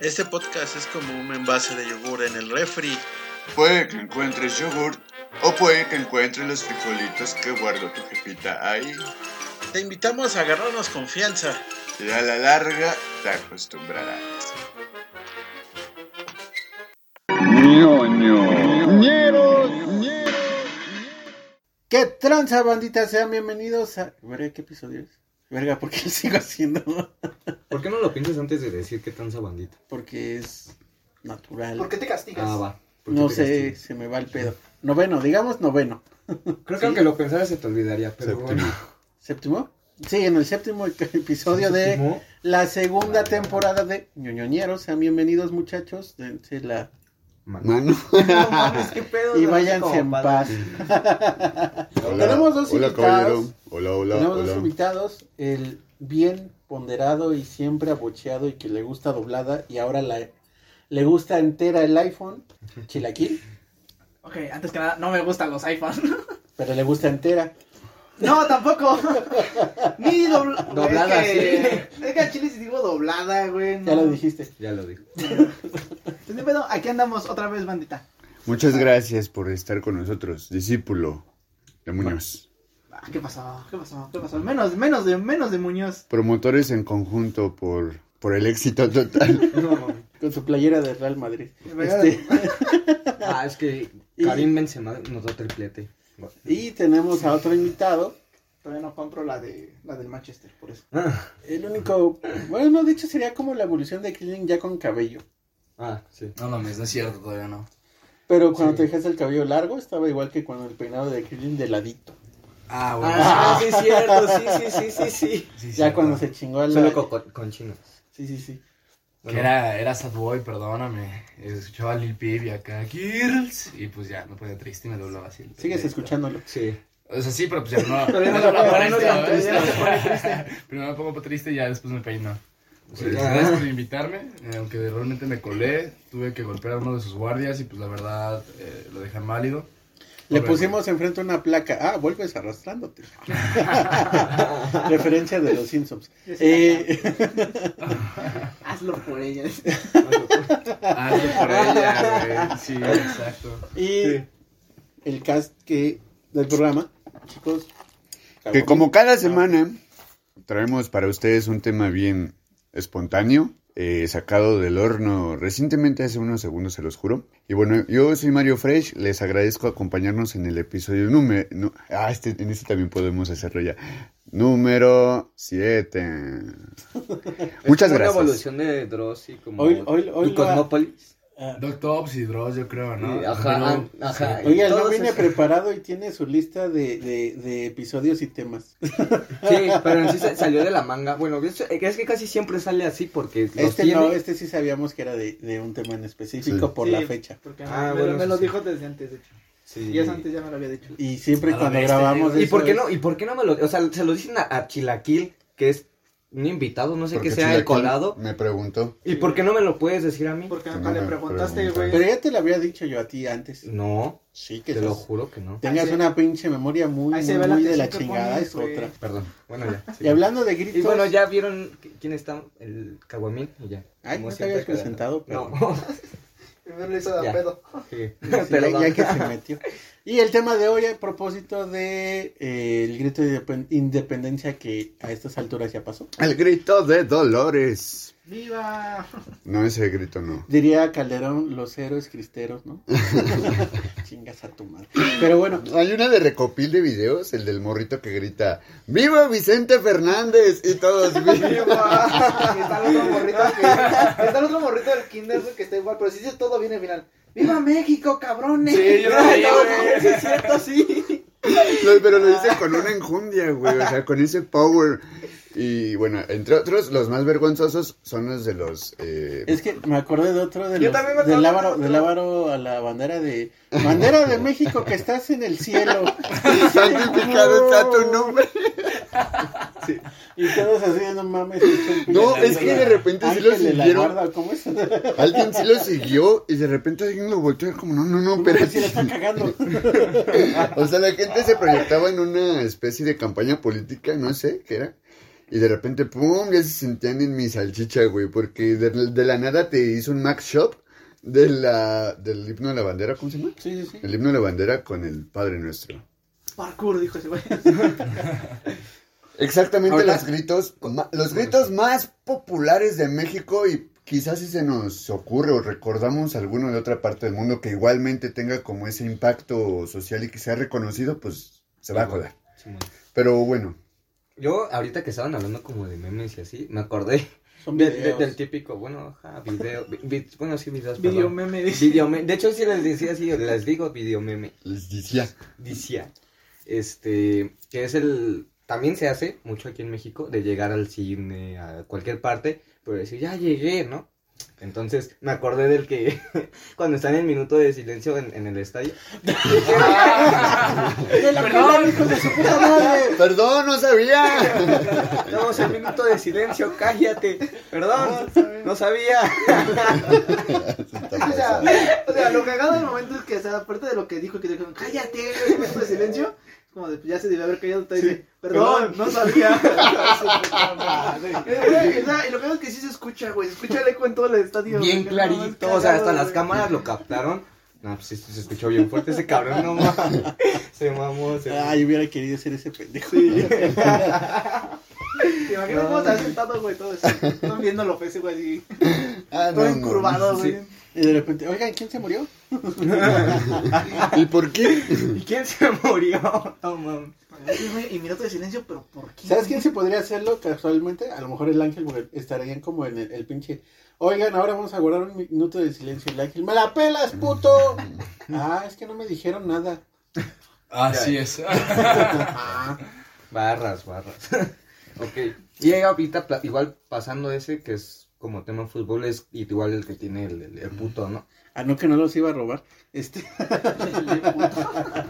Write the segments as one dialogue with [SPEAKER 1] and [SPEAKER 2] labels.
[SPEAKER 1] Este podcast es como un envase de yogur en el refri.
[SPEAKER 2] Puede que encuentres yogur o puede que encuentres los frijolitos que guardó tu jefita ahí.
[SPEAKER 1] Te invitamos a agarrarnos confianza.
[SPEAKER 2] Y a la larga te acostumbrarás.
[SPEAKER 3] ¿Qué tranza, bandita? Sean bienvenidos a... Verga, ¿qué episodio es? Verga, ¿por qué lo sigo haciendo?
[SPEAKER 4] ¿Por qué no lo piensas antes de decir qué tranza bandita?
[SPEAKER 3] Porque es natural.
[SPEAKER 5] ¿Por qué te castigas?
[SPEAKER 4] Ah, va. ¿Por qué
[SPEAKER 3] No
[SPEAKER 4] te
[SPEAKER 3] sé,
[SPEAKER 4] castigas?
[SPEAKER 3] se me va el pedo. Noveno, digamos noveno.
[SPEAKER 4] Creo que aunque lo pensaras se te olvidaría, pero
[SPEAKER 2] Séptimo.
[SPEAKER 4] bueno.
[SPEAKER 3] ¿Séptimo? Sí, en el séptimo episodio de
[SPEAKER 4] Séptimo.
[SPEAKER 3] la segunda temporada de Ñoñoñeros. Sean bienvenidos, muchachos. Dense la-
[SPEAKER 4] Mamá.
[SPEAKER 5] No mames, qué pedo,
[SPEAKER 3] Y
[SPEAKER 5] no sé
[SPEAKER 3] váyanse
[SPEAKER 5] cómo
[SPEAKER 3] en
[SPEAKER 5] padre.
[SPEAKER 3] paz. Tenemos dos
[SPEAKER 2] hola,
[SPEAKER 3] invitados.
[SPEAKER 2] caballero. Hola, hola,
[SPEAKER 3] Tenemos
[SPEAKER 2] hola.
[SPEAKER 3] dos invitados, el bien ponderado y siempre abocheado y que le gusta doblada y ahora la, le gusta entera el iPhone, Chilaquil,
[SPEAKER 5] Ok, antes que nada, no me gustan los iPhones.
[SPEAKER 3] pero le gusta entera.
[SPEAKER 5] no, tampoco. Ni dobla...
[SPEAKER 4] Doblada,
[SPEAKER 5] es que... Es que al chile si digo doblada, güey. no.
[SPEAKER 3] Ya lo dijiste.
[SPEAKER 4] Ya lo digo.
[SPEAKER 5] Pues ni pedo, aquí andamos otra vez, bandita.
[SPEAKER 2] Muchas gracias por estar con nosotros, discípulo de Muñoz.
[SPEAKER 5] Ah, ¿Qué pasó? ¿Qué pasó? ¿Qué pasó? Menos, menos de, menos de Muñoz.
[SPEAKER 2] Promotores en conjunto por, por el éxito total.
[SPEAKER 4] No, mami.
[SPEAKER 3] Con su playera de Real Madrid.
[SPEAKER 5] ¿Verdad?
[SPEAKER 3] Este,
[SPEAKER 4] ah, es que
[SPEAKER 3] Y-
[SPEAKER 4] Karim Benzema nos da triplete.
[SPEAKER 3] y tenemos a otro invitado.
[SPEAKER 5] Todavía no compro la de la del Manchester, por eso.
[SPEAKER 4] Ah,
[SPEAKER 3] El único, bueno, no, de hecho sería como la evolución de Killing ya con cabello.
[SPEAKER 4] ah, sí.
[SPEAKER 6] No mames, no es cierto, todavía no.
[SPEAKER 3] Pero cuando
[SPEAKER 4] Sí.
[SPEAKER 3] te dejaste el cabello largo estaba igual que cuando el peinado de Killing de ladito.
[SPEAKER 6] Ah, bueno.
[SPEAKER 4] Ah, sí, es cierto, sí, sí, sí, sí, sí.
[SPEAKER 6] sí,
[SPEAKER 3] Ya
[SPEAKER 6] cierto.
[SPEAKER 3] cuando se chingó a la...
[SPEAKER 4] Solo co- con, chinos.
[SPEAKER 3] Sí, sí, sí.
[SPEAKER 6] Que era, era Sad Boy, perdóname. Escuchaba a Lil Peep y acá, Girls. Y pues ya, me ponía triste y me doblaba así. el-
[SPEAKER 3] Sigues escuchándolo.
[SPEAKER 4] Sí.
[SPEAKER 6] O sea, sí, pero pues ya no.
[SPEAKER 5] Todavía no
[SPEAKER 6] no
[SPEAKER 5] se pone
[SPEAKER 6] me pongo
[SPEAKER 5] triste,
[SPEAKER 6] triste,
[SPEAKER 5] todavía no se
[SPEAKER 6] ¿ves? Primero me pongo triste y ya después me peino. Pues,
[SPEAKER 4] Sí.
[SPEAKER 6] Gracias por invitarme, eh, aunque realmente me colé, tuve que golpear a uno de sus guardias y pues la verdad eh, lo dejan válido.
[SPEAKER 3] Le
[SPEAKER 6] Obviamente.
[SPEAKER 3] pusimos enfrente una placa. Ah, vuelves arrastrándote. Referencia de los Simpsons.
[SPEAKER 5] Yo sí
[SPEAKER 3] Eh,
[SPEAKER 5] Hazlo por ella.
[SPEAKER 6] Ah, sí, por ella, güey. Sí, exacto.
[SPEAKER 3] y
[SPEAKER 4] Sí.
[SPEAKER 3] el cast que del programa, chicos.
[SPEAKER 2] Que como cada semana traemos para ustedes un tema bien espontáneo, eh, sacado del horno recientemente hace unos segundos, se los juro. Y bueno, yo soy Mario Fresh, les agradezco acompañarnos en el episodio número... nu- ah, este, en este también podemos hacerlo ya. Número 7. Muchas
[SPEAKER 4] Una
[SPEAKER 2] gracias.
[SPEAKER 4] evolución de Dross y como.
[SPEAKER 3] Hoy- hoy- hoy
[SPEAKER 4] y
[SPEAKER 3] lo ha-
[SPEAKER 4] Cosmópolis.
[SPEAKER 3] Ah,
[SPEAKER 6] Doc Tops y Dross, yo creo, ¿no?
[SPEAKER 4] Sí, ajá,
[SPEAKER 6] Pero-
[SPEAKER 4] ajá.
[SPEAKER 6] sí.
[SPEAKER 3] Oiga, no
[SPEAKER 4] Todos
[SPEAKER 3] viene
[SPEAKER 4] esos-
[SPEAKER 3] preparado y tiene su lista de, de- de episodios y temas.
[SPEAKER 4] Sí, pero en sí sa- salió de la manga. Bueno, es es que casi siempre sale así porque. los
[SPEAKER 3] Este
[SPEAKER 4] tiene-
[SPEAKER 3] no, este sí sabíamos que era de, de un tema en específico
[SPEAKER 2] Sí.
[SPEAKER 3] por
[SPEAKER 5] Sí,
[SPEAKER 3] la fecha.
[SPEAKER 5] Porque
[SPEAKER 4] Ah,
[SPEAKER 5] me,
[SPEAKER 4] bueno,
[SPEAKER 5] me lo
[SPEAKER 4] sí, sí.
[SPEAKER 5] dijo desde antes, de hecho.
[SPEAKER 4] Sí.
[SPEAKER 5] Días antes ya me lo había dicho.
[SPEAKER 3] Y siempre
[SPEAKER 6] A la
[SPEAKER 3] cuando
[SPEAKER 6] bestia,
[SPEAKER 3] grabamos.
[SPEAKER 6] digo.
[SPEAKER 4] ¿Y
[SPEAKER 3] eso
[SPEAKER 4] por qué
[SPEAKER 3] es-
[SPEAKER 4] no? ¿Y por qué no me lo, o sea, se lo dicen a, a Chilaquil, que es un invitado, no sé qué
[SPEAKER 2] Porque
[SPEAKER 4] sea el
[SPEAKER 2] Chilaquil
[SPEAKER 4] colado?
[SPEAKER 2] Me preguntó.
[SPEAKER 4] ¿Y por qué no me lo puedes decir a mí?
[SPEAKER 5] Porque
[SPEAKER 2] Sí,
[SPEAKER 5] nunca
[SPEAKER 2] me
[SPEAKER 5] le
[SPEAKER 2] lo
[SPEAKER 5] preguntaste,
[SPEAKER 2] preguntaron.
[SPEAKER 5] güey.
[SPEAKER 3] Pero ya te lo había dicho yo a ti antes.
[SPEAKER 4] No,
[SPEAKER 3] Sí, que
[SPEAKER 4] Mm, te lo
[SPEAKER 3] estás-
[SPEAKER 4] juro que no.
[SPEAKER 3] Tengas
[SPEAKER 5] Ahí se-
[SPEAKER 3] una pinche memoria muy,
[SPEAKER 5] ahí se
[SPEAKER 3] muy,
[SPEAKER 5] ve la
[SPEAKER 3] muy de la
[SPEAKER 5] atención que
[SPEAKER 3] chingada,
[SPEAKER 5] pones,
[SPEAKER 3] es
[SPEAKER 5] güey.
[SPEAKER 3] otra.
[SPEAKER 4] Perdón. Bueno, ya. sí.
[SPEAKER 3] Y hablando de gritos.
[SPEAKER 4] Y bueno, ya vieron qui- quién está el caguamín y ya.
[SPEAKER 3] Ay,
[SPEAKER 4] Como
[SPEAKER 3] no te
[SPEAKER 4] siempre,
[SPEAKER 3] habías presentado,
[SPEAKER 4] cada-
[SPEAKER 5] Primero le hizo de
[SPEAKER 4] Ya.
[SPEAKER 5] pedo.
[SPEAKER 4] No. sí.
[SPEAKER 3] sí, ya-
[SPEAKER 4] Perdón.
[SPEAKER 3] ya que se metió. Y el tema de hoy, a propósito de eh, el grito de indepen- independencia que a estas alturas ya pasó.
[SPEAKER 2] El grito de Dolores.
[SPEAKER 5] ¡Viva!
[SPEAKER 2] No, ese grito no.
[SPEAKER 3] Diría Calderón, los héroes cristeros, ¿no? Chingas a tu madre. Pero bueno,
[SPEAKER 2] Hay una de recopil de videos, el del morrito que grita ¡Viva Vicente Fernández! Y todos ¡Viva!
[SPEAKER 5] Y está el otro morrito que- está el otro morrito del kinder güey, que está igual, pero si dice todo viene final. ¡Viva México, cabrones!
[SPEAKER 6] Sí, yo lo vi, güey.
[SPEAKER 5] sí, es cierto, sí.
[SPEAKER 2] Lo- pero lo dice con una enjundia, güey, o sea, con ese power. Y bueno, entre otros, los más vergonzosos son los de los... eh,
[SPEAKER 3] es que me acordé de otro de
[SPEAKER 5] Yo
[SPEAKER 3] los,
[SPEAKER 5] también me
[SPEAKER 3] de
[SPEAKER 5] acordé
[SPEAKER 3] Lábaro-
[SPEAKER 5] de otro.
[SPEAKER 3] de Lábaro a la bandera de bandera de México que estás en el cielo.
[SPEAKER 2] Santificado está tu nombre.
[SPEAKER 3] Y todos así, no mames. pinche
[SPEAKER 2] No,
[SPEAKER 3] ángel
[SPEAKER 2] es que
[SPEAKER 3] la-
[SPEAKER 2] de repente sí
[SPEAKER 3] ángel
[SPEAKER 2] lo
[SPEAKER 3] de la
[SPEAKER 2] siguieron.
[SPEAKER 3] guarda, ¿Cómo es?
[SPEAKER 2] Alguien sí lo siguió y de repente alguien lo volteó y era como, no, no, no,
[SPEAKER 3] Pero si la
[SPEAKER 2] espérate.
[SPEAKER 3] están cagando.
[SPEAKER 2] O sea, la gente se proyectaba en una especie de campaña política, no sé qué era.
[SPEAKER 7] Y de repente, pum, ya se sentían en mi salchicha, güey. Porque de, de la nada te hizo un Max Shop de la, del himno de la bandera, ¿cómo se llama?
[SPEAKER 8] Sí, sí, sí.
[SPEAKER 7] El himno de la bandera con el Padre Nuestro.
[SPEAKER 5] Parkour, dijo ese güey.
[SPEAKER 7] Exactamente
[SPEAKER 4] Ahorita-
[SPEAKER 7] los gritos, ma- los gritos más populares de México y quizás si se nos ocurre o recordamos alguno de otra parte del mundo que igualmente tenga como ese impacto social y que sea reconocido, pues se va a colar.
[SPEAKER 6] Simón.
[SPEAKER 7] Pero bueno,
[SPEAKER 4] Yo, ahorita que estaban hablando como de memes y así, me acordé
[SPEAKER 8] Son
[SPEAKER 4] de- de-
[SPEAKER 8] videos.
[SPEAKER 4] del típico, bueno, ajá, video, vi- vi- bueno, sí, videos,
[SPEAKER 5] Video
[SPEAKER 4] perdón.
[SPEAKER 5] meme, dice.
[SPEAKER 4] Video meme. De hecho, sí les decía así, les digo video meme.
[SPEAKER 7] les decía,
[SPEAKER 4] Dicia. Este, que es el. También se hace mucho aquí en México de llegar al cine, a cualquier parte, pero decir, ya llegué, ¿no? Entonces me acordé del que cuando están en el minuto de silencio en, en el estadio.
[SPEAKER 5] De la cola, hijo de su puta madre.
[SPEAKER 7] perdón, no sabía.
[SPEAKER 4] No, es el minuto de silencio, cállate. Perdón, no sabía.
[SPEAKER 5] O sea, o sea, lo cagado del momento es que, o sea, aparte de lo que dijo, que dijo, cállate, güey, un momento de silencio, es como de, pues, ya se debe haber callado, te dice, perdón, no sabía. Y, o sea, y lo peor es que sí se escucha, güey, se escucha el eco en todo el estadio.
[SPEAKER 4] Bien
[SPEAKER 5] güey, no, es
[SPEAKER 4] clarito, o sea, hasta
[SPEAKER 5] cagado,
[SPEAKER 4] las
[SPEAKER 5] güey.
[SPEAKER 4] cámaras lo captaron. No, pues sí, se escuchó bien fuerte ese cabrón, no mames. Se mamó, se mamó.
[SPEAKER 8] Ay, hubiera querido ser ese pendejo.
[SPEAKER 5] Te imaginas cómo estás sentado, güey, todo eso. No viendo lo pese, güey, así,
[SPEAKER 7] Ah,
[SPEAKER 5] todo
[SPEAKER 7] no, no.
[SPEAKER 5] encurvado,
[SPEAKER 4] sí.
[SPEAKER 5] güey.
[SPEAKER 8] Y de repente, oigan, ¿quién se murió?
[SPEAKER 7] ¿Y por qué?
[SPEAKER 4] ¿Y quién se murió? No mames.
[SPEAKER 5] Y, güey, Y minuto de silencio, pero ¿por qué?
[SPEAKER 8] ¿Sabes quién se podría hacerlo casualmente? A lo mejor el ángel, porque estarían como en el, el pinche. Oigan, ahora vamos a guardar un minuto de silencio. El ángel, ¡me la pelas, puto! ah, es que no me dijeron nada.
[SPEAKER 6] Así es.
[SPEAKER 8] Ah,
[SPEAKER 4] Barras, barras. ok. Y ahorita, pla- igual pasando ese que es como tema fútbol, es igual el que tiene el, el- el puto, ¿no?
[SPEAKER 8] ah, no, que no los iba a robar. Este,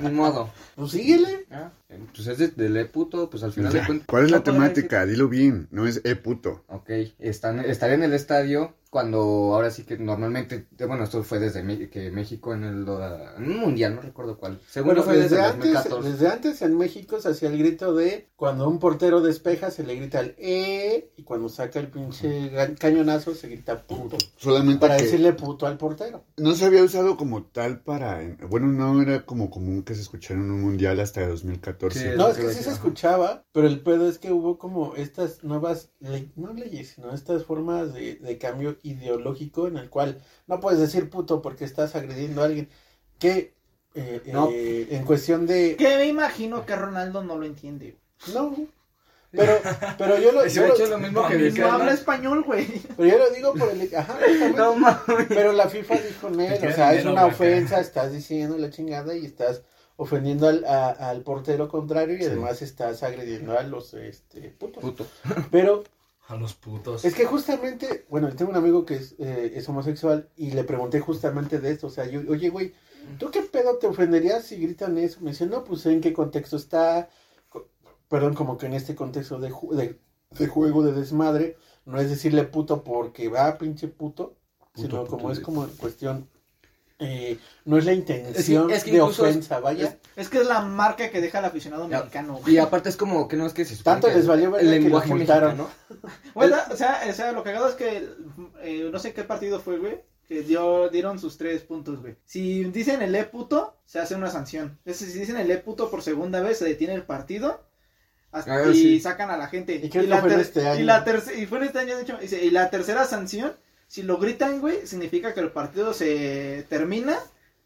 [SPEAKER 4] Ni modo.
[SPEAKER 8] pues síguele.
[SPEAKER 4] ¿ah? Eh, Pues es de- del e puto, pues al final de cuentas.
[SPEAKER 7] ¿Cuál es la
[SPEAKER 4] no podría
[SPEAKER 7] temática? Dilo bien, no es eh puto.
[SPEAKER 4] decir- Ok, están, estaré en el estadio cuando ahora sí que normalmente, eh, bueno, esto fue desde Mé- que México en el uh, en un mundial, no recuerdo cuál. Seguro
[SPEAKER 8] Bueno,
[SPEAKER 4] fue desde,
[SPEAKER 8] desde
[SPEAKER 4] el
[SPEAKER 8] antes,
[SPEAKER 4] 2014.
[SPEAKER 8] desde antes en México se hacía el grito de cuando un portero despeja se le grita el eh y cuando saca el pinche ga- cañonazo se grita puto
[SPEAKER 7] Solamente
[SPEAKER 8] para
[SPEAKER 7] que
[SPEAKER 8] decirle puto al portero.
[SPEAKER 7] no se había usado como tal para... Bueno, no era como común que se escuchara en un mundial hasta 2014.
[SPEAKER 4] Sí, lo
[SPEAKER 8] No, es
[SPEAKER 4] que
[SPEAKER 8] que sí se
[SPEAKER 4] decía.
[SPEAKER 8] escuchaba, pero el pedo es que hubo como estas nuevas, le- no leyes, sino estas formas de, de cambio ideológico en el cual no puedes decir puto porque estás agrediendo a alguien. Que eh,
[SPEAKER 4] No.
[SPEAKER 8] eh, en cuestión de...
[SPEAKER 5] Que me imagino que Ronaldo no lo entiende.
[SPEAKER 8] No, pero, pero, yo lo,
[SPEAKER 4] Ese
[SPEAKER 8] yo
[SPEAKER 4] güey
[SPEAKER 8] lo-
[SPEAKER 4] es lo mismo que
[SPEAKER 6] No,
[SPEAKER 5] No habla
[SPEAKER 4] Vizcarra.
[SPEAKER 5] español, güey.
[SPEAKER 8] pero yo lo digo por el... Ajá, justamente.
[SPEAKER 4] No mames.
[SPEAKER 8] pero la FIFA dijo,
[SPEAKER 6] Te
[SPEAKER 8] Nel, o
[SPEAKER 6] queda
[SPEAKER 8] sea, es
[SPEAKER 6] dinero,
[SPEAKER 8] una
[SPEAKER 6] güey,
[SPEAKER 8] ofensa, estás diciendo la chingada y estás ofendiendo al, a- al portero contrario y además estás agrediendo a los este, putos.
[SPEAKER 4] Puto.
[SPEAKER 8] Pero
[SPEAKER 6] A los putos.
[SPEAKER 8] Es que justamente, bueno, tengo un amigo que es, eh, es homosexual y le pregunté justamente de esto, o sea, yo, oye, güey, ¿tú qué pedo te ofenderías si gritan eso? Me dice, no, pues en qué contexto está, Co- perdón, como que en este contexto de, ju- de, de juego, de desmadre, no es decirle puto porque va, pinche puto, sino
[SPEAKER 7] puto,
[SPEAKER 8] como es
[SPEAKER 7] güey.
[SPEAKER 8] como en cuestión, eh, no es la intención
[SPEAKER 4] es que
[SPEAKER 8] de
[SPEAKER 4] incluso es-
[SPEAKER 8] ofensa, vaya.
[SPEAKER 4] es-
[SPEAKER 5] Es que es la marca que deja al aficionado
[SPEAKER 4] Ya.
[SPEAKER 5] mexicano, güey.
[SPEAKER 4] Y aparte es como que no es que se supone
[SPEAKER 8] Tanto
[SPEAKER 4] que
[SPEAKER 8] les valió verga que los multaron.
[SPEAKER 4] ¿no?
[SPEAKER 5] Bueno,
[SPEAKER 8] Pues,
[SPEAKER 5] o sea, o sea, lo cagado es que eh, no sé qué partido fue, güey. Que dio, dieron sus tres puntos, güey. Si dicen el E puto, se hace una sanción. Entonces, si dicen el E puto por segunda vez, se detiene el partido. hasta-
[SPEAKER 4] Ah,
[SPEAKER 5] y
[SPEAKER 4] sí.
[SPEAKER 5] sacan a la gente.
[SPEAKER 8] Y creo que
[SPEAKER 5] la
[SPEAKER 8] fue en
[SPEAKER 5] ter-
[SPEAKER 8] este año.
[SPEAKER 5] Y, la terce- y fue en este año, de hecho. dice, y la tercera sanción, si lo gritan, güey, significa que el partido se termina.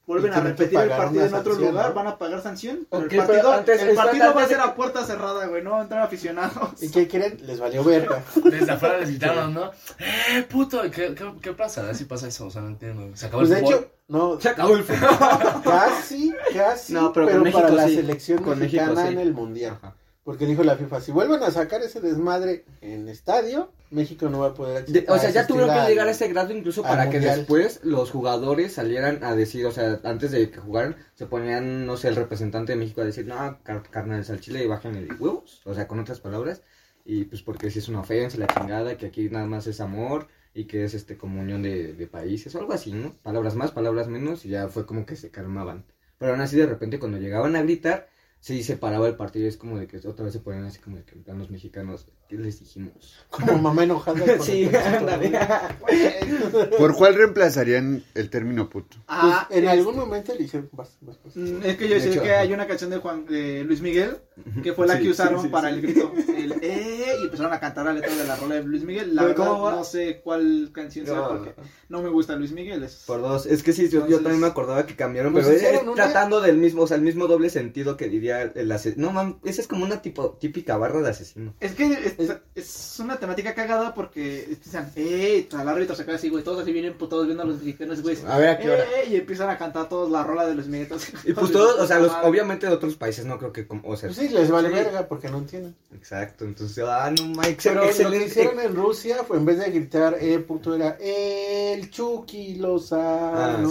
[SPEAKER 5] Vuelven
[SPEAKER 8] Y
[SPEAKER 5] a
[SPEAKER 8] tienen que
[SPEAKER 5] repetir el
[SPEAKER 8] pagar
[SPEAKER 5] partido en
[SPEAKER 8] una
[SPEAKER 5] otro
[SPEAKER 8] sanción,
[SPEAKER 5] lugar,
[SPEAKER 8] ¿no?
[SPEAKER 5] van a pagar sanción. pero
[SPEAKER 4] Ok,
[SPEAKER 5] el
[SPEAKER 4] pero
[SPEAKER 5] partido,
[SPEAKER 4] antes-
[SPEAKER 5] el partido
[SPEAKER 4] espérate,
[SPEAKER 5] va a
[SPEAKER 4] antes
[SPEAKER 5] ser a puerta cerrada, güey, no van a entrar aficionados.
[SPEAKER 8] ¿Y qué creen? Les valió verga.
[SPEAKER 6] Desde afuera les gritaron, ¿no? ¡Eh, puto! ¿Qué, qué, qué pasará si pasa eso? O sea, no entiendo. Se acabó
[SPEAKER 8] Pues de
[SPEAKER 6] el fútbol.
[SPEAKER 8] hecho, no,
[SPEAKER 4] Se acabó el fútbol.
[SPEAKER 8] Casi, casi,
[SPEAKER 4] No,
[SPEAKER 8] pero,
[SPEAKER 4] pero con
[SPEAKER 8] para
[SPEAKER 4] México
[SPEAKER 8] la
[SPEAKER 4] sí.
[SPEAKER 8] selección
[SPEAKER 4] Con México
[SPEAKER 8] mexicana
[SPEAKER 4] sí.
[SPEAKER 8] en el mundial.
[SPEAKER 4] Ajá.
[SPEAKER 8] Porque dijo la FIFA, si vuelven a sacar ese desmadre en estadio, México no va a poder
[SPEAKER 4] De- o sea, ya tuvieron que llegar a ese
[SPEAKER 8] ese
[SPEAKER 4] grado incluso
[SPEAKER 8] al
[SPEAKER 4] para que
[SPEAKER 8] mundial.
[SPEAKER 4] después los jugadores salieran a decir, o sea, antes de que jugaran, se ponían, no sé, el representante de México a decir, no, car carnales al chile y bájenle de huevos, o sea, con otras palabras, y pues porque si es una ofensa, la chingada, que aquí nada más es amor y que es este comunión de, de países o algo así, ¿no? Palabras más, palabras menos, y ya fue como que se calmaban. Pero aún así, de repente, cuando llegaban a gritar, sí se paraba el partido, es como de que otra vez se ponían así como de que en plan los mexicanos, ¿Qué les dijimos?
[SPEAKER 8] Como mamá enojada. con el
[SPEAKER 4] Sí,
[SPEAKER 8] perrito,
[SPEAKER 4] ándale.
[SPEAKER 8] güey.
[SPEAKER 7] ¿Por cuál reemplazarían el término puto?
[SPEAKER 5] Ah,
[SPEAKER 8] Pues, en
[SPEAKER 4] este.
[SPEAKER 5] es-
[SPEAKER 8] algún momento le hicieron. vas, vas, vas.
[SPEAKER 5] Mm, Es que yo
[SPEAKER 4] De
[SPEAKER 5] sé
[SPEAKER 4] hecho,
[SPEAKER 5] que
[SPEAKER 4] ajá.
[SPEAKER 5] hay una canción de Juan de Luis Miguel que fue la
[SPEAKER 4] Sí,
[SPEAKER 5] que
[SPEAKER 4] sí,
[SPEAKER 5] usaron
[SPEAKER 4] sí,
[SPEAKER 5] para
[SPEAKER 4] sí.
[SPEAKER 5] el grito. El eh y empezaron a cantar la letra de la rola de Luis Miguel. La
[SPEAKER 4] Pero
[SPEAKER 5] verdad
[SPEAKER 4] ¿cómo va?
[SPEAKER 5] no sé cuál canción sea
[SPEAKER 4] No,
[SPEAKER 5] porque no me gusta Luis Miguel. Es...
[SPEAKER 4] Por dos. Es que sí, yo, yo
[SPEAKER 5] Entonces-
[SPEAKER 4] también me acordaba que cambiaron,
[SPEAKER 8] Pues
[SPEAKER 4] pero es,
[SPEAKER 8] hicieron
[SPEAKER 4] es
[SPEAKER 8] una-
[SPEAKER 4] tratando del mismo, o sea, el mismo doble sentido que diría el asesino. No, man, esa es como una tipo, típica barra de asesino.
[SPEAKER 5] Es que es, es una temática cagada porque empiezan, eh, y el árbitro se queda así, güey, todos así vienen putados viendo a los mexicanos, güey.
[SPEAKER 4] A ver, ¿a Ah, qué hora?
[SPEAKER 5] Eh, y empiezan a cantar todos la rola de los Miguel. Entonces,
[SPEAKER 4] Y pues todos, o sea, los,
[SPEAKER 5] Ah,
[SPEAKER 4] obviamente de otros países no creo que, como, o sea,
[SPEAKER 8] Pues sí, les vale
[SPEAKER 4] sí.
[SPEAKER 8] verga porque no entienden.
[SPEAKER 4] exacto, entonces, ah, no, Mike,
[SPEAKER 8] Pero lo que
[SPEAKER 4] excelente.
[SPEAKER 8] hicieron en Rusia fue en vez de gritar eh, puto era el Chucky
[SPEAKER 4] Ah,
[SPEAKER 8] Lozano.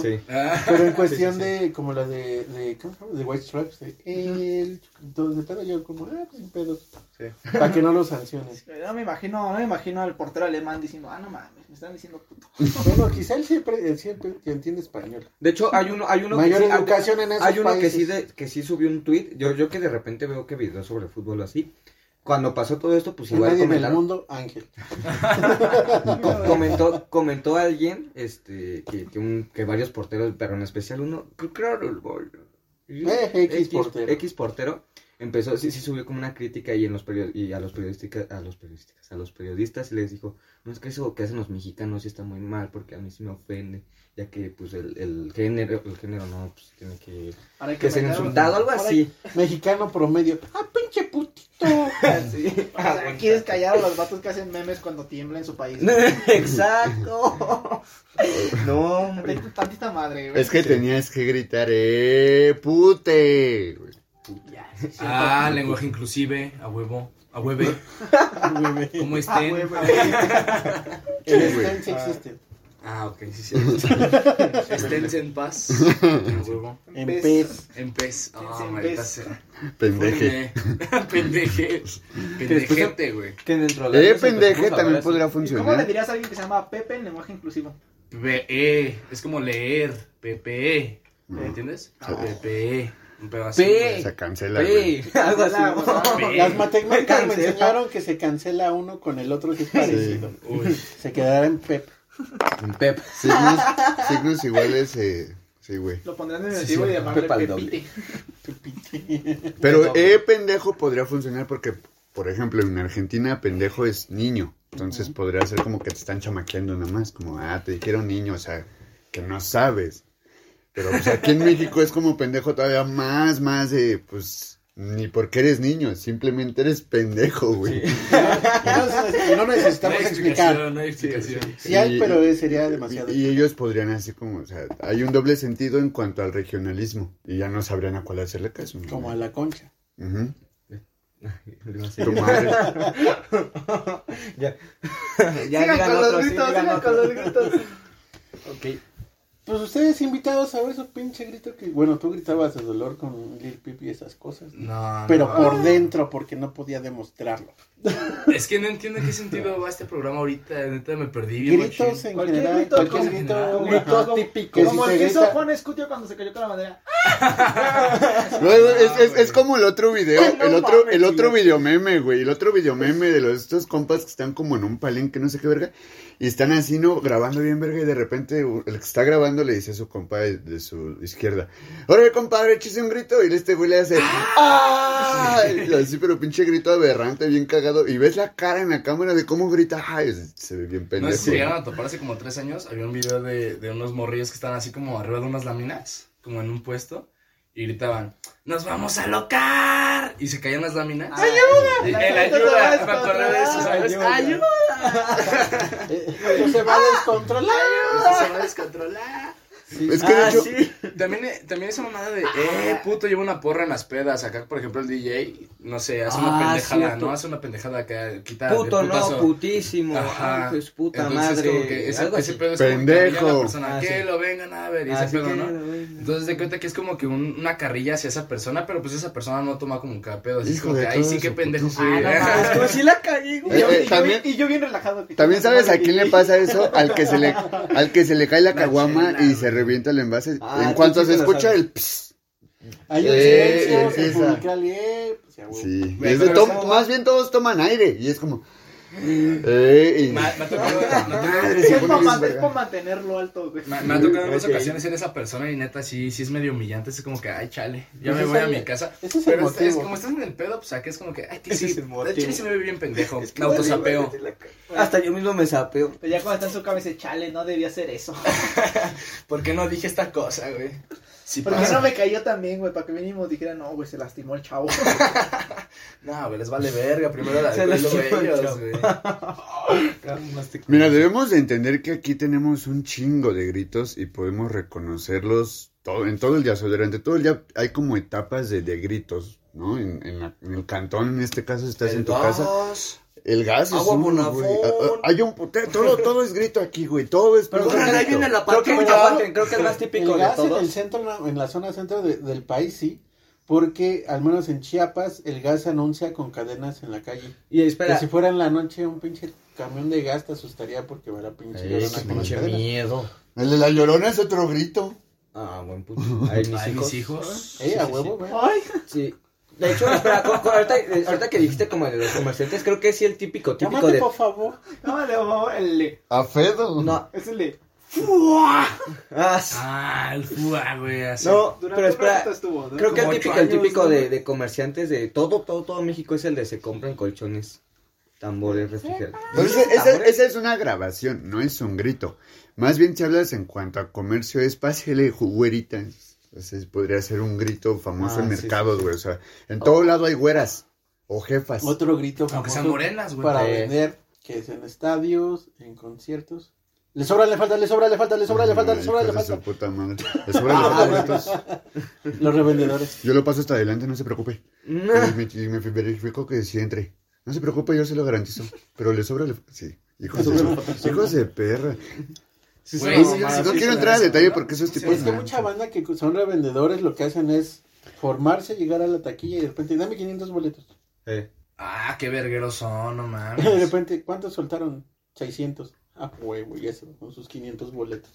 [SPEAKER 4] sí.
[SPEAKER 6] Ah,
[SPEAKER 8] Pero en cuestión
[SPEAKER 4] Sí, sí,
[SPEAKER 8] de, como la de, de, ¿cómo se llama? De White Stripes, de el Chucky. Entonces, pero yo como, ah, pues sin pedos. Para que no lo sancionen.
[SPEAKER 5] No me imagino, no me imagino al portero alemán diciendo, ah, no mames, me están diciendo puto.
[SPEAKER 8] Bueno, quizá él siempre, él siempre entiende español.
[SPEAKER 4] De hecho, hay uno, hay uno
[SPEAKER 8] Mayor
[SPEAKER 4] que sí,
[SPEAKER 8] educación en esos
[SPEAKER 4] hay uno que
[SPEAKER 8] países.
[SPEAKER 4] sí, de- que sí subió un tweet. Yo, yo que de repente veo que videos sobre fútbol o así. Cuando pasó todo esto, pues
[SPEAKER 8] Y
[SPEAKER 4] igual
[SPEAKER 8] nadie en el
[SPEAKER 4] comentaron,
[SPEAKER 8] mundo, Ángel.
[SPEAKER 4] co- comentó, comentó alguien este, que, que, un, que varios porteros, pero en especial uno, creo que era el gol.
[SPEAKER 8] Eh, X portero.
[SPEAKER 4] X portero empezó, sí, sí subió como una crítica y en los perio- y a los periodistas, a los periodistas, a los periodistas y les dijo, no es que eso que hacen los mexicanos sí está muy mal, porque a mí sí me ofende, ya que pues el, el género, el género no, pues tiene que,
[SPEAKER 5] Ahora hay
[SPEAKER 4] que ser
[SPEAKER 5] meterlo.
[SPEAKER 4] insultado, algo
[SPEAKER 8] Ahora-
[SPEAKER 4] así.
[SPEAKER 8] Mexicano promedio. ¡Ah, pinche putito!
[SPEAKER 4] Sí.
[SPEAKER 5] O sea, ¿Quieres callar a los vatos que hacen memes cuando tiembla en su país?
[SPEAKER 4] Exacto. No, hombre.
[SPEAKER 5] Tantita- Tantita madre, güey.
[SPEAKER 7] Es que tenías que gritar, eh, pute. güey.
[SPEAKER 5] Ya, sí, sí.
[SPEAKER 6] ah, lenguaje inclusive, a huevo, a hueve, ¿cómo
[SPEAKER 5] Ah, güey,
[SPEAKER 6] estén?
[SPEAKER 5] güey.
[SPEAKER 8] El
[SPEAKER 7] güey.
[SPEAKER 8] Stein sí existe.
[SPEAKER 6] Ah, ok, sí, sí. Esténse en paz, a huevo,
[SPEAKER 8] En
[SPEAKER 5] Pez.
[SPEAKER 8] pez.
[SPEAKER 6] en pez. Ah,
[SPEAKER 5] Esténse en
[SPEAKER 6] maldita
[SPEAKER 5] pez.
[SPEAKER 6] sea.
[SPEAKER 7] Pendeje. Eh,
[SPEAKER 6] Pendeje. Pendejete, güey.
[SPEAKER 4] Que dentro de
[SPEAKER 7] Eh,
[SPEAKER 4] años
[SPEAKER 7] pendeje
[SPEAKER 4] empezamos a
[SPEAKER 7] también
[SPEAKER 4] hablar
[SPEAKER 7] podría
[SPEAKER 4] así.
[SPEAKER 7] funcionar.
[SPEAKER 5] ¿Cómo le dirías a alguien que se llama Pepe en lenguaje inclusivo?
[SPEAKER 6] PE, eh, es como leer, PPE,
[SPEAKER 7] No.
[SPEAKER 8] Mm.
[SPEAKER 6] ¿me entiendes?
[SPEAKER 7] Ah.
[SPEAKER 6] PPE, un pedazo.
[SPEAKER 4] P.
[SPEAKER 7] Se cancela, güey.
[SPEAKER 4] Sí, algo así.
[SPEAKER 5] Hola, hola.
[SPEAKER 6] Pez.
[SPEAKER 8] Las matemáticas me
[SPEAKER 4] Cancela.
[SPEAKER 8] enseñaron que se cancela uno con el otro si es parecido.
[SPEAKER 6] Uy,
[SPEAKER 8] Se quedará en Pep.
[SPEAKER 4] Pep.
[SPEAKER 7] Signos, signos iguales, eh, sí, güey.
[SPEAKER 5] Lo pondrán en el
[SPEAKER 4] Sí,
[SPEAKER 5] antiguo
[SPEAKER 4] sí,
[SPEAKER 5] y llamarle
[SPEAKER 4] Pepe al
[SPEAKER 5] Pepite.
[SPEAKER 7] Pero eh, pendejo podría funcionar porque, por ejemplo, en Argentina, pendejo es niño. Entonces podría ser como que te están chamaqueando nomás, como, ah, te dijeron niño, o sea, que no sabes. Pero pues, aquí en México es como pendejo todavía más, más de, pues, ni porque eres niño, simplemente eres pendejo, güey.
[SPEAKER 8] Entonces, no
[SPEAKER 6] no
[SPEAKER 8] necesitamos
[SPEAKER 6] hay
[SPEAKER 8] explicar.
[SPEAKER 6] explicación, no hay explicación.
[SPEAKER 8] Sí hay,
[SPEAKER 7] Y-
[SPEAKER 8] pero eh, sería demasiado.
[SPEAKER 7] Y, y ellos podrían así como, o sea, hay un doble sentido en cuanto al regionalismo y ya no sabrían a cuál hacerle caso. ¿no?
[SPEAKER 8] Como a la concha.
[SPEAKER 7] Ujú.
[SPEAKER 4] Algo así.
[SPEAKER 7] Tu madre.
[SPEAKER 4] Ya.
[SPEAKER 5] Sigan
[SPEAKER 4] digan
[SPEAKER 5] con los
[SPEAKER 4] otro, sí,
[SPEAKER 5] gritos,
[SPEAKER 4] digan
[SPEAKER 5] sigan
[SPEAKER 4] otro.
[SPEAKER 5] con los gritos.
[SPEAKER 4] Ok.
[SPEAKER 8] Pues ustedes invitados a ver su pinche grito que... Bueno, tú gritabas de dolor con Lil Peep y esas cosas.
[SPEAKER 6] No,
[SPEAKER 8] Pero
[SPEAKER 6] no.
[SPEAKER 4] Ah.
[SPEAKER 8] por dentro, porque no podía demostrarlo.
[SPEAKER 6] Es que no entiendo en qué sentido va este programa ahorita, neta me perdí bien
[SPEAKER 8] Gritos
[SPEAKER 6] machín.
[SPEAKER 8] en
[SPEAKER 5] Cualquier
[SPEAKER 8] general,
[SPEAKER 5] grito,
[SPEAKER 8] cualquier
[SPEAKER 5] como-
[SPEAKER 8] grito...
[SPEAKER 5] como-
[SPEAKER 8] ajá.
[SPEAKER 4] Gritos típicos.
[SPEAKER 8] Que
[SPEAKER 5] Como
[SPEAKER 8] si
[SPEAKER 5] el
[SPEAKER 8] se
[SPEAKER 5] que hizo
[SPEAKER 8] grita-
[SPEAKER 5] Juan Escutio cuando se cayó con la madera.
[SPEAKER 7] No, es, es-
[SPEAKER 6] güey.
[SPEAKER 7] es como el otro video,
[SPEAKER 5] Ay, no
[SPEAKER 7] el otro,
[SPEAKER 5] mames,
[SPEAKER 7] el otro
[SPEAKER 5] tío.
[SPEAKER 7] video meme, güey, el otro video meme de los, estos compas que están como en un palenque, no sé qué verga, y están así, ¿no? Grabando bien verga, y de repente u- el que está grabando le dice a su compa de, de su izquierda, órale, compadre, échese un grito, y este güey le hace, ¡ah! Y así, pero pinche grito aberrante, bien cagado, y ves la cara en la cámara de cómo grita, ¡ay! Se, se ve bien
[SPEAKER 8] eh.
[SPEAKER 6] No
[SPEAKER 7] pendejo.
[SPEAKER 6] sé si llegaron a topar hace como tres años. Había un video de, de unos morrillos que estaban así como arriba de unas láminas, como en un puesto, y gritaban: ¡Nos vamos a locar! Y se caían las láminas.
[SPEAKER 8] Ah,
[SPEAKER 6] Y-
[SPEAKER 5] ¡Ayuda!
[SPEAKER 6] el ayuda, me acordé de eso, ¿sabes?
[SPEAKER 4] Ayuda.
[SPEAKER 6] Ayuda.
[SPEAKER 8] No se
[SPEAKER 4] Ah,
[SPEAKER 8] va a descontrolar.
[SPEAKER 6] Eso se va a descontrolar.
[SPEAKER 7] Es que de
[SPEAKER 4] Ah,
[SPEAKER 7] hecho,
[SPEAKER 4] sí.
[SPEAKER 6] También, eh, también esa mamada
[SPEAKER 4] Ah.
[SPEAKER 6] de, eh, puto, lleva una porra en las pedas. Acá, por ejemplo, el DJ, no sé, hace una
[SPEAKER 4] Ah,
[SPEAKER 6] pendejada,
[SPEAKER 4] cierto.
[SPEAKER 6] ¿no? Hace una pendejada que quita. de
[SPEAKER 4] Puto, no,
[SPEAKER 6] putazo.
[SPEAKER 4] putísimo.
[SPEAKER 6] Ajá.
[SPEAKER 4] Ay, pues puta
[SPEAKER 6] Entonces,
[SPEAKER 4] madre.
[SPEAKER 6] como que ese,
[SPEAKER 4] algo
[SPEAKER 6] ese
[SPEAKER 4] así.
[SPEAKER 6] pedo es como que
[SPEAKER 7] Pendejo.
[SPEAKER 6] había la persona,
[SPEAKER 4] Ah,
[SPEAKER 6] que
[SPEAKER 4] sí.
[SPEAKER 6] lo vengan a ver, y ese
[SPEAKER 4] Así
[SPEAKER 6] pedo,
[SPEAKER 4] que,
[SPEAKER 6] ¿no?
[SPEAKER 4] güey,
[SPEAKER 6] Entonces de cuenta que es como que un- una carrilla hacia esa persona, pero pues esa persona no toma como cada pedo. Así es
[SPEAKER 7] Hijo
[SPEAKER 6] como
[SPEAKER 7] de
[SPEAKER 6] que, ay,
[SPEAKER 7] todo
[SPEAKER 6] sí, qué
[SPEAKER 7] su
[SPEAKER 6] pendejo.
[SPEAKER 7] putísimo.
[SPEAKER 6] Ah, no mames.
[SPEAKER 4] Pues sí la cagué,
[SPEAKER 5] Y
[SPEAKER 4] güey.
[SPEAKER 5] yo-
[SPEAKER 7] Eh, eh,
[SPEAKER 5] y yo-
[SPEAKER 7] también-
[SPEAKER 5] Y yo bien relajado. que-
[SPEAKER 7] También sabes a quién le pasa eso, al que se le, al que se le cae la
[SPEAKER 6] La
[SPEAKER 7] caguama
[SPEAKER 6] chela,
[SPEAKER 7] y
[SPEAKER 6] güey.
[SPEAKER 7] se revienta el envase.
[SPEAKER 4] Ah,
[SPEAKER 7] en
[SPEAKER 4] tú
[SPEAKER 7] cuanto
[SPEAKER 4] sí
[SPEAKER 7] se
[SPEAKER 4] te la
[SPEAKER 7] escucha
[SPEAKER 4] sabes.
[SPEAKER 7] el pss,
[SPEAKER 8] Hay un
[SPEAKER 7] Sí,
[SPEAKER 8] silencio, se
[SPEAKER 7] empieza.
[SPEAKER 8] publica el eh, pues, ya, güey.
[SPEAKER 7] Sí.
[SPEAKER 6] Güey,
[SPEAKER 7] Es de
[SPEAKER 6] pero
[SPEAKER 7] tom-
[SPEAKER 6] esa-
[SPEAKER 7] más bien todos toman aire y es como. eh, y-
[SPEAKER 6] Me ha- me ha tocado- me ha tocado-
[SPEAKER 7] Madre,
[SPEAKER 5] Es
[SPEAKER 7] se
[SPEAKER 5] para
[SPEAKER 7] pone bien verga.
[SPEAKER 5] mantenerlo alto, güey.
[SPEAKER 6] Me, me ha tocado en varias
[SPEAKER 8] Ok.
[SPEAKER 6] ocasiones ser esa persona y neta, sí, sí es medio humillante. Es como que, ay, chale, ya
[SPEAKER 8] Ese
[SPEAKER 6] me
[SPEAKER 8] es
[SPEAKER 6] voy a
[SPEAKER 8] el-
[SPEAKER 6] mi casa.
[SPEAKER 8] Ese es el
[SPEAKER 6] Pero es,
[SPEAKER 8] motivo.
[SPEAKER 6] es como estás en el pedo, pues aquí es como que, ay, que
[SPEAKER 8] Ese
[SPEAKER 6] sí,
[SPEAKER 8] es el motivo.
[SPEAKER 6] de chile sí me ve bien pendejo.
[SPEAKER 8] Es
[SPEAKER 6] Es
[SPEAKER 8] que
[SPEAKER 6] autosapeo.
[SPEAKER 4] Hasta yo mismo me sapeo.
[SPEAKER 5] Pero ya cuando está en su cabeza, chale, no debía hacer eso.
[SPEAKER 6] ¿Por qué no dije esta cosa, güey? Sí
[SPEAKER 5] Porque
[SPEAKER 6] pasa.
[SPEAKER 5] no me cayó tan bien, güey, para que mínimo dijera, no, güey, se lastimó el chavo.
[SPEAKER 6] No, güey, les vale verga. Primero la
[SPEAKER 4] Se
[SPEAKER 6] de los
[SPEAKER 4] les lleva el
[SPEAKER 6] bellos,
[SPEAKER 4] chavo.
[SPEAKER 6] güey.
[SPEAKER 7] Mira, debemos de entender que aquí tenemos un chingo de gritos y podemos reconocerlos todo, en todo el día. O sea, durante todo el día hay como etapas de, de gritos, ¿no? En, en la- en el cantón, en este caso, estás en tu casa.
[SPEAKER 6] Dos.
[SPEAKER 7] El gas es
[SPEAKER 4] Agua
[SPEAKER 7] uno,
[SPEAKER 4] Bonafón.
[SPEAKER 7] güey. A- a- Hay un putero, todo, todo es grito aquí, güey. Todo es
[SPEAKER 4] Pero
[SPEAKER 7] puro
[SPEAKER 4] corran, ahí
[SPEAKER 7] grito.
[SPEAKER 4] viene la
[SPEAKER 8] Creo que
[SPEAKER 4] patrulla,
[SPEAKER 8] ya-
[SPEAKER 4] aguanten, creo que es más típico de
[SPEAKER 8] el gas en el
[SPEAKER 4] todos.
[SPEAKER 8] centro, en la- en la zona centro de- del país, sí. Porque, al menos en Chiapas, el gas se anuncia con cadenas en la calle.
[SPEAKER 4] Y
[SPEAKER 8] Que
[SPEAKER 4] espera,
[SPEAKER 8] si fuera en la noche, un pinche camión de gas te asustaría porque verá pinche
[SPEAKER 4] Eh,
[SPEAKER 8] llorona
[SPEAKER 4] qué
[SPEAKER 8] con las
[SPEAKER 4] pinche
[SPEAKER 8] cadenas.
[SPEAKER 4] miedo.
[SPEAKER 7] El de la llorona es otro grito.
[SPEAKER 4] Ah, buen puto. Ahí mis
[SPEAKER 6] Ay,
[SPEAKER 4] hijos.
[SPEAKER 6] mis hijos.
[SPEAKER 8] Eh, a huevo, güey.
[SPEAKER 5] Ay,
[SPEAKER 4] Sí. De hecho, espera, co- co- ahorita, eh, ahorita que dijiste como de los comerciantes, creo que sí el típico, típico
[SPEAKER 8] Llámate,
[SPEAKER 4] de...
[SPEAKER 8] por favor.
[SPEAKER 5] no, le favor, el le.
[SPEAKER 7] A Fedo.
[SPEAKER 4] No,
[SPEAKER 5] Es el le.
[SPEAKER 4] ah, sí.
[SPEAKER 6] Ah, el fua, güey, así.
[SPEAKER 4] no,
[SPEAKER 5] Durante
[SPEAKER 4] pero
[SPEAKER 5] un
[SPEAKER 4] espera,
[SPEAKER 5] ratito estuvo. ¿no?
[SPEAKER 4] creo que el
[SPEAKER 6] como ocho
[SPEAKER 4] típico, el
[SPEAKER 6] años,
[SPEAKER 4] típico
[SPEAKER 6] ¿no?
[SPEAKER 4] de, de comerciantes de todo, todo, todo México es el de se compran colchones, tambores, refrigerantes.
[SPEAKER 7] Entonces, esa,
[SPEAKER 4] ¿Tambores?
[SPEAKER 7] Pues esa es una grabación, no es un grito. Más bien, si hablas en cuanto a comercio, es pásele güerita. Entonces, podría ser un grito famoso
[SPEAKER 4] Ah,
[SPEAKER 7] en
[SPEAKER 4] sí,
[SPEAKER 7] mercados, güey. O sea, en todo lado hay güeras o jefas.
[SPEAKER 8] Otro grito
[SPEAKER 6] Aunque sean
[SPEAKER 8] famoso
[SPEAKER 6] morenas, güey.
[SPEAKER 8] para
[SPEAKER 4] Eh.
[SPEAKER 8] vender, que es en estadios, en conciertos. Le sobra, le falta, le sobra, le falta, le sobra, le falta, le sobra,
[SPEAKER 7] Ay,
[SPEAKER 8] le
[SPEAKER 7] hijos de
[SPEAKER 8] falta.
[SPEAKER 7] su puta madre. Le sobra, le falta, entonces,
[SPEAKER 8] Los revendedores.
[SPEAKER 7] Yo lo paso hasta adelante, no se preocupe.
[SPEAKER 4] No.
[SPEAKER 7] Y me, y me verifico que sí entre. No se preocupe, yo se lo garantizo. Pero le sobra, le... Sí, hijos de, su- hijos de perra.
[SPEAKER 4] Ah, Sí,
[SPEAKER 6] Güey,
[SPEAKER 4] son
[SPEAKER 6] sí,
[SPEAKER 4] mamadas.
[SPEAKER 6] sí,
[SPEAKER 7] no
[SPEAKER 6] sí,
[SPEAKER 7] quiero
[SPEAKER 6] sí,
[SPEAKER 7] entrar a
[SPEAKER 6] sí,
[SPEAKER 7] detalle
[SPEAKER 6] ¿no?
[SPEAKER 7] porque esos
[SPEAKER 6] Sí,
[SPEAKER 7] tipos...
[SPEAKER 8] es que mucha banda que son revendedores lo que hacen es formarse, llegar a la taquilla y de repente, dame 500 boletos.
[SPEAKER 4] Eh,
[SPEAKER 6] Ah, qué vergueros son, no
[SPEAKER 8] De
[SPEAKER 6] mames.
[SPEAKER 8] repente, ¿cuántos soltaron? 600. Ah, huevo, ya se con sus 500 boletos.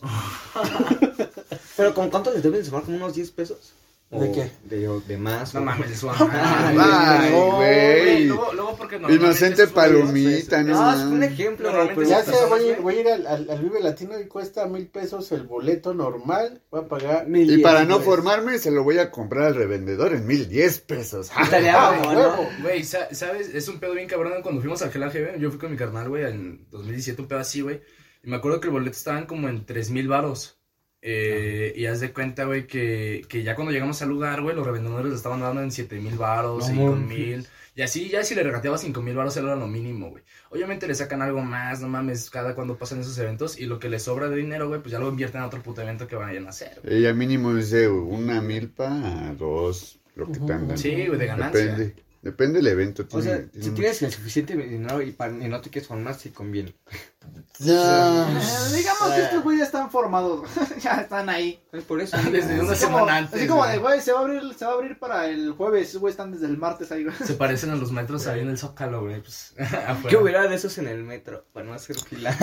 [SPEAKER 4] Pero ¿con cuánto les deben de sumar? ¿Como unos 10 pesos?
[SPEAKER 8] ¿De
[SPEAKER 4] O
[SPEAKER 8] qué?
[SPEAKER 4] De, o de más.
[SPEAKER 6] No
[SPEAKER 4] o-
[SPEAKER 6] mames, su
[SPEAKER 4] Ay,
[SPEAKER 7] Ay, güey.
[SPEAKER 6] Luego, luego porque no.
[SPEAKER 7] Inocente palomita,
[SPEAKER 4] No,
[SPEAKER 6] Ah,
[SPEAKER 7] no
[SPEAKER 4] Ah, es
[SPEAKER 7] mames.
[SPEAKER 4] un ejemplo.
[SPEAKER 6] Normalmente
[SPEAKER 4] pero-
[SPEAKER 8] Ya
[SPEAKER 6] sí,
[SPEAKER 8] sé,
[SPEAKER 6] personas,
[SPEAKER 8] voy, a ir-
[SPEAKER 6] güey.
[SPEAKER 8] voy a ir al, al, al Vive Latino y cuesta mil pesos el boleto normal. Voy a pagar.
[SPEAKER 4] Mil
[SPEAKER 7] Y
[SPEAKER 4] diez,
[SPEAKER 7] para no
[SPEAKER 4] güey.
[SPEAKER 7] formarme, se lo voy a comprar al revendedor en mil diez pesos.
[SPEAKER 4] Estaría
[SPEAKER 8] Ah,
[SPEAKER 4] bueno,
[SPEAKER 8] huevo.
[SPEAKER 4] ¿no?
[SPEAKER 6] Güey, sa- ¿sabes? Es un pedo bien cabrón. Cuando fuimos al Gel AGB, yo fui con mi carnal, güey, en 2017, un pedo así, güey. Y me acuerdo que el boleto estaban como en 3000 varos. Eh, Y haz de cuenta, güey, que, que ya cuando llegamos al lugar, güey, los revendedores le estaban dando en 7000 varos,
[SPEAKER 4] No
[SPEAKER 6] 5000. Y así, ya si le regateaba 5000 varos, era lo mínimo, güey. Obviamente le sacan algo más, no mames, cada cuando pasan esos eventos. Y lo que le sobra de dinero, güey, pues ya lo invierten a otro puto evento que vayan a hacer, güey.
[SPEAKER 7] Ella mínimo es de una milpa a dos, lo que
[SPEAKER 8] Ujú.
[SPEAKER 7] tanto.
[SPEAKER 6] Sí, güey, de ganancia.
[SPEAKER 7] Depende. Depende del evento.
[SPEAKER 4] O
[SPEAKER 7] tiene-
[SPEAKER 4] sea,
[SPEAKER 7] tiene
[SPEAKER 4] si
[SPEAKER 7] un-
[SPEAKER 4] tienes el suficiente dinero y, pa- y no te quieres formar, sí conviene.
[SPEAKER 7] Ya.
[SPEAKER 5] Eh, Digamos que estos güeyes están formados. ya están ahí.
[SPEAKER 4] Es por eso. Ah,
[SPEAKER 6] Desde una
[SPEAKER 5] Así como,
[SPEAKER 6] semana antes.
[SPEAKER 5] así como
[SPEAKER 6] güey.
[SPEAKER 5] de, güey, se va a abrir, se va a abrir para el jueves. Esos güeyes están desde el martes ahí, güey.
[SPEAKER 6] Se parecen a los metros ahí en el Zócalo, güey. Pues, afuera.
[SPEAKER 4] ¿Qué hubiera de esos en el metro? Para no hacer fila.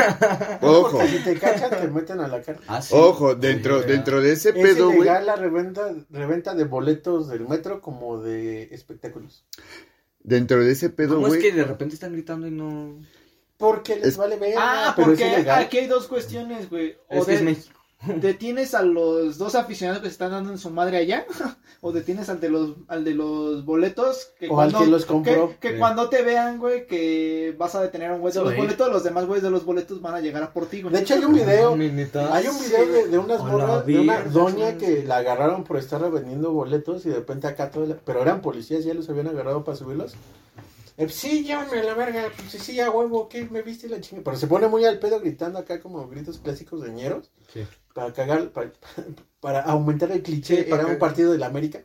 [SPEAKER 7] Ojo,
[SPEAKER 8] Porque si te cachan, te meten a la cárcel.
[SPEAKER 6] Ah,
[SPEAKER 7] ojo, dentro, dentro de ese
[SPEAKER 8] Es
[SPEAKER 7] pedo, güey.
[SPEAKER 8] ilegal la reventa, reventa de boletos del metro como de espectáculos.
[SPEAKER 7] Dentro de ese pedo,
[SPEAKER 4] ¿Cómo es
[SPEAKER 7] güey.
[SPEAKER 4] que de repente están gritando y no...?
[SPEAKER 8] Porque les
[SPEAKER 7] Es-
[SPEAKER 8] vale ver.
[SPEAKER 5] Ah,
[SPEAKER 8] pero es
[SPEAKER 5] porque
[SPEAKER 8] ilegal.
[SPEAKER 5] aquí hay dos cuestiones, güey. O
[SPEAKER 4] Es que es
[SPEAKER 5] de,
[SPEAKER 4] México.
[SPEAKER 5] detienes a los dos aficionados que se están dando en su madre allá, o detienes al de los, al de los boletos que
[SPEAKER 8] O al que los compró.
[SPEAKER 5] que- que
[SPEAKER 4] Sí.
[SPEAKER 5] cuando te vean, güey, que vas a detener a un güey de
[SPEAKER 6] Sí.
[SPEAKER 5] los boletos, los demás güeyes de los boletos van a llegar a por ti, güey.
[SPEAKER 8] De hecho, hay un video.
[SPEAKER 4] Minita.
[SPEAKER 8] Hay un video de, de unas
[SPEAKER 4] Hola,
[SPEAKER 8] morras, de una
[SPEAKER 4] Virgen.
[SPEAKER 8] doña que la agarraron por estar revendiendo boletos y de repente acá todo, pero eran policías, ya los habían agarrado para subirlos. Eh, sí, llévame a la verga, pues sí, sí, a huevo, ¿qué? Me viste la chinga. Pero se pone muy al pedo gritando acá como gritos clásicos de ñeros
[SPEAKER 4] Sí.
[SPEAKER 8] para cagar, para, para aumentar el cliché
[SPEAKER 4] Sí, para
[SPEAKER 8] para un
[SPEAKER 4] cagar.
[SPEAKER 8] partido de la América.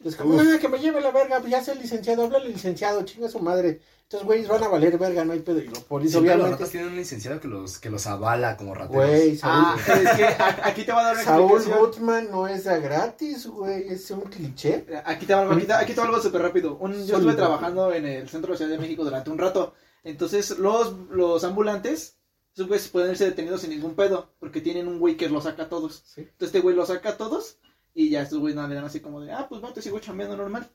[SPEAKER 8] Entonces, como,
[SPEAKER 4] Uf.
[SPEAKER 8] "Ah, que me lleve la verga, pues ya sea el licenciado, háblale al licenciado, chinga su madre. Estos güeyes van a valer verga, no hay pedo. Y los policías,
[SPEAKER 6] Siempre los ratas
[SPEAKER 8] obviamente,
[SPEAKER 6] tienen un licenciado que los, que los
[SPEAKER 4] Ah,
[SPEAKER 6] avala como rateros.
[SPEAKER 8] güey, Saúl,
[SPEAKER 5] Ah, es que a- aquí te va a dar una
[SPEAKER 8] Saúl
[SPEAKER 5] explicación.
[SPEAKER 8] Goodman no es de gratis, güey. Es un cliché.
[SPEAKER 5] Eh, Aquí te va algo, aquí te, aquí te va algo súper rápido. Un- yo
[SPEAKER 8] Solo.
[SPEAKER 5] estuve trabajando en el centro de la Ciudad de México durante un rato. Entonces, los, los ambulantes, esos güeyes pueden irse detenidos sin ningún pedo, porque tienen un güey que los saca a todos.
[SPEAKER 8] Sí.
[SPEAKER 5] Entonces, este güey los saca a todos. Y ya estos güeyes nada, le dan así como de, ah, pues va, te sigo chambeando normal.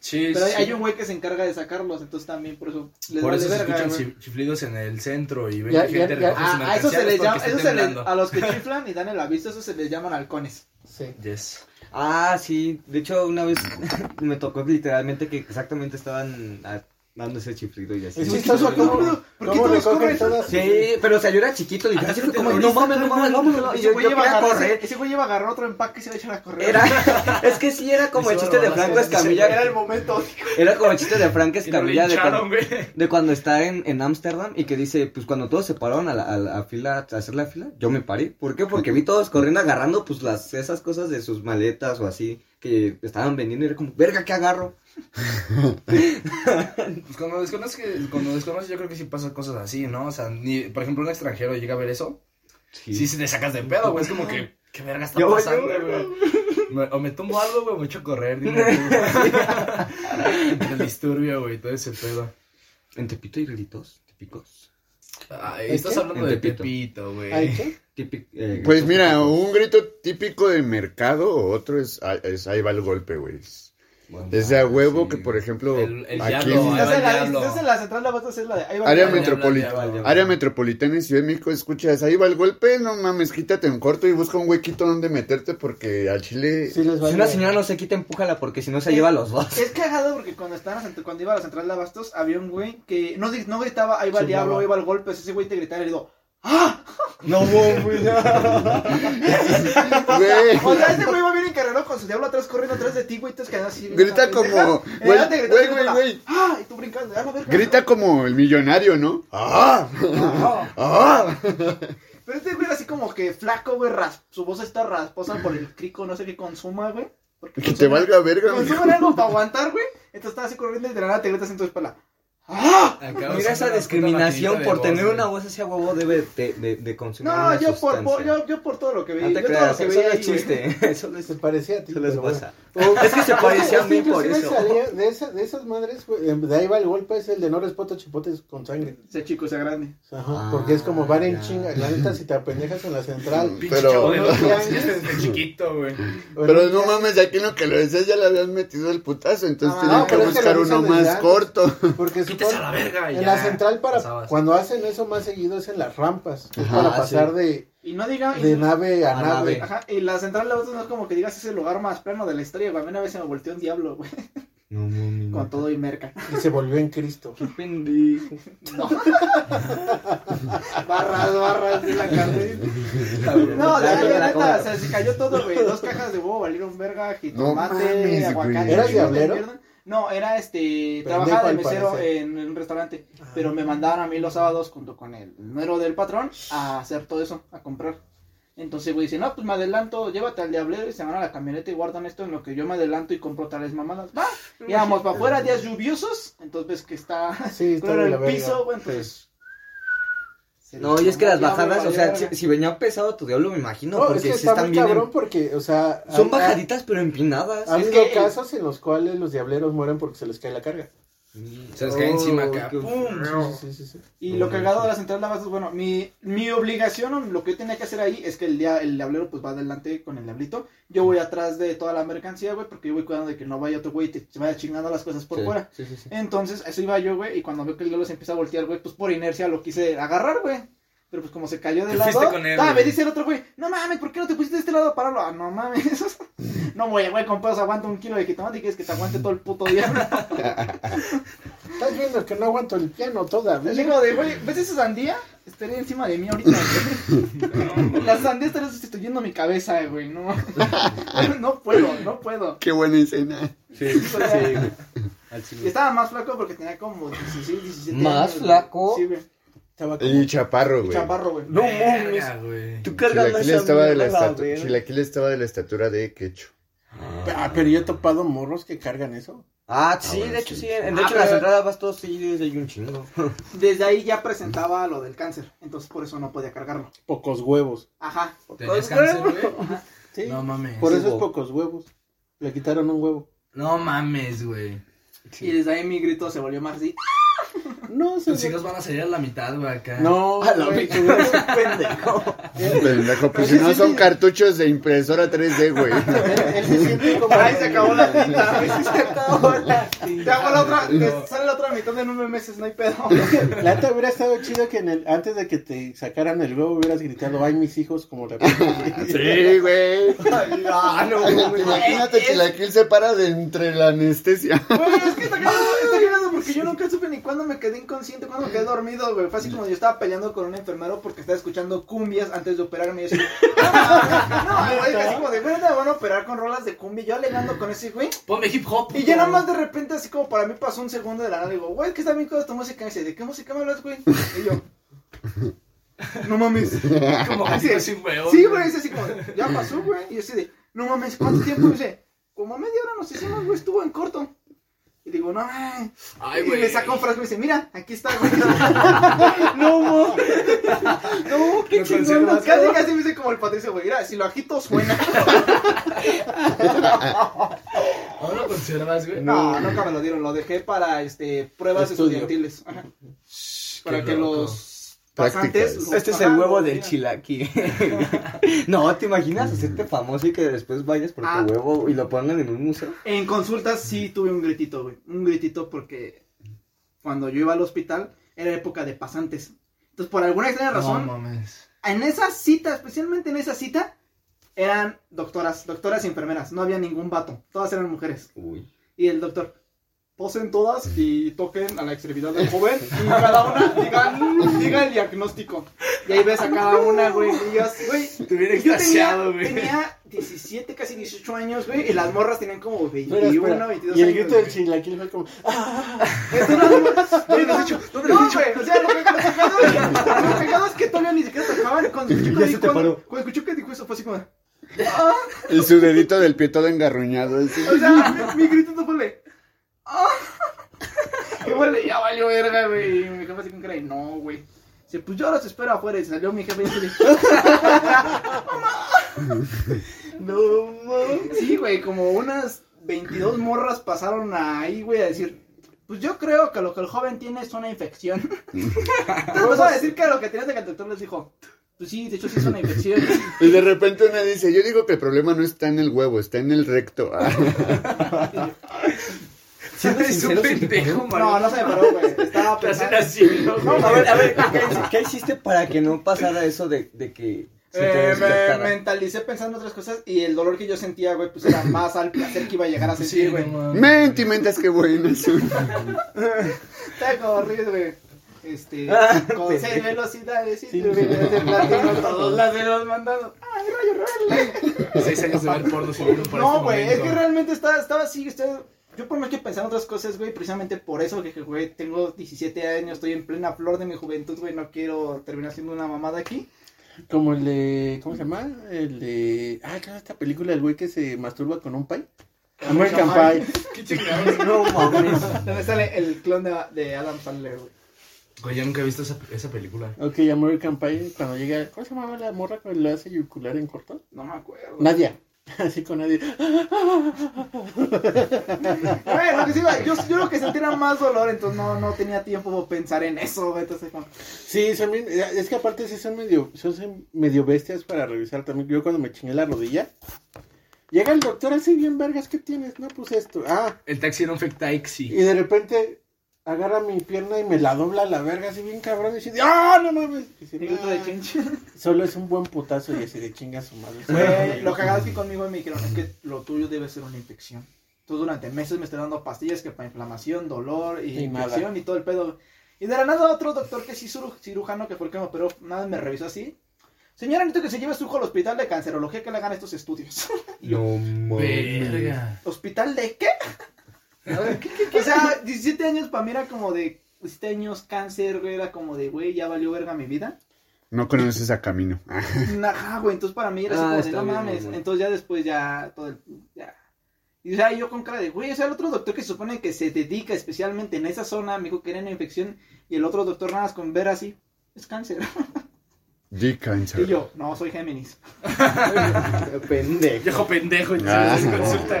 [SPEAKER 6] Sí,
[SPEAKER 5] Pero hay,
[SPEAKER 6] sí.
[SPEAKER 5] hay un güey que se encarga de sacarlos, entonces también por eso les
[SPEAKER 6] Por
[SPEAKER 5] vale
[SPEAKER 6] eso se
[SPEAKER 5] verga,
[SPEAKER 6] escuchan
[SPEAKER 5] güey.
[SPEAKER 6] chi- chiflidos en el centro y ven
[SPEAKER 8] Ya-
[SPEAKER 6] que
[SPEAKER 8] ya-
[SPEAKER 6] gente
[SPEAKER 8] ya-
[SPEAKER 6] recoge sus
[SPEAKER 5] Ah, a eso se
[SPEAKER 6] mercancías
[SPEAKER 5] les llama,
[SPEAKER 6] porque
[SPEAKER 5] eso
[SPEAKER 6] estén
[SPEAKER 5] se les-
[SPEAKER 6] temblando.
[SPEAKER 5] a los que chiflan y dan el aviso, eso se les llaman halcones.
[SPEAKER 8] Sí.
[SPEAKER 6] Yes.
[SPEAKER 4] Ah, sí. De hecho, una vez me tocó literalmente que exactamente estaban ah, dando ese chiflido y así.
[SPEAKER 8] Es
[SPEAKER 5] Sí,
[SPEAKER 8] chistoso,
[SPEAKER 5] sí, sí.
[SPEAKER 8] ¿cómo,
[SPEAKER 5] ¿Por qué
[SPEAKER 8] cómo
[SPEAKER 5] todos
[SPEAKER 8] recogen
[SPEAKER 5] corren?
[SPEAKER 8] todas?
[SPEAKER 4] Sí, pero o sea, yo era chiquito, literal,
[SPEAKER 6] Aparte
[SPEAKER 4] Ah, yo fue como,
[SPEAKER 6] te
[SPEAKER 4] no mames, no mames, no mames, no mames,
[SPEAKER 5] Ese
[SPEAKER 4] y yo,
[SPEAKER 5] güey
[SPEAKER 4] yo
[SPEAKER 5] iba a
[SPEAKER 4] quería
[SPEAKER 5] agarrar-
[SPEAKER 4] correr.
[SPEAKER 5] Ese güey iba a agarrar otro empaque y se iba a echar a correr.
[SPEAKER 4] Era, es que sí, era como el chiste de Franco
[SPEAKER 5] Era
[SPEAKER 4] Escamilla,
[SPEAKER 5] el momento.
[SPEAKER 4] era como el chiste de Franco
[SPEAKER 6] Y lo
[SPEAKER 4] Escamilla de cuando,
[SPEAKER 6] lincharon, güey.
[SPEAKER 4] de cuando está en en Ámsterdam y que dice, pues cuando todos se pararon a la, a la fila, a hacer la fila, yo me paré. ¿Por qué? Porque vi todos corriendo agarrando pues las esas cosas de sus maletas o así que estaban vendiendo y era como, verga, ¿qué agarro?
[SPEAKER 6] Pues cuando desconoces, que- cuando desconoces yo creo que sí pasan cosas así, ¿no? O sea, ni, por ejemplo, un extranjero llega a ver eso, sí, se te sacas de pedo, güey. Es como que, ¿qué verga está
[SPEAKER 4] Ya voy,
[SPEAKER 6] pasando,
[SPEAKER 4] ya voy.
[SPEAKER 6] güey? Me- o me tumbo algo, güey, o me echo a correr. Dime, tú. Entre el disturbio, güey, todo ese pedo.
[SPEAKER 4] En Tepito y Gritos, típicos.
[SPEAKER 6] Ay,
[SPEAKER 8] ¿El
[SPEAKER 6] estás
[SPEAKER 8] qué?
[SPEAKER 6] hablando
[SPEAKER 4] En
[SPEAKER 6] de
[SPEAKER 4] Tepito.
[SPEAKER 6] Pepito,
[SPEAKER 8] Ay,
[SPEAKER 6] güey.
[SPEAKER 8] ¿qué?
[SPEAKER 4] Típic- eh, gritos
[SPEAKER 7] Pues mira,
[SPEAKER 4] típicos.
[SPEAKER 7] un grito típico del mercado o otro es, ah, es ahí va el golpe, güey.
[SPEAKER 4] Bueno, ah,
[SPEAKER 7] Es de a huevo
[SPEAKER 4] sí.
[SPEAKER 7] que, por ejemplo,
[SPEAKER 6] El- el
[SPEAKER 7] aquí
[SPEAKER 6] diablo,
[SPEAKER 7] en
[SPEAKER 5] Si estás, en la, si
[SPEAKER 6] diablo.
[SPEAKER 5] estás en la central, la vas a hacer la de. Ahí va
[SPEAKER 7] área,
[SPEAKER 5] el diablo.
[SPEAKER 7] metropolitana,
[SPEAKER 6] Habla, habla, habla.
[SPEAKER 7] área metropolitana y Ciudad de México, escuchas, ahí va el golpe, no mames, quítate en corto y busca un huequito donde meterte porque al chile...
[SPEAKER 8] Sí, les
[SPEAKER 4] Si
[SPEAKER 8] vale.
[SPEAKER 4] una señora no se quita, empújala porque si no se lleva a los dos.
[SPEAKER 5] Es cagado porque cuando, estaba, cuando iba a la central de abastos había un güey que no, di- no gritaba, ahí va el
[SPEAKER 8] Sí,
[SPEAKER 5] diablo,
[SPEAKER 8] no.
[SPEAKER 5] ahí va el golpe, ese güey te gritaba y le digo, "Ah",
[SPEAKER 4] No, güey.
[SPEAKER 7] Güey.
[SPEAKER 5] o sea, ese güey va bien encarrerado con su diablo atrás corriendo atrás de ti, güey, te quedas así.
[SPEAKER 7] Grita como-
[SPEAKER 5] Eh,
[SPEAKER 7] güey,
[SPEAKER 5] date, grita, grita,
[SPEAKER 7] güey, güey,
[SPEAKER 5] grita.
[SPEAKER 7] güey.
[SPEAKER 5] Ah, y tú brincando, ah, la verga.
[SPEAKER 7] Grita como el millonario, ¿no? ¡Ah!
[SPEAKER 5] Ah.
[SPEAKER 7] ¡Ah!
[SPEAKER 5] Pero este güey era así como que flaco, güey, ras- su voz está rasposa por el crico, no sé qué consuma, güey. Porque
[SPEAKER 7] Que te
[SPEAKER 5] consumen-
[SPEAKER 7] valga verga, mijo.
[SPEAKER 5] Consumen algo para aguantar, güey. Entonces estaba así corriendo y de la nada te gritas en tu espalda. ¡Ah!
[SPEAKER 6] Acabo
[SPEAKER 4] Mira esa
[SPEAKER 6] siendo la
[SPEAKER 4] discriminación
[SPEAKER 6] puta
[SPEAKER 4] por
[SPEAKER 6] maquinita de
[SPEAKER 4] tener
[SPEAKER 6] voz,
[SPEAKER 4] una
[SPEAKER 6] güey.
[SPEAKER 4] voz así a huevo debe de, de- de consumir.
[SPEAKER 5] No,
[SPEAKER 4] una
[SPEAKER 5] yo por,
[SPEAKER 4] sustancia.
[SPEAKER 5] por- yo, yo por todo lo que vi.
[SPEAKER 4] No te
[SPEAKER 5] yo
[SPEAKER 4] creas, eso
[SPEAKER 5] todo lo que vi
[SPEAKER 4] no
[SPEAKER 5] ahí,
[SPEAKER 4] es
[SPEAKER 5] güey.
[SPEAKER 4] chiste. Eso no es,
[SPEAKER 8] Se parecía a ti.
[SPEAKER 4] eso no es
[SPEAKER 8] pero bueno.
[SPEAKER 4] WhatsApp.
[SPEAKER 8] Oh,
[SPEAKER 4] Es que se parecía a mí por
[SPEAKER 8] inclusive
[SPEAKER 4] eso.
[SPEAKER 8] salía De, esa- de esas madres, güey, eh, de ahí va el golpe, es el de no respeto chipotes con sangre.
[SPEAKER 5] Ese chico sea grande.
[SPEAKER 8] Ajá,
[SPEAKER 4] Ah,
[SPEAKER 8] porque es como van en
[SPEAKER 4] ya.
[SPEAKER 8] chinga. La neta, si te apendejas en la central.
[SPEAKER 6] Pinche
[SPEAKER 7] Pero-
[SPEAKER 6] chavo de
[SPEAKER 8] No,
[SPEAKER 6] dos,
[SPEAKER 8] ya,
[SPEAKER 6] sí,
[SPEAKER 8] ya.
[SPEAKER 6] desde chiquito, güey.
[SPEAKER 8] o en
[SPEAKER 7] Pero
[SPEAKER 8] un
[SPEAKER 7] no
[SPEAKER 8] día-
[SPEAKER 7] mames, de aquí en lo que lo decías ya le habían metido el putazo, entonces
[SPEAKER 5] Ah,
[SPEAKER 7] tenían
[SPEAKER 5] no,
[SPEAKER 7] que
[SPEAKER 5] pero es
[SPEAKER 8] que
[SPEAKER 7] buscar
[SPEAKER 8] lo
[SPEAKER 7] uno
[SPEAKER 8] dicen desde
[SPEAKER 7] más
[SPEAKER 8] antes.
[SPEAKER 7] corto.
[SPEAKER 8] Porque
[SPEAKER 6] Quítese a
[SPEAKER 8] supone.
[SPEAKER 6] la verga. y
[SPEAKER 8] En
[SPEAKER 6] ya.
[SPEAKER 8] la central, para
[SPEAKER 6] Pasabas.
[SPEAKER 8] cuando hacen eso más seguido es en las rampas. Es
[SPEAKER 7] Ajá,
[SPEAKER 8] para pasar
[SPEAKER 4] sí.
[SPEAKER 8] de,
[SPEAKER 5] Y no diga. y
[SPEAKER 8] de
[SPEAKER 5] no-
[SPEAKER 8] nave a,
[SPEAKER 4] A
[SPEAKER 8] nave.
[SPEAKER 4] nave.
[SPEAKER 5] Ajá, y la central de voz no es como que digas es el lugar más plano de la historia, güey. A mí una vez se me volteó un diablo, güey.
[SPEAKER 4] No, mami. no.
[SPEAKER 5] Con todo y merca.
[SPEAKER 8] Y se volvió en Cristo.
[SPEAKER 4] Qué pendejo.
[SPEAKER 5] Barras, barras de la carne.
[SPEAKER 4] La-
[SPEAKER 5] No,
[SPEAKER 4] la-
[SPEAKER 5] la, la
[SPEAKER 4] la-
[SPEAKER 5] neta,
[SPEAKER 4] la-
[SPEAKER 5] o sea, se cayó todo, güey. Dos cajas de huevo valieron verga, jitomate,
[SPEAKER 7] No mames,
[SPEAKER 5] aguacate.
[SPEAKER 7] güey.
[SPEAKER 8] ¿Eras
[SPEAKER 5] chile de
[SPEAKER 8] diablero?
[SPEAKER 5] mierda. No, era este.
[SPEAKER 8] Pendejo,
[SPEAKER 5] trabajaba de
[SPEAKER 8] al
[SPEAKER 5] mesero
[SPEAKER 8] parecer.
[SPEAKER 5] en, en un restaurante. Pero me mandaban a mí los sábados, junto con el número del patrón, a hacer todo eso, a comprar. Entonces, güey, dice, no, pues me adelanto, llévate al diablero y se van a la camioneta y guardan esto en lo que yo me adelanto y compro tales mamadas. Va, y vamos para afuera, días lluviosos. Entonces, ves que está.
[SPEAKER 8] Sí, está
[SPEAKER 5] claro,
[SPEAKER 8] de la
[SPEAKER 5] el
[SPEAKER 8] verga.
[SPEAKER 5] piso, güey, entonces. se
[SPEAKER 4] No,
[SPEAKER 5] le
[SPEAKER 4] y es que
[SPEAKER 5] chingó
[SPEAKER 4] las
[SPEAKER 5] el diablo,
[SPEAKER 4] bajadas, o
[SPEAKER 5] valió
[SPEAKER 4] sea,
[SPEAKER 5] verga.
[SPEAKER 4] si, si venía pesado tu diablo, me imagino,
[SPEAKER 8] No, es
[SPEAKER 4] porque
[SPEAKER 8] que
[SPEAKER 4] sí
[SPEAKER 8] está
[SPEAKER 4] están
[SPEAKER 8] muy
[SPEAKER 4] bien. en-
[SPEAKER 8] cabrón Ah, porque, o sea.
[SPEAKER 4] Son
[SPEAKER 8] ha- ha-
[SPEAKER 4] bajaditas, pero empinadas.
[SPEAKER 8] Ha
[SPEAKER 5] Es
[SPEAKER 8] habido
[SPEAKER 5] que-
[SPEAKER 8] casos en los cuales los diableros mueren porque se les cae la carga.
[SPEAKER 6] Se les cae encima acá.
[SPEAKER 4] qué
[SPEAKER 6] ¡Pum!
[SPEAKER 8] Sí, sí, sí. sí.
[SPEAKER 5] Y lo cagado de la central de abastos, pues, bueno, mi, mi obligación, o lo que yo tenía que hacer ahí, es que el, dia- el diablero pues va adelante con el diablito. Yo voy atrás de toda la mercancía, güey, porque yo voy cuidando de que no vaya otro güey y te, se vaya chingando las cosas por
[SPEAKER 4] Sí,
[SPEAKER 5] fuera.
[SPEAKER 4] Sí, sí, sí.
[SPEAKER 5] Entonces, eso iba yo, güey, y cuando veo que el diablo se empieza a voltear, güey, pues por inercia lo quise agarrar, güey. Pero pues como se cayó de
[SPEAKER 6] Te
[SPEAKER 5] lado,
[SPEAKER 6] fuiste con él,
[SPEAKER 5] ah, me
[SPEAKER 6] güey.
[SPEAKER 5] dice el otro güey, no mames, ¿por qué no te pusiste de este lado a pararlo? Ah, no mames, no güey, güey, compadre, aguanta un kilo de jitomate y quieres que te aguante todo el puto diablo.
[SPEAKER 8] Estás viendo que no aguanto el piano todavía.
[SPEAKER 5] Le digo de, güey, ¿ves esa sandía? Estaría encima de mí ahorita, güey. La sandía estaría sustituyendo mi cabeza, güey, no. No puedo, no puedo.
[SPEAKER 7] Qué buena escena.
[SPEAKER 4] Sí,
[SPEAKER 5] O sea,
[SPEAKER 4] al chile.
[SPEAKER 5] y estaba más flaco porque tenía como 16, 17
[SPEAKER 4] ¿Más
[SPEAKER 5] años, güey.
[SPEAKER 4] flaco?
[SPEAKER 5] Sí, güey.
[SPEAKER 8] Estaba como-
[SPEAKER 7] Y chaparro, güey.
[SPEAKER 5] Chaparro, güey.
[SPEAKER 4] No mames.
[SPEAKER 6] Verga, güey.
[SPEAKER 4] Tú cargas
[SPEAKER 7] Chilaquil
[SPEAKER 4] esa
[SPEAKER 7] estaba, de la
[SPEAKER 4] mierda,
[SPEAKER 7] estatu-
[SPEAKER 4] güey.
[SPEAKER 7] Chilaquil estaba de la estatura de quecho.
[SPEAKER 8] Ah, pero yo he topado morros que cargan eso.
[SPEAKER 4] Ah, sí,
[SPEAKER 7] bueno,
[SPEAKER 4] de hecho
[SPEAKER 7] sí.
[SPEAKER 4] sí. en- De
[SPEAKER 5] Ah,
[SPEAKER 4] hecho, en las
[SPEAKER 5] pero-
[SPEAKER 4] entradas vas todo sí, desde ahí un chingo.
[SPEAKER 5] Desde ahí ya presentaba lo del cáncer, entonces por eso no podía cargarlo.
[SPEAKER 8] Pocos huevos.
[SPEAKER 5] Ajá.
[SPEAKER 6] ¿Tenías cáncer, güey?
[SPEAKER 8] Sí.
[SPEAKER 6] No mames.
[SPEAKER 8] Por eso es
[SPEAKER 4] huevo.
[SPEAKER 8] pocos huevos. Le quitaron un huevo.
[SPEAKER 6] No mames, güey.
[SPEAKER 5] Y desde ahí mi grito se volvió más así.
[SPEAKER 8] No,
[SPEAKER 6] Tus
[SPEAKER 8] se
[SPEAKER 6] hijos van a salir a la mitad, güey, acá.
[SPEAKER 8] No,
[SPEAKER 7] A la
[SPEAKER 8] güey,
[SPEAKER 7] verga.
[SPEAKER 8] tú eres un pendejo. Él,
[SPEAKER 7] Pendejo, pues
[SPEAKER 8] Pero
[SPEAKER 7] si
[SPEAKER 8] sí
[SPEAKER 7] no son
[SPEAKER 8] siente-
[SPEAKER 7] cartuchos de impresora 3D, güey.
[SPEAKER 8] él- él se siente como.
[SPEAKER 5] Ahí se acabó la tinta, ahí se acabó la Te hago la otra,
[SPEAKER 6] No.
[SPEAKER 5] te sale la otra mitad de nueve meses, no hay pedo.
[SPEAKER 8] La neta hubiera estado chido que en el, antes de que te sacaran el huevo hubieras gritado, ay, mis hijos, como la
[SPEAKER 7] Sí, güey.
[SPEAKER 5] Ay, ah, no, güey.
[SPEAKER 7] Imagínate,
[SPEAKER 5] Es-
[SPEAKER 7] Chilaquil se para de entre la anestesia.
[SPEAKER 5] Güey, es que está cagado, está cagado porque yo nunca supe ni cuándo me quedé inconsciente, cuándo me quedé dormido, güey. Fue así como yo estaba peleando con un enfermero porque estaba escuchando cumbias antes de operarme. Y yo así, no, mames, no, güey, así como de, güey, no me van a operar con rolas de cumbia. Yo alegando con ese güey.
[SPEAKER 6] Ponme hip hop.
[SPEAKER 5] Y ya nada más de repente, así como para mí pasó un segundo de la nada, digo, güey, que está bien con tu música. Y dice, ¿de qué música me hablas, güey? Y yo, no mames.
[SPEAKER 6] Como
[SPEAKER 5] Así de-
[SPEAKER 6] así, güey.
[SPEAKER 5] Sí, güey, es así como, ya pasó, güey. Y yo así de, no mames, ¿cuánto tiempo? Y dice, como media hora nos hicimos, güey, estuvo en corto. Y digo, no, ay.
[SPEAKER 6] Ay,
[SPEAKER 5] y
[SPEAKER 6] güey.
[SPEAKER 5] me saca un frasco y dice, mira, aquí está, güey. no, mo. No, qué
[SPEAKER 6] Lo
[SPEAKER 5] chingón.
[SPEAKER 6] conservas,
[SPEAKER 5] Casi,
[SPEAKER 6] ¿no?
[SPEAKER 5] casi me dice como el Patricio, güey, mira, si lo agito suena.
[SPEAKER 6] Ahora lo conservas, güey.
[SPEAKER 5] No, nunca me lo dieron, lo dejé para, este, pruebas
[SPEAKER 8] Estudio.
[SPEAKER 5] estudiantiles. Ajá.
[SPEAKER 6] Shh,
[SPEAKER 5] Para
[SPEAKER 6] qué
[SPEAKER 5] que
[SPEAKER 6] loco.
[SPEAKER 5] los
[SPEAKER 7] Prácticas.
[SPEAKER 5] pasantes...
[SPEAKER 4] Este es
[SPEAKER 5] Ajá,
[SPEAKER 4] el huevo
[SPEAKER 5] los
[SPEAKER 4] del
[SPEAKER 5] vieran.
[SPEAKER 4] chilaquil. no, ¿te imaginas hacerte famoso y que después vayas por
[SPEAKER 5] Ah.
[SPEAKER 4] tu huevo y lo pongan en un museo?
[SPEAKER 5] En consultas sí tuve un gritito, güey. Un gritito porque cuando yo iba al hospital era época de pasantes. Entonces, por alguna extraña razón,
[SPEAKER 6] No mames.
[SPEAKER 5] en esa cita, especialmente en esa cita, eran doctoras, doctoras y enfermeras. No había ningún vato. Todas eran mujeres.
[SPEAKER 4] Uy.
[SPEAKER 5] Y el doctor, posen todas y toquen a la extremidad del joven. Y cada una digan, diga el diagnóstico. Y ahí ves a cada una, güey. Y yo así, güey.
[SPEAKER 6] Te hubiera
[SPEAKER 5] Yo tenía,
[SPEAKER 6] extasiado, güey.
[SPEAKER 5] tenía 17, casi 18 años, güey, y las morras tenían como 21,
[SPEAKER 8] Espera, espera.
[SPEAKER 5] 22
[SPEAKER 8] Y el
[SPEAKER 5] años.
[SPEAKER 8] grito del chilaquil fue como,
[SPEAKER 5] Esto no lo- no lo has hecho, no lo has hecho. O sea, lo, pe- lo pecado, lo pecado es que todavía ni siquiera tocaban. Cuando escuchó que,
[SPEAKER 4] Ya se
[SPEAKER 5] dijo,
[SPEAKER 4] te
[SPEAKER 5] cuando,
[SPEAKER 4] paró.
[SPEAKER 5] cuando escuchó que dijo eso, fue así como. O
[SPEAKER 7] Y su dedito del pie todo engarruñado. así.
[SPEAKER 5] sea, mi, mi grito no fue de. "Ah". Y bueno, ya valió verga, güey. Y mi jefe así con cara de, no, güey. Dice, pues yo los espero afuera. Y salió mi jefe y dice,
[SPEAKER 8] no, mames.
[SPEAKER 5] Sí, güey, como unas 22 morras pasaron ahí, güey, a decir, pues yo creo que lo que el joven tiene es una infección. Entonces vas a decir que lo que tenías de que el doctor les dijo, pues sí, de hecho sí es una infección.
[SPEAKER 7] Y de repente una dice, yo digo que el problema no está en el huevo, está en el recto. Ah,
[SPEAKER 4] Siendo
[SPEAKER 6] Eres un
[SPEAKER 4] sincero, ¿se te
[SPEAKER 6] pendejo,
[SPEAKER 4] paró?
[SPEAKER 5] No,
[SPEAKER 6] man.
[SPEAKER 5] no se me paró, güey, estaba
[SPEAKER 6] Te hacen
[SPEAKER 5] pensando.
[SPEAKER 6] así, ¿no? güey?
[SPEAKER 4] A ver, a ver, ¿qué, qué hiciste para que no pasara eso de, de que se te
[SPEAKER 5] Eh, me
[SPEAKER 4] despertara?
[SPEAKER 5] mentalicé pensando en otras cosas y el dolor que yo sentía, güey, pues era más al placer que iba a llegar a sentir,
[SPEAKER 6] Sí,
[SPEAKER 5] güey.
[SPEAKER 6] güey. no mames.
[SPEAKER 7] Menti, mentas, qué bueno.
[SPEAKER 5] Está horrible, güey. Este,
[SPEAKER 4] Ah,
[SPEAKER 5] con
[SPEAKER 4] pendejo.
[SPEAKER 5] seis velocidades y
[SPEAKER 8] Sí.
[SPEAKER 5] tu de platino, todos las de los mandados. Ay, rayo, rayo.
[SPEAKER 6] Pues Seis años de ver porno seguro para
[SPEAKER 5] No, güey,
[SPEAKER 6] este
[SPEAKER 5] es
[SPEAKER 6] momento.
[SPEAKER 5] que realmente estaba, estaba así, estaba- yo por más que pensaba en otras cosas, güey, precisamente por eso que, que, güey, tengo 17 años, estoy en plena flor de mi juventud, güey, no quiero terminar siendo una mamada aquí.
[SPEAKER 8] Como el de, ¿cómo se llama? El de, ah, claro, esta película del güey que se masturba con un pie. American
[SPEAKER 5] American
[SPEAKER 8] Pie.
[SPEAKER 6] Qué chingados.
[SPEAKER 4] No mames.
[SPEAKER 5] Donde sale el clon de, de Adam Sandler, güey.
[SPEAKER 6] Güey, yo nunca he visto esa, esa película.
[SPEAKER 8] Ok, American Pie, cuando llega, ¿cómo se llamaba la morra que lo hace yucular en corto?
[SPEAKER 5] No me acuerdo.
[SPEAKER 8] Nadia. Así con nadie.
[SPEAKER 5] Güey, lo que sí, güey, yo, yo lo que sentía era más dolor, entonces no, no tenía tiempo de pensar en eso, güey, entonces como,
[SPEAKER 8] Sí, son bien- eh, es que aparte sí son medio, son medio bestias para revisar también. Yo cuando me chingué la rodilla, llega el doctor así bien vergas, ¿qué tienes? No, pues esto. Ah,
[SPEAKER 6] El taxi era un fake
[SPEAKER 8] y
[SPEAKER 6] taxi.
[SPEAKER 8] de repente agarra mi pierna y me la dobla a la verga así bien cabrón y dice, ¡ah, no mames! Y dice,
[SPEAKER 5] el grito de
[SPEAKER 8] "Ah,
[SPEAKER 5] chinche.
[SPEAKER 8] Solo es un buen putazo y así de chinga su madre.
[SPEAKER 5] Güey, lo cagado es que conmigo me dijeron, es que lo tuyo debe ser una infección. Tú durante meses me estás dando pastillas que para inflamación, dolor y,
[SPEAKER 8] Y nada.
[SPEAKER 5] infección y todo el pedo. Y de la nada otro doctor que sí ciru- cirujano, que fue el que me operó, nada me revisó así. Señora, necesito que se lleve a su hijo al hospital de cancerología que le hagan estos estudios.
[SPEAKER 4] No mames.
[SPEAKER 6] Verga.
[SPEAKER 5] ¿Hospital de qué? O sea, 17 años para mí era como de 17 años cáncer, güey, era como de, güey, ya valió verga mi vida.
[SPEAKER 7] No conoces a Camino. Ah,
[SPEAKER 5] Ajá, güey, entonces para mí era así
[SPEAKER 4] Ah,
[SPEAKER 5] como de,
[SPEAKER 4] está
[SPEAKER 5] no
[SPEAKER 4] bien,
[SPEAKER 5] mames.
[SPEAKER 4] mamón.
[SPEAKER 5] Entonces ya después ya todo el... Ya. Y o sea, yo con cara de, güey, o sea, el otro doctor que se supone que se dedica especialmente en esa zona, me dijo que era una infección, y el otro doctor nada más con ver así, es cáncer.
[SPEAKER 7] The Cancer.
[SPEAKER 5] Y yo, no, soy Géminis.
[SPEAKER 4] Pendejo.
[SPEAKER 6] Viejo pendejo. Y
[SPEAKER 7] Ah.
[SPEAKER 6] se consulta,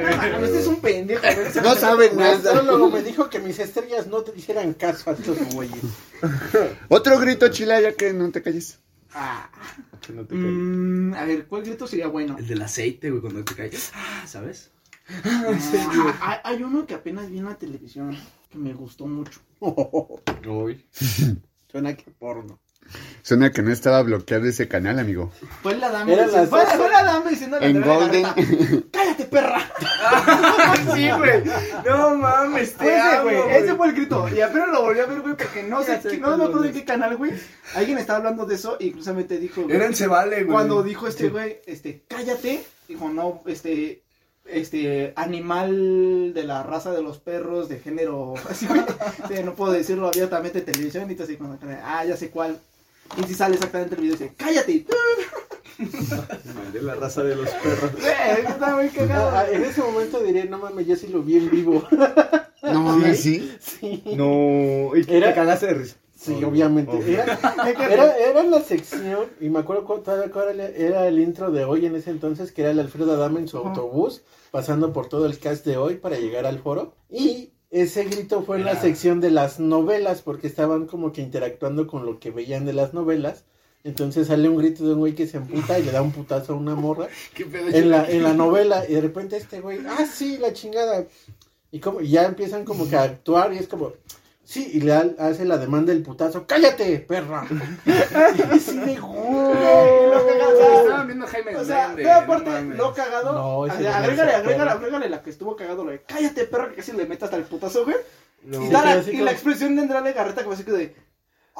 [SPEAKER 6] güey.
[SPEAKER 5] Ah, este es un pendejo. güey.
[SPEAKER 8] No saben
[SPEAKER 5] Güey,
[SPEAKER 8] nada.
[SPEAKER 5] astrólogo,
[SPEAKER 8] me dijo que mis estrellas no te hicieran caso a estos güeyes.
[SPEAKER 7] Otro grito chilaya que no te calles.
[SPEAKER 5] Ah,
[SPEAKER 8] Que no te calles.
[SPEAKER 5] mm, a ver, ¿cuál grito sería bueno?
[SPEAKER 6] El del aceite, güey, cuando te caes. Ah, ¿sabes?
[SPEAKER 5] Ah, hay hay uno que apenas vi en la televisión que me gustó mucho.
[SPEAKER 8] Suena que porno.
[SPEAKER 7] Suena que no estaba bloqueado ese canal, amigo.
[SPEAKER 5] Fue la dama
[SPEAKER 8] Eran
[SPEAKER 5] diciendo,
[SPEAKER 8] las
[SPEAKER 5] fue,
[SPEAKER 8] doce.
[SPEAKER 5] fue la dama diciéndole a
[SPEAKER 7] En
[SPEAKER 5] Andrea
[SPEAKER 7] Golden.
[SPEAKER 5] Legarreta, ¡Cállate, perra!
[SPEAKER 6] sí, güey. No mames,
[SPEAKER 5] Fue
[SPEAKER 6] te
[SPEAKER 5] ese,
[SPEAKER 6] amo,
[SPEAKER 5] güey. Ese
[SPEAKER 6] güey.
[SPEAKER 5] fue el grito. Y apenas lo volví a ver, güey, porque no sé,
[SPEAKER 6] Cállate,
[SPEAKER 5] qué- no me acuerdo
[SPEAKER 6] cabrón.
[SPEAKER 5] en qué canal, güey. Alguien estaba hablando de eso y curiosamente dijo, güey,
[SPEAKER 6] Era en Se Vale, güey.
[SPEAKER 5] cuando dijo este güey, este, cállate, dijo, no, este, este, animal de la raza de los perros, de género, así, güey, Sí, no puedo decirlo abiertamente en televisión, y tú así, como, ah, ya sé cuál, y si sale exactamente el video, dice, cállate,
[SPEAKER 9] De la raza de los perros.
[SPEAKER 5] Güey, está muy cagado.
[SPEAKER 8] Ah, ah, en ese momento diré, no mames, yo sí lo vi en vivo.
[SPEAKER 7] No mames, sí.
[SPEAKER 8] Sí,
[SPEAKER 9] No. ¿Y qué
[SPEAKER 8] Era-
[SPEAKER 9] te cagaste de risa?
[SPEAKER 8] sí, obviamente.
[SPEAKER 9] Obvio.
[SPEAKER 8] Era, era, era la sección, y me acuerdo cu- todavía cuál era- era el intro de hoy en ese entonces, que era el Alfredo Adame en su
[SPEAKER 5] Ajá.
[SPEAKER 8] autobús, pasando por todo el cast de hoy para llegar al foro. Y ese grito fue en la
[SPEAKER 6] Era-
[SPEAKER 8] sección de las novelas, porque estaban como que interactuando con lo que veían de las novelas. Entonces sale un grito de un güey que se emputa y le da un putazo a una morra
[SPEAKER 6] ¿Qué pedo,
[SPEAKER 8] en la, en la novela y de repente este güey, ah, sí, la chingada. Y como y ya empiezan como que a actuar y es como, sí, y le ha- hace la demanda del putazo, cállate, perra. y sí,
[SPEAKER 5] Lo
[SPEAKER 8] de
[SPEAKER 5] que
[SPEAKER 8] güey.
[SPEAKER 5] cansa,
[SPEAKER 6] Estaban viendo a Jaime
[SPEAKER 5] O sea,
[SPEAKER 6] Duende,
[SPEAKER 5] ve aparte,
[SPEAKER 6] no mames.
[SPEAKER 5] lo cagado.
[SPEAKER 8] No, ese
[SPEAKER 5] o sea,
[SPEAKER 8] no
[SPEAKER 5] agrégale,
[SPEAKER 8] es el
[SPEAKER 5] agrégale,
[SPEAKER 8] perro.
[SPEAKER 5] agrégale la que estuvo cagado, lo de cállate, perro, que casi le metas al putazo, güey.
[SPEAKER 9] No.
[SPEAKER 5] y da la-
[SPEAKER 8] Sí, así
[SPEAKER 5] y
[SPEAKER 8] como-
[SPEAKER 5] la expresión de Andrade Garreta que fue así que de.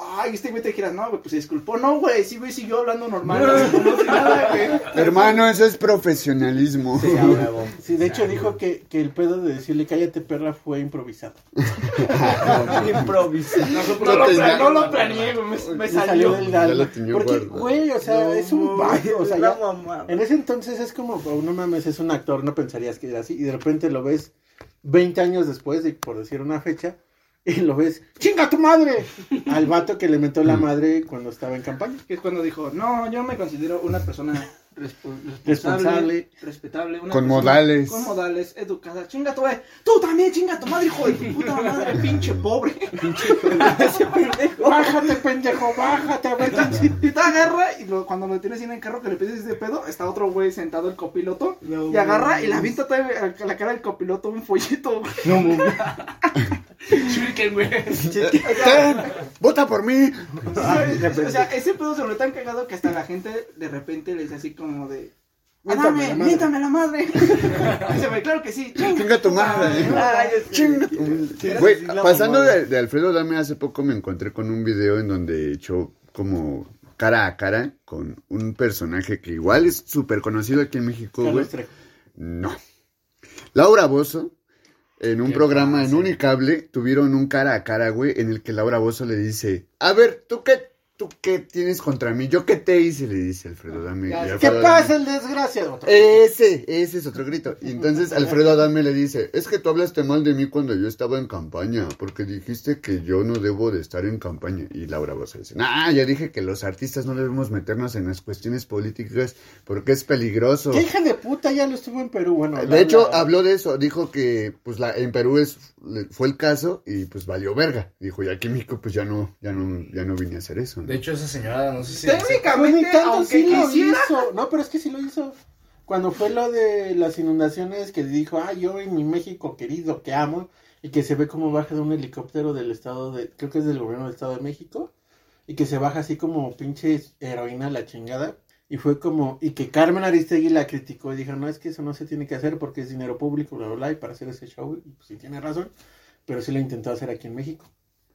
[SPEAKER 5] Ay, este güey te giras, no, güey, pues se disculpó. No, güey, sí, güey, siguió hablando normal. así como si nada, güey.
[SPEAKER 7] Hermano, eso es profesionalismo.
[SPEAKER 8] Sí, a huevo. Sí, de hecho dijo que, que el pedo de decirle cállate perra fue improvisado.
[SPEAKER 9] Improvisado.
[SPEAKER 6] Nosotros
[SPEAKER 5] No lo,
[SPEAKER 6] lo
[SPEAKER 5] plan- no lo
[SPEAKER 6] planeamos.
[SPEAKER 5] planeé, güey, me, me
[SPEAKER 8] Le
[SPEAKER 5] salió.
[SPEAKER 8] del
[SPEAKER 7] Ya
[SPEAKER 8] alma.
[SPEAKER 7] lo tenía
[SPEAKER 8] Porque,
[SPEAKER 7] guardado.
[SPEAKER 8] güey, o sea, es un baño, o sea, ya-
[SPEAKER 9] mamá.
[SPEAKER 8] En ese entonces es como, oh, no mames, es un actor, no pensarías que era así. Y de repente lo ves 20 años después, de, por decir una fecha, y lo ves, ¡chinga tu madre! Al vato que le mentó la
[SPEAKER 7] Mm.
[SPEAKER 8] madre cuando estaba en campaña.
[SPEAKER 5] Que es cuando dijo, no, yo me considero una persona respo- responsable,
[SPEAKER 8] Responsable.
[SPEAKER 5] respetable, una
[SPEAKER 7] Con
[SPEAKER 5] persona
[SPEAKER 7] modales.
[SPEAKER 5] Con modales, educada. Chinga tu madre. Tú también, chinga tu madre, hijo de tu puta madre, pinche pobre.
[SPEAKER 8] ¡Bájate, pendejo, bájate! A ver,
[SPEAKER 5] Si te agarra y lo- cuando lo tienes en el carro que le pides este pedo, está otro güey sentado el copiloto y agarra y la vista trae a la cara del copiloto un folleto. güey.
[SPEAKER 9] No, mamá.
[SPEAKER 6] Shuriken, güey.
[SPEAKER 7] ¡Vota por mí!
[SPEAKER 5] o sea, ese pedo se lo tan cagado que hasta la gente de repente le dice así como de.
[SPEAKER 8] Miéntame
[SPEAKER 5] Adame,
[SPEAKER 8] la madre".
[SPEAKER 5] miéntame la madre. Dice, güey, claro que sí.
[SPEAKER 7] Chinga tu madre.
[SPEAKER 5] Ay,
[SPEAKER 7] Chinga tu madre. Güey, pasando de, de Alfredo Dame, hace poco me encontré con un video en donde echó como cara a cara con un personaje que igual es súper conocido aquí en México, güey.
[SPEAKER 8] Carlos Trejo.
[SPEAKER 7] No. Laura Bozo, en un
[SPEAKER 6] Qué
[SPEAKER 7] programa en
[SPEAKER 6] fácil.
[SPEAKER 7] Unicable, tuvieron un cara a cara, güey, en el que Laura Bozo le dice, a ver, ¿tú qué, tú qué tienes contra mí? ¿Yo qué te hice? Le dice Alfredo Dame.
[SPEAKER 5] Ya,
[SPEAKER 8] ¿Qué pasa el desgraciado?
[SPEAKER 5] Eh,
[SPEAKER 8] Otro.
[SPEAKER 7] Ese, ese es otro grito. Y entonces Alfredo Adame le dice, es que tú hablaste mal de mí cuando yo estaba en campaña, porque dijiste que yo no debo de estar en campaña. Y Laura Bozo dice, ah, ya dije que los artistas no debemos meternos en las cuestiones políticas porque es peligroso.
[SPEAKER 8] ¿Qué hija de puta ya lo estuvo en Perú? Bueno, la-
[SPEAKER 7] De hecho,
[SPEAKER 8] la-
[SPEAKER 7] habló de eso, dijo que pues la, en Perú es, le- fue el caso y pues valió verga. Dijo, y aquí en México pues ya no, ya no, ya no vine a hacer eso. ¿no?
[SPEAKER 6] De hecho, esa señora, no sé si.
[SPEAKER 8] Pues ni
[SPEAKER 5] Técnicamente,
[SPEAKER 8] tanto
[SPEAKER 5] aunque
[SPEAKER 8] sí lo
[SPEAKER 5] quisiera,
[SPEAKER 8] hizo. No, pero es que sí lo hizo. Cuando fue lo de las inundaciones que dijo, ah, yo en mi México querido que amo, y que se ve como baja de un helicóptero del estado de, creo que es del gobierno del estado de México, y que se baja así como pinche heroína a la chingada, y fue como, y que Carmen Aristegui la criticó y dijo, no, es que eso no se tiene que hacer porque es dinero público, bla, bla, bla, y para hacer ese show, y pues sí tiene razón, pero sí lo intentó hacer aquí en México.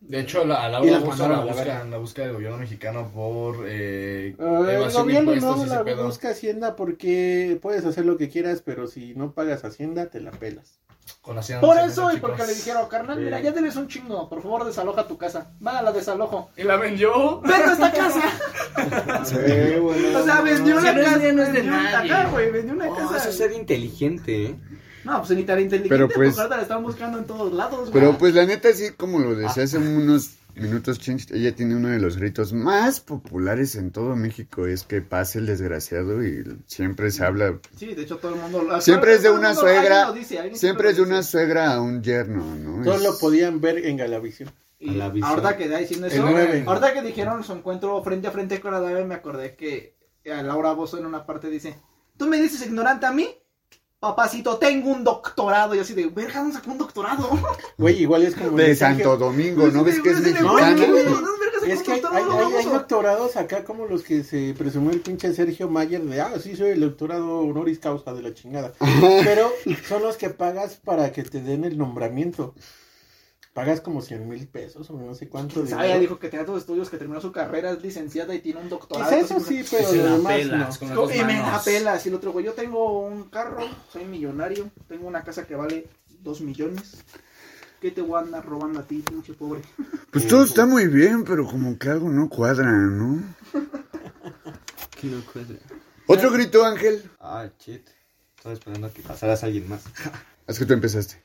[SPEAKER 6] De hecho, la, a
[SPEAKER 8] Y
[SPEAKER 6] Laura
[SPEAKER 8] la
[SPEAKER 6] Bozo
[SPEAKER 8] mandaron
[SPEAKER 6] la
[SPEAKER 8] a la
[SPEAKER 6] buscan,
[SPEAKER 8] verga.
[SPEAKER 6] la busca del gobierno mexicano por eh,
[SPEAKER 8] Ah, El
[SPEAKER 6] evasión de
[SPEAKER 8] gobierno
[SPEAKER 6] impuestos
[SPEAKER 8] no
[SPEAKER 6] y ese
[SPEAKER 8] la
[SPEAKER 6] pedo.
[SPEAKER 8] busca Hacienda porque puedes hacer lo que quieras, pero si no pagas Hacienda, te la pelas.
[SPEAKER 6] Con Hacienda
[SPEAKER 5] Por
[SPEAKER 6] Nacional,
[SPEAKER 5] eso y
[SPEAKER 6] chicos.
[SPEAKER 5] porque le dijeron, carnal, mira, ya debes un chingo, por favor desaloja tu casa. Va, la desalojo.
[SPEAKER 6] Y la vendió.
[SPEAKER 5] Vendo esta casa. O sea, vendió una
[SPEAKER 4] Si no es
[SPEAKER 5] casa.
[SPEAKER 4] mía, no es de
[SPEAKER 5] vendió una-
[SPEAKER 4] nadie.
[SPEAKER 5] Ajá, güey, vendió una
[SPEAKER 4] Oh, eso
[SPEAKER 5] casa.
[SPEAKER 4] es ser inteligente, ¿eh?
[SPEAKER 5] No, pues ni tan inteligente,
[SPEAKER 7] Pero,
[SPEAKER 5] pues
[SPEAKER 7] pues-
[SPEAKER 5] ahorita la están buscando en todos lados, güey.
[SPEAKER 7] Pero pues la neta sí, como lo decía hace unos Minutos Change, ella tiene uno de los gritos más populares en todo México, es que pase el desgraciado y siempre se habla,
[SPEAKER 5] Sí, de hecho todo el mundo lo
[SPEAKER 7] siempre es de
[SPEAKER 5] todo el
[SPEAKER 7] una
[SPEAKER 5] mundo- alguien
[SPEAKER 7] suegra,
[SPEAKER 5] lo dice, alguien
[SPEAKER 7] siempre
[SPEAKER 5] lo
[SPEAKER 7] es de
[SPEAKER 5] dice.
[SPEAKER 7] una suegra a un yerno, ¿no?
[SPEAKER 8] Todos
[SPEAKER 7] Es-
[SPEAKER 8] lo podían ver en Galavisión.
[SPEAKER 5] Y
[SPEAKER 9] A la vista.
[SPEAKER 5] ahorita que da diciendo
[SPEAKER 8] El
[SPEAKER 5] eso,
[SPEAKER 8] nueve.
[SPEAKER 5] ahorita que dijeron su encuentro frente a frente con la Dave, me acordé que eh, a Laura Bozo en una parte dice, ¿tú me dices ignorante a mí? Papacito, tengo un doctorado. Y así de, verga, ¿dónde sacó un doctorado?
[SPEAKER 8] Güey, igual es como...
[SPEAKER 7] de
[SPEAKER 8] el
[SPEAKER 7] Santo Domingo,
[SPEAKER 5] Pues
[SPEAKER 7] ¿no ves que es
[SPEAKER 5] Así de, güey,
[SPEAKER 7] mexicana?
[SPEAKER 5] ¿dónde verga sacó
[SPEAKER 8] Es que
[SPEAKER 5] un
[SPEAKER 8] hay, hay-
[SPEAKER 5] doctorado,
[SPEAKER 8] hay- hay
[SPEAKER 5] Bozo?
[SPEAKER 8] doctorados acá como los que se presumió el pinche Sergio Mayer de, ah, sí, soy el doctorado honoris causa de la chingada. Pero son los que pagas para que te den el nombramiento. Pagas como 100 mil pesos o no sé cuánto.
[SPEAKER 5] Pues, ah,
[SPEAKER 8] dinero.
[SPEAKER 5] ya dijo que tenía todos estudios, que terminó su carrera, es licenciada y tiene un doctorado.
[SPEAKER 8] Quizá eso
[SPEAKER 5] Entonces, pues,
[SPEAKER 8] sí,
[SPEAKER 6] Y
[SPEAKER 8] pero
[SPEAKER 6] se
[SPEAKER 8] lo
[SPEAKER 6] la
[SPEAKER 8] demás
[SPEAKER 6] pelas
[SPEAKER 8] no.
[SPEAKER 6] con las dos
[SPEAKER 5] y me
[SPEAKER 6] manos.
[SPEAKER 5] da pelas. Y el otro güey, yo tengo un carro, soy millonario, tengo una casa que vale dos millones. ¿Qué te voy a andar robando a ti, pinche pobre?
[SPEAKER 7] Pues todo está muy bien, pero como que algo no cuadra, ¿no?
[SPEAKER 9] ¿Qué no cuadra?
[SPEAKER 7] Otro grito, Ángel.
[SPEAKER 4] Ah, shit. Estaba esperando a que pasaras a alguien más.
[SPEAKER 7] Es que tú empezaste.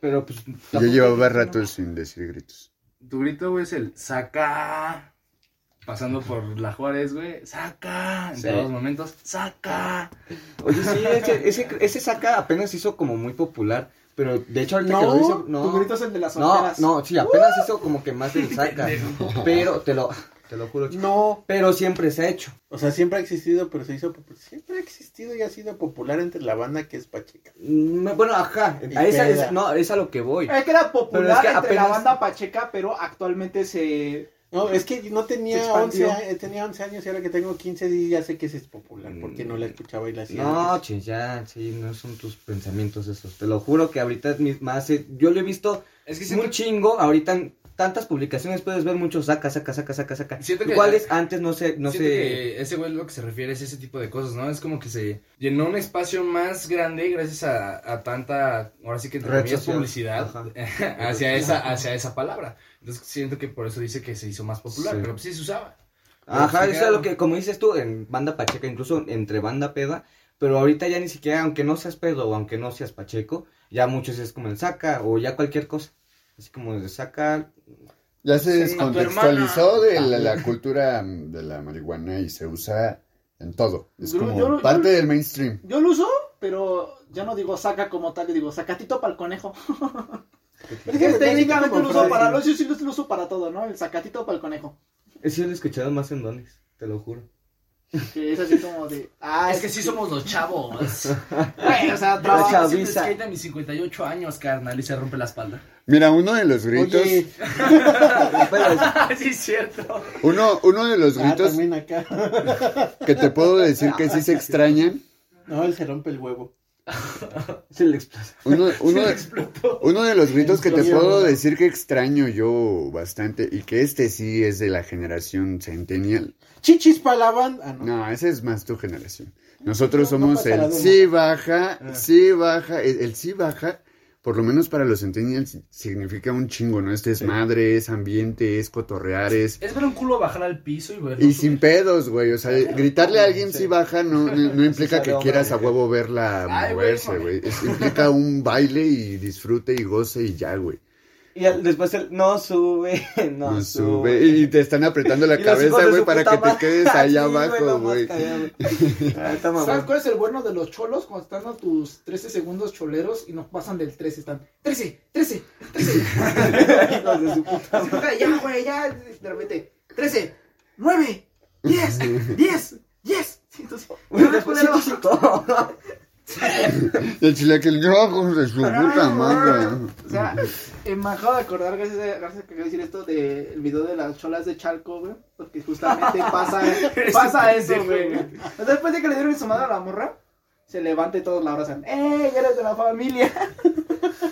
[SPEAKER 4] Pero pues.
[SPEAKER 7] Yo
[SPEAKER 4] tampoco-
[SPEAKER 7] llevaba rato sin decir gritos.
[SPEAKER 6] Tu grito, güey, es el saca. Pasando por la Juárez, güey. Saca. En
[SPEAKER 4] Sí.
[SPEAKER 6] todos los momentos. Saca.
[SPEAKER 4] Oye, sí, ese, ese, ese saca apenas hizo como muy popular. Pero de hecho, ahorita que lo dice. No,
[SPEAKER 5] tu grito es el de las
[SPEAKER 4] no,
[SPEAKER 5] solteras. ¡Uh!
[SPEAKER 4] no, sí, apenas hizo como que más del saca. pero te lo, te lo juro, chico.
[SPEAKER 8] No,
[SPEAKER 4] Pero siempre se ha hecho.
[SPEAKER 8] o sea, siempre ha existido, pero se hizo popular. Siempre ha existido y ha sido popular entre la banda que es Pacheca.
[SPEAKER 4] Mm, Bueno, ajá.
[SPEAKER 8] Y
[SPEAKER 4] A esa,
[SPEAKER 8] peda.
[SPEAKER 4] es, no, es a lo que voy.
[SPEAKER 5] Es que era
[SPEAKER 4] Pero
[SPEAKER 5] popular
[SPEAKER 4] es que
[SPEAKER 5] entre la
[SPEAKER 4] apenas-
[SPEAKER 5] banda pacheca, pero actualmente se...
[SPEAKER 8] No, es que no
[SPEAKER 5] Se
[SPEAKER 8] tenía
[SPEAKER 5] expandió.
[SPEAKER 8] 11, a- eh, tenía 11 años y ahora que tengo 15 y ya sé que ese es popular porque no la escuchaba y la hacía.
[SPEAKER 4] Mm. No,
[SPEAKER 8] antes.
[SPEAKER 4] che, ya, sí, no son tus pensamientos esos. Te lo juro que ahorita es mi- más. eh, yo lo he visto
[SPEAKER 6] Es que
[SPEAKER 4] un
[SPEAKER 6] siento,
[SPEAKER 4] chingo. Ahorita en tantas publicaciones puedes ver muchos saca, saca, saca, saca, saca.
[SPEAKER 6] Siento que-
[SPEAKER 4] ¿Cuáles antes no sé, no sé?
[SPEAKER 6] siento que ese güey lo que se refiere es ese tipo de cosas, ¿no? Es como que se llenó un espacio más grande gracias a, a tanta, ahora sí que entre
[SPEAKER 4] Red
[SPEAKER 6] comillas,
[SPEAKER 4] social.
[SPEAKER 6] publicidad
[SPEAKER 4] Ajá.
[SPEAKER 6] hacia, esa, hacia esa palabra. Entonces siento que por eso dice que se hizo más popular,
[SPEAKER 4] Sí.
[SPEAKER 6] pero pues sí se usaba.
[SPEAKER 4] Ajá,
[SPEAKER 6] Pero
[SPEAKER 4] eso
[SPEAKER 6] sí,
[SPEAKER 4] es lo que, como dices tú, en banda pacheca, incluso entre banda peda, pero ahorita ya ni siquiera, aunque no seas pedo o aunque no seas pacheco, ya muchos es como el saca o ya cualquier cosa. Así como de saca,
[SPEAKER 7] Ya se
[SPEAKER 6] Sí,
[SPEAKER 7] descontextualizó de la, la cultura mm, de la marihuana y se usa en todo. Es
[SPEAKER 5] Yo-
[SPEAKER 7] como
[SPEAKER 5] yo lo-
[SPEAKER 7] parte
[SPEAKER 5] yo-
[SPEAKER 7] del mainstream.
[SPEAKER 5] Yo lo uso, pero ya no digo saca como tal, yo digo sacatito para el conejo.
[SPEAKER 8] Es que
[SPEAKER 5] técnicamente lo uso
[SPEAKER 8] Freddy.
[SPEAKER 5] para... Yo sí lo lo uso para todo, ¿no? El sacatito para el conejo.
[SPEAKER 4] eso lo he escuchado más en dones, te lo juro.
[SPEAKER 5] Que es así como de. Ah,
[SPEAKER 6] es que sí somos los chavos.
[SPEAKER 5] Güey, o sea,
[SPEAKER 4] La
[SPEAKER 5] trabaja.
[SPEAKER 4] chava.
[SPEAKER 6] Siempre
[SPEAKER 4] chaviza.
[SPEAKER 6] skate a mis 58 años, carnal, y se rompe la espalda.
[SPEAKER 7] Mira, uno de los gritos,
[SPEAKER 8] Oye,
[SPEAKER 4] Pero es-
[SPEAKER 6] Ah, sí, es cierto.
[SPEAKER 7] uno, uno de los
[SPEAKER 8] ah,
[SPEAKER 7] gritos
[SPEAKER 8] también acá.
[SPEAKER 7] que te puedo decir que sí se extrañan,
[SPEAKER 8] No, él se rompe el huevo.
[SPEAKER 4] se le explota.
[SPEAKER 7] uno, uno, de, uno de los gritos que te
[SPEAKER 8] Explotó.
[SPEAKER 7] puedo decir que extraño yo bastante y que este sí es de la generación centennial.
[SPEAKER 8] Chichis para la banda. Ah, no.
[SPEAKER 7] No, esa es más tu generación. Nosotros
[SPEAKER 8] No, no
[SPEAKER 7] somos
[SPEAKER 8] pasará
[SPEAKER 7] el
[SPEAKER 8] de
[SPEAKER 7] sí baja,
[SPEAKER 4] Ah.
[SPEAKER 7] sí baja, el, el sí baja, por lo menos para los centennials significa un chingo, ¿no? Este Es desmadre, es ambiente, es cotorrear, es...
[SPEAKER 6] Es ver un culo bajar al piso y ver.
[SPEAKER 7] Y sin pedos, güey, o sea, gritarle a alguien
[SPEAKER 4] Sí.
[SPEAKER 7] sí baja no, no, no implica que
[SPEAKER 4] hombre.
[SPEAKER 7] quieras a huevo verla
[SPEAKER 6] Ay, güey,
[SPEAKER 7] moverse,
[SPEAKER 6] mami.
[SPEAKER 7] güey. Es- Implica un baile y disfrute y goce y ya, güey.
[SPEAKER 4] Y al- después el no sube, no,
[SPEAKER 7] No sube.
[SPEAKER 4] sube.
[SPEAKER 7] Y te están apretando la
[SPEAKER 4] Y los hijos
[SPEAKER 7] cabeza,
[SPEAKER 4] de
[SPEAKER 7] güey,
[SPEAKER 4] su
[SPEAKER 7] para
[SPEAKER 4] puta
[SPEAKER 7] que te
[SPEAKER 4] madre.
[SPEAKER 7] quedes
[SPEAKER 4] Sí,
[SPEAKER 7] allá
[SPEAKER 4] no
[SPEAKER 7] abajo,
[SPEAKER 4] más
[SPEAKER 7] güey.
[SPEAKER 4] callado. Ah, está mamón.
[SPEAKER 5] ¿Sabes cuál es el bueno de los cholos? Cuando están a tus 13 segundos choleros y no pasan del 13, están 13, 13, 13.
[SPEAKER 4] Hijos de su puta-
[SPEAKER 5] Así como que ya, güey, ya, de repente, 13, 9, 10, 10, 10. Entonces,
[SPEAKER 4] Bueno,
[SPEAKER 5] ya,
[SPEAKER 4] después
[SPEAKER 5] culero.
[SPEAKER 4] sí te chutó.
[SPEAKER 7] El chilaquil, yo de su puta madre.
[SPEAKER 5] O sea, eh, me acabo de acordar, gracias a, gracias a que acabo de decir esto del video de las cholas de Chalco, güey. Porque justamente pasa, pasa
[SPEAKER 6] Ese
[SPEAKER 5] eso, güey.
[SPEAKER 6] pendejo,
[SPEAKER 5] O sea, después de que le dieron su madre a la morra, se levanta y todos la abrazan. ¡Ey, eres de la familia! Ah,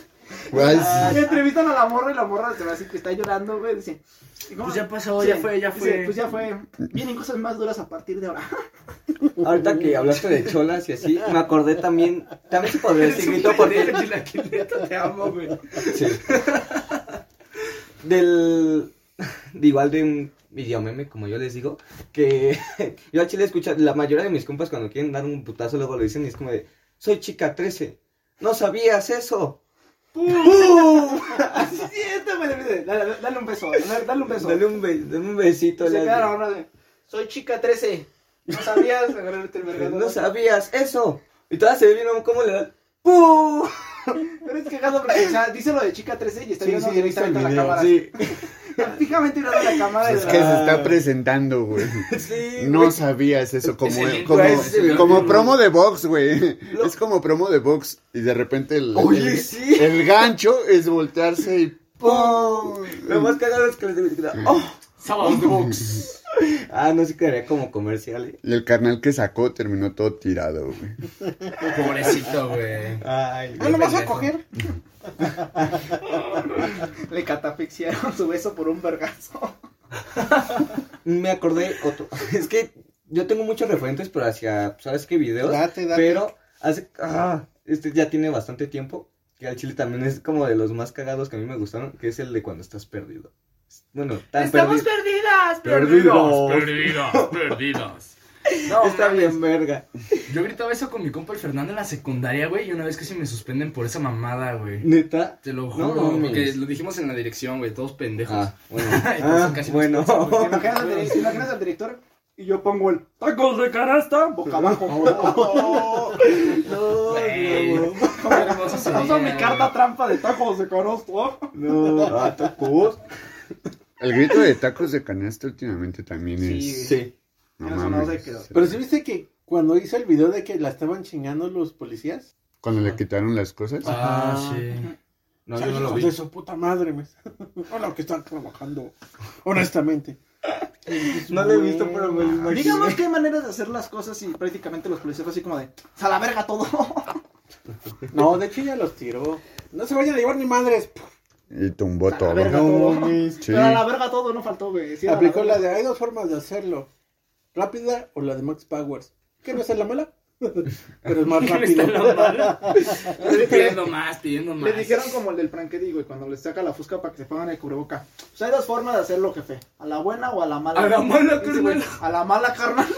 [SPEAKER 7] Güey, sí.
[SPEAKER 5] Y entrevistan a la morra y la morra se ve así que está llorando, güey. Dice, ¿y cómo?
[SPEAKER 6] Pues ya pasó,
[SPEAKER 5] Sí,
[SPEAKER 6] ya fue, ya
[SPEAKER 5] dice,
[SPEAKER 6] fue.
[SPEAKER 5] pues ya fue. Vienen cosas más duras a partir de ahora.
[SPEAKER 4] Ahorita que hablaste de cholas y así, me acordé también, también se podría decir grito porque
[SPEAKER 6] Chilaquileta, te amo, güey.
[SPEAKER 4] Sí. Del. De igual de un idioma meme, como yo les digo, que yo al chile escucho, la mayoría de mis compas cuando quieren dar un putazo luego lo dicen y es como de, soy chica 13, no sabías eso.
[SPEAKER 5] ¡Pum! Así siento, güey. le dice, Dale, dale un beso, dale, dale un beso.
[SPEAKER 4] Dale un, be- dame un besito.
[SPEAKER 5] Se
[SPEAKER 4] Lalo.
[SPEAKER 5] quedaron, ¿no? Soy chica 13. No sabías agarrarte el mercado.
[SPEAKER 4] No sabías eso. Y todas se vieron cómo le dan. ¡Pum!
[SPEAKER 5] Pero es cagado porque, o sea, dice lo de chica 13 y está
[SPEAKER 8] Sí,
[SPEAKER 5] viendo
[SPEAKER 8] sí, Pues he visto el
[SPEAKER 5] directamente a la
[SPEAKER 8] video,
[SPEAKER 5] cámara.
[SPEAKER 7] Sí,
[SPEAKER 5] Fijamente mirando la cámara. y
[SPEAKER 7] es
[SPEAKER 5] la-
[SPEAKER 7] que se está presentando, güey.
[SPEAKER 4] Sí.
[SPEAKER 7] No
[SPEAKER 4] güey.
[SPEAKER 7] sabías eso, como,
[SPEAKER 6] el intro,
[SPEAKER 7] como,
[SPEAKER 4] es el
[SPEAKER 7] como
[SPEAKER 6] intro.
[SPEAKER 7] promo de box, güey. Es como promo de box. Y de repente el,
[SPEAKER 4] Oye,
[SPEAKER 7] el-
[SPEAKER 4] sí.
[SPEAKER 7] el gancho es voltearse y ¡pum!
[SPEAKER 4] Lo más cagado es que les digo, ¡Oh!
[SPEAKER 6] Sábados de box.
[SPEAKER 4] Ah, no se quedaría como comercial. ¿eh?
[SPEAKER 7] Y el carnal que sacó terminó todo tirado, güey.
[SPEAKER 6] Pobrecito, güey.
[SPEAKER 4] Ay,
[SPEAKER 5] Ah, lo vas a coger. Le catafixiaron su beso por un vergazo.
[SPEAKER 4] Me acordé otro. Es que yo tengo muchos referentes, pero hacia, pues, ¿sabes qué? Videos.
[SPEAKER 8] Date, date.
[SPEAKER 4] Pero hace, ah, este ya tiene bastante tiempo. Que al chile también es como de los más cagados que a mí me gustaron, que es el de cuando estás perdido. Bueno, tan perdido.
[SPEAKER 6] perdidas,
[SPEAKER 4] perdidos.
[SPEAKER 6] perdidos, perdidos.
[SPEAKER 4] Está bien, verga.
[SPEAKER 6] Yo gritaba eso con mi compa el Fernando en la secundaria, güey, y una vez casi me suspenden por esa mamada, güey.
[SPEAKER 4] Neta.
[SPEAKER 6] Te lo
[SPEAKER 4] No
[SPEAKER 6] juro,
[SPEAKER 4] mames.
[SPEAKER 6] porque lo dijimos en la dirección, güey, todos pendejos.
[SPEAKER 4] Ah, bueno.
[SPEAKER 6] Y por
[SPEAKER 4] Ah,
[SPEAKER 6] eso casi nos
[SPEAKER 4] bueno.
[SPEAKER 6] expulsan,
[SPEAKER 5] ¿Te imaginas al director? ¿Te imaginas al director? Y yo pongo el tacos de canasta boca abajo.
[SPEAKER 8] Oh.
[SPEAKER 4] No,
[SPEAKER 6] Güey.
[SPEAKER 4] no.
[SPEAKER 6] Qué hermoso sería,
[SPEAKER 5] Uso mi
[SPEAKER 6] güey.
[SPEAKER 5] carta trampa de tacos de canasta.
[SPEAKER 4] No, ah, tacos.
[SPEAKER 7] El grito de tacos de canasta últimamente también
[SPEAKER 5] Sí,
[SPEAKER 7] es.
[SPEAKER 4] Sí.
[SPEAKER 7] No
[SPEAKER 5] Eso no
[SPEAKER 7] mames.
[SPEAKER 5] se quedó.
[SPEAKER 8] Pero sí viste que cuando hizo el video de que la estaban chingando los policías.
[SPEAKER 7] Cuando le quitaron las cosas.
[SPEAKER 6] Ah, sí.
[SPEAKER 4] No,
[SPEAKER 8] Ay,
[SPEAKER 4] yo no lo
[SPEAKER 8] hijos
[SPEAKER 4] vi.
[SPEAKER 8] de su puta madre, me. Hola, que están trabajando. Honestamente. Ah,
[SPEAKER 4] No lo he visto, pero me lo imagino.
[SPEAKER 5] Digamos que hay maneras de hacer las cosas y prácticamente los policías fue así como de, ¡a la verga todo!
[SPEAKER 8] No, de hecho ya los tiró. No se vayan a llevar ni madres.
[SPEAKER 7] Y tumbó
[SPEAKER 5] A la
[SPEAKER 7] todo.
[SPEAKER 5] verga, todo.
[SPEAKER 7] Sí.
[SPEAKER 5] Pero a la verga todo no faltó, güey. Sí, a la
[SPEAKER 8] Aplicó
[SPEAKER 5] verga.
[SPEAKER 8] la de hay dos formas de hacerlo. Rápida o la de Max Powers. ¿Qué no es la mala? pero es más rápido.
[SPEAKER 6] Pidiendo más, pidiendo más.
[SPEAKER 5] Le dijeron como el del Franketti, güey, cuando les saca la fusca para que se pongan el cubreboca. O sea, hay dos formas de hacerlo, jefe. A la buena o a la mala.
[SPEAKER 6] A la mala,
[SPEAKER 5] Dice, güey,
[SPEAKER 6] carnal.
[SPEAKER 5] A la mala, carnal.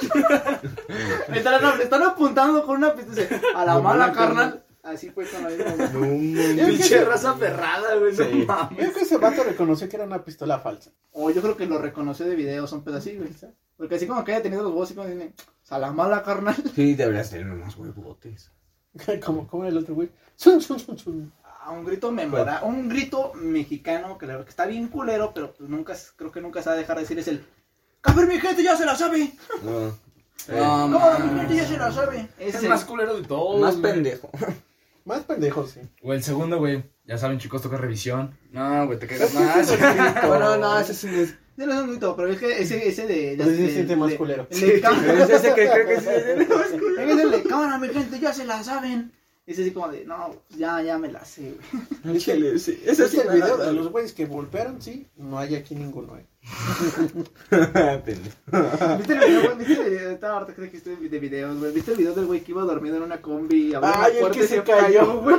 [SPEAKER 5] le, están, no, le están apuntando con una pistola. dice, A la mala, carnal. Así fue con la misma, güey.
[SPEAKER 4] No, mames.
[SPEAKER 5] Pinche
[SPEAKER 6] raza ferrada, güey,
[SPEAKER 4] no Sí.
[SPEAKER 6] mames.
[SPEAKER 8] Creo que ese vato reconoció que era una pistola falsa.
[SPEAKER 5] O yo creo que lo reconoció de videos, son pedacillos, güey. ¿sabes? Porque así como que haya tenido los voces, como dicen, a la mala, carnal.
[SPEAKER 4] Sí, deberías tener unos huevotes.
[SPEAKER 8] como, como era el otro güey. Sun, sun, sun, sun.
[SPEAKER 5] A un grito memorable, un grito mexicano que, la- que está bien culero, pero pues nunca, se- creo que nunca se va a dejar de decir, es el... ¡Cabrón, mi gente, ya se la sabe!
[SPEAKER 4] Eh, No.
[SPEAKER 6] No,
[SPEAKER 5] ¡Cabrón, mi
[SPEAKER 6] mames.
[SPEAKER 5] gente, ya se la sabe! Ese
[SPEAKER 6] Es
[SPEAKER 5] es
[SPEAKER 6] el más
[SPEAKER 5] el...
[SPEAKER 6] culero de todos.
[SPEAKER 4] Más
[SPEAKER 6] güey.
[SPEAKER 4] pendejo.
[SPEAKER 8] Más pendejos, sí.
[SPEAKER 6] O el segundo, güey. Ya saben, chicos, toca revisión. No, güey, te cagas
[SPEAKER 8] Es que
[SPEAKER 6] más.
[SPEAKER 8] ese es el grito.
[SPEAKER 4] Bueno, no, ese sí no es.
[SPEAKER 5] Sí, no es un grito, pero es que ese, ese de... de-
[SPEAKER 8] Pero sí se
[SPEAKER 5] de-
[SPEAKER 8] siente más
[SPEAKER 5] de-
[SPEAKER 8] culero.
[SPEAKER 5] el de cámara.
[SPEAKER 4] Pero es ese que creo que sí es.
[SPEAKER 5] Es el de cámara, mi gente, ya se la saben. Ese así como de, no, ya, ya me la sé, güey.
[SPEAKER 4] Chile, sí. Ese
[SPEAKER 8] Ese es
[SPEAKER 4] sí
[SPEAKER 8] el
[SPEAKER 4] me
[SPEAKER 8] video
[SPEAKER 4] da-
[SPEAKER 8] de los güeyes que golpearon, sí. No hay aquí ninguno, eh.
[SPEAKER 4] Ah, Pendejo.
[SPEAKER 5] ¿Viste el video, güey? ¿Viste el video? Estaba harta que estoy de videos, güey. ¿Viste el video del güey que iba dormido en una combi? y abrió la
[SPEAKER 8] Ay, el
[SPEAKER 5] puerta
[SPEAKER 8] que
[SPEAKER 5] y
[SPEAKER 8] se cayó,
[SPEAKER 5] güey.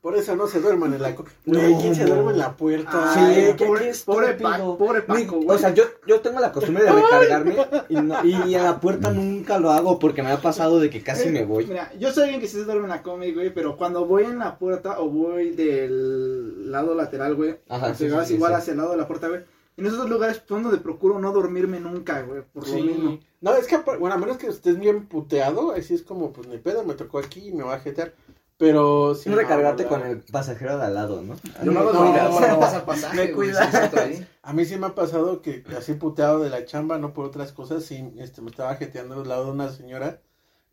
[SPEAKER 8] Por eso no Ah, se duerman en la. co- Güey, ¿quién se duerme en la puerta?
[SPEAKER 5] Ay,
[SPEAKER 4] Sí, qué-
[SPEAKER 5] pobre-
[SPEAKER 4] qué
[SPEAKER 5] pobre
[SPEAKER 4] estúpido.
[SPEAKER 5] Paco, pobre Paco,
[SPEAKER 4] Mi-
[SPEAKER 5] güey.
[SPEAKER 4] O sea, yo, yo tengo la costumbre de recargarme y, no- y a la puerta nunca lo hago porque me ha pasado de que casi me voy.
[SPEAKER 5] Mira, yo soy alguien que sí se duerme en la combi, güey, pero cuando voy en la puerta o voy del lado lateral, güey,
[SPEAKER 4] Ajá, sí,
[SPEAKER 5] llegabas
[SPEAKER 4] sí, sí,
[SPEAKER 5] igual
[SPEAKER 4] sí.
[SPEAKER 5] hacia el lado de la puerta, güey. En esos lugares son donde procuro no dormirme nunca, güey, por lo
[SPEAKER 6] Sí.
[SPEAKER 5] mismo.
[SPEAKER 8] No, es que, bueno, a menos que estés bien puteado, así es como, pues ni pedo, me tocó aquí y me va a jetear. Pero sí.
[SPEAKER 4] No recargarte
[SPEAKER 8] la-
[SPEAKER 4] con el pasajero de al lado, ¿no?
[SPEAKER 6] Yo me
[SPEAKER 8] No,
[SPEAKER 6] voy a
[SPEAKER 8] no,
[SPEAKER 6] cuidar,
[SPEAKER 8] no.
[SPEAKER 6] vas a pasar.
[SPEAKER 4] Me cuidas.
[SPEAKER 8] A mí sí me ha pasado que así puteado de la chamba, no por otras cosas, sí, este, me estaba jeteando al lado de una señora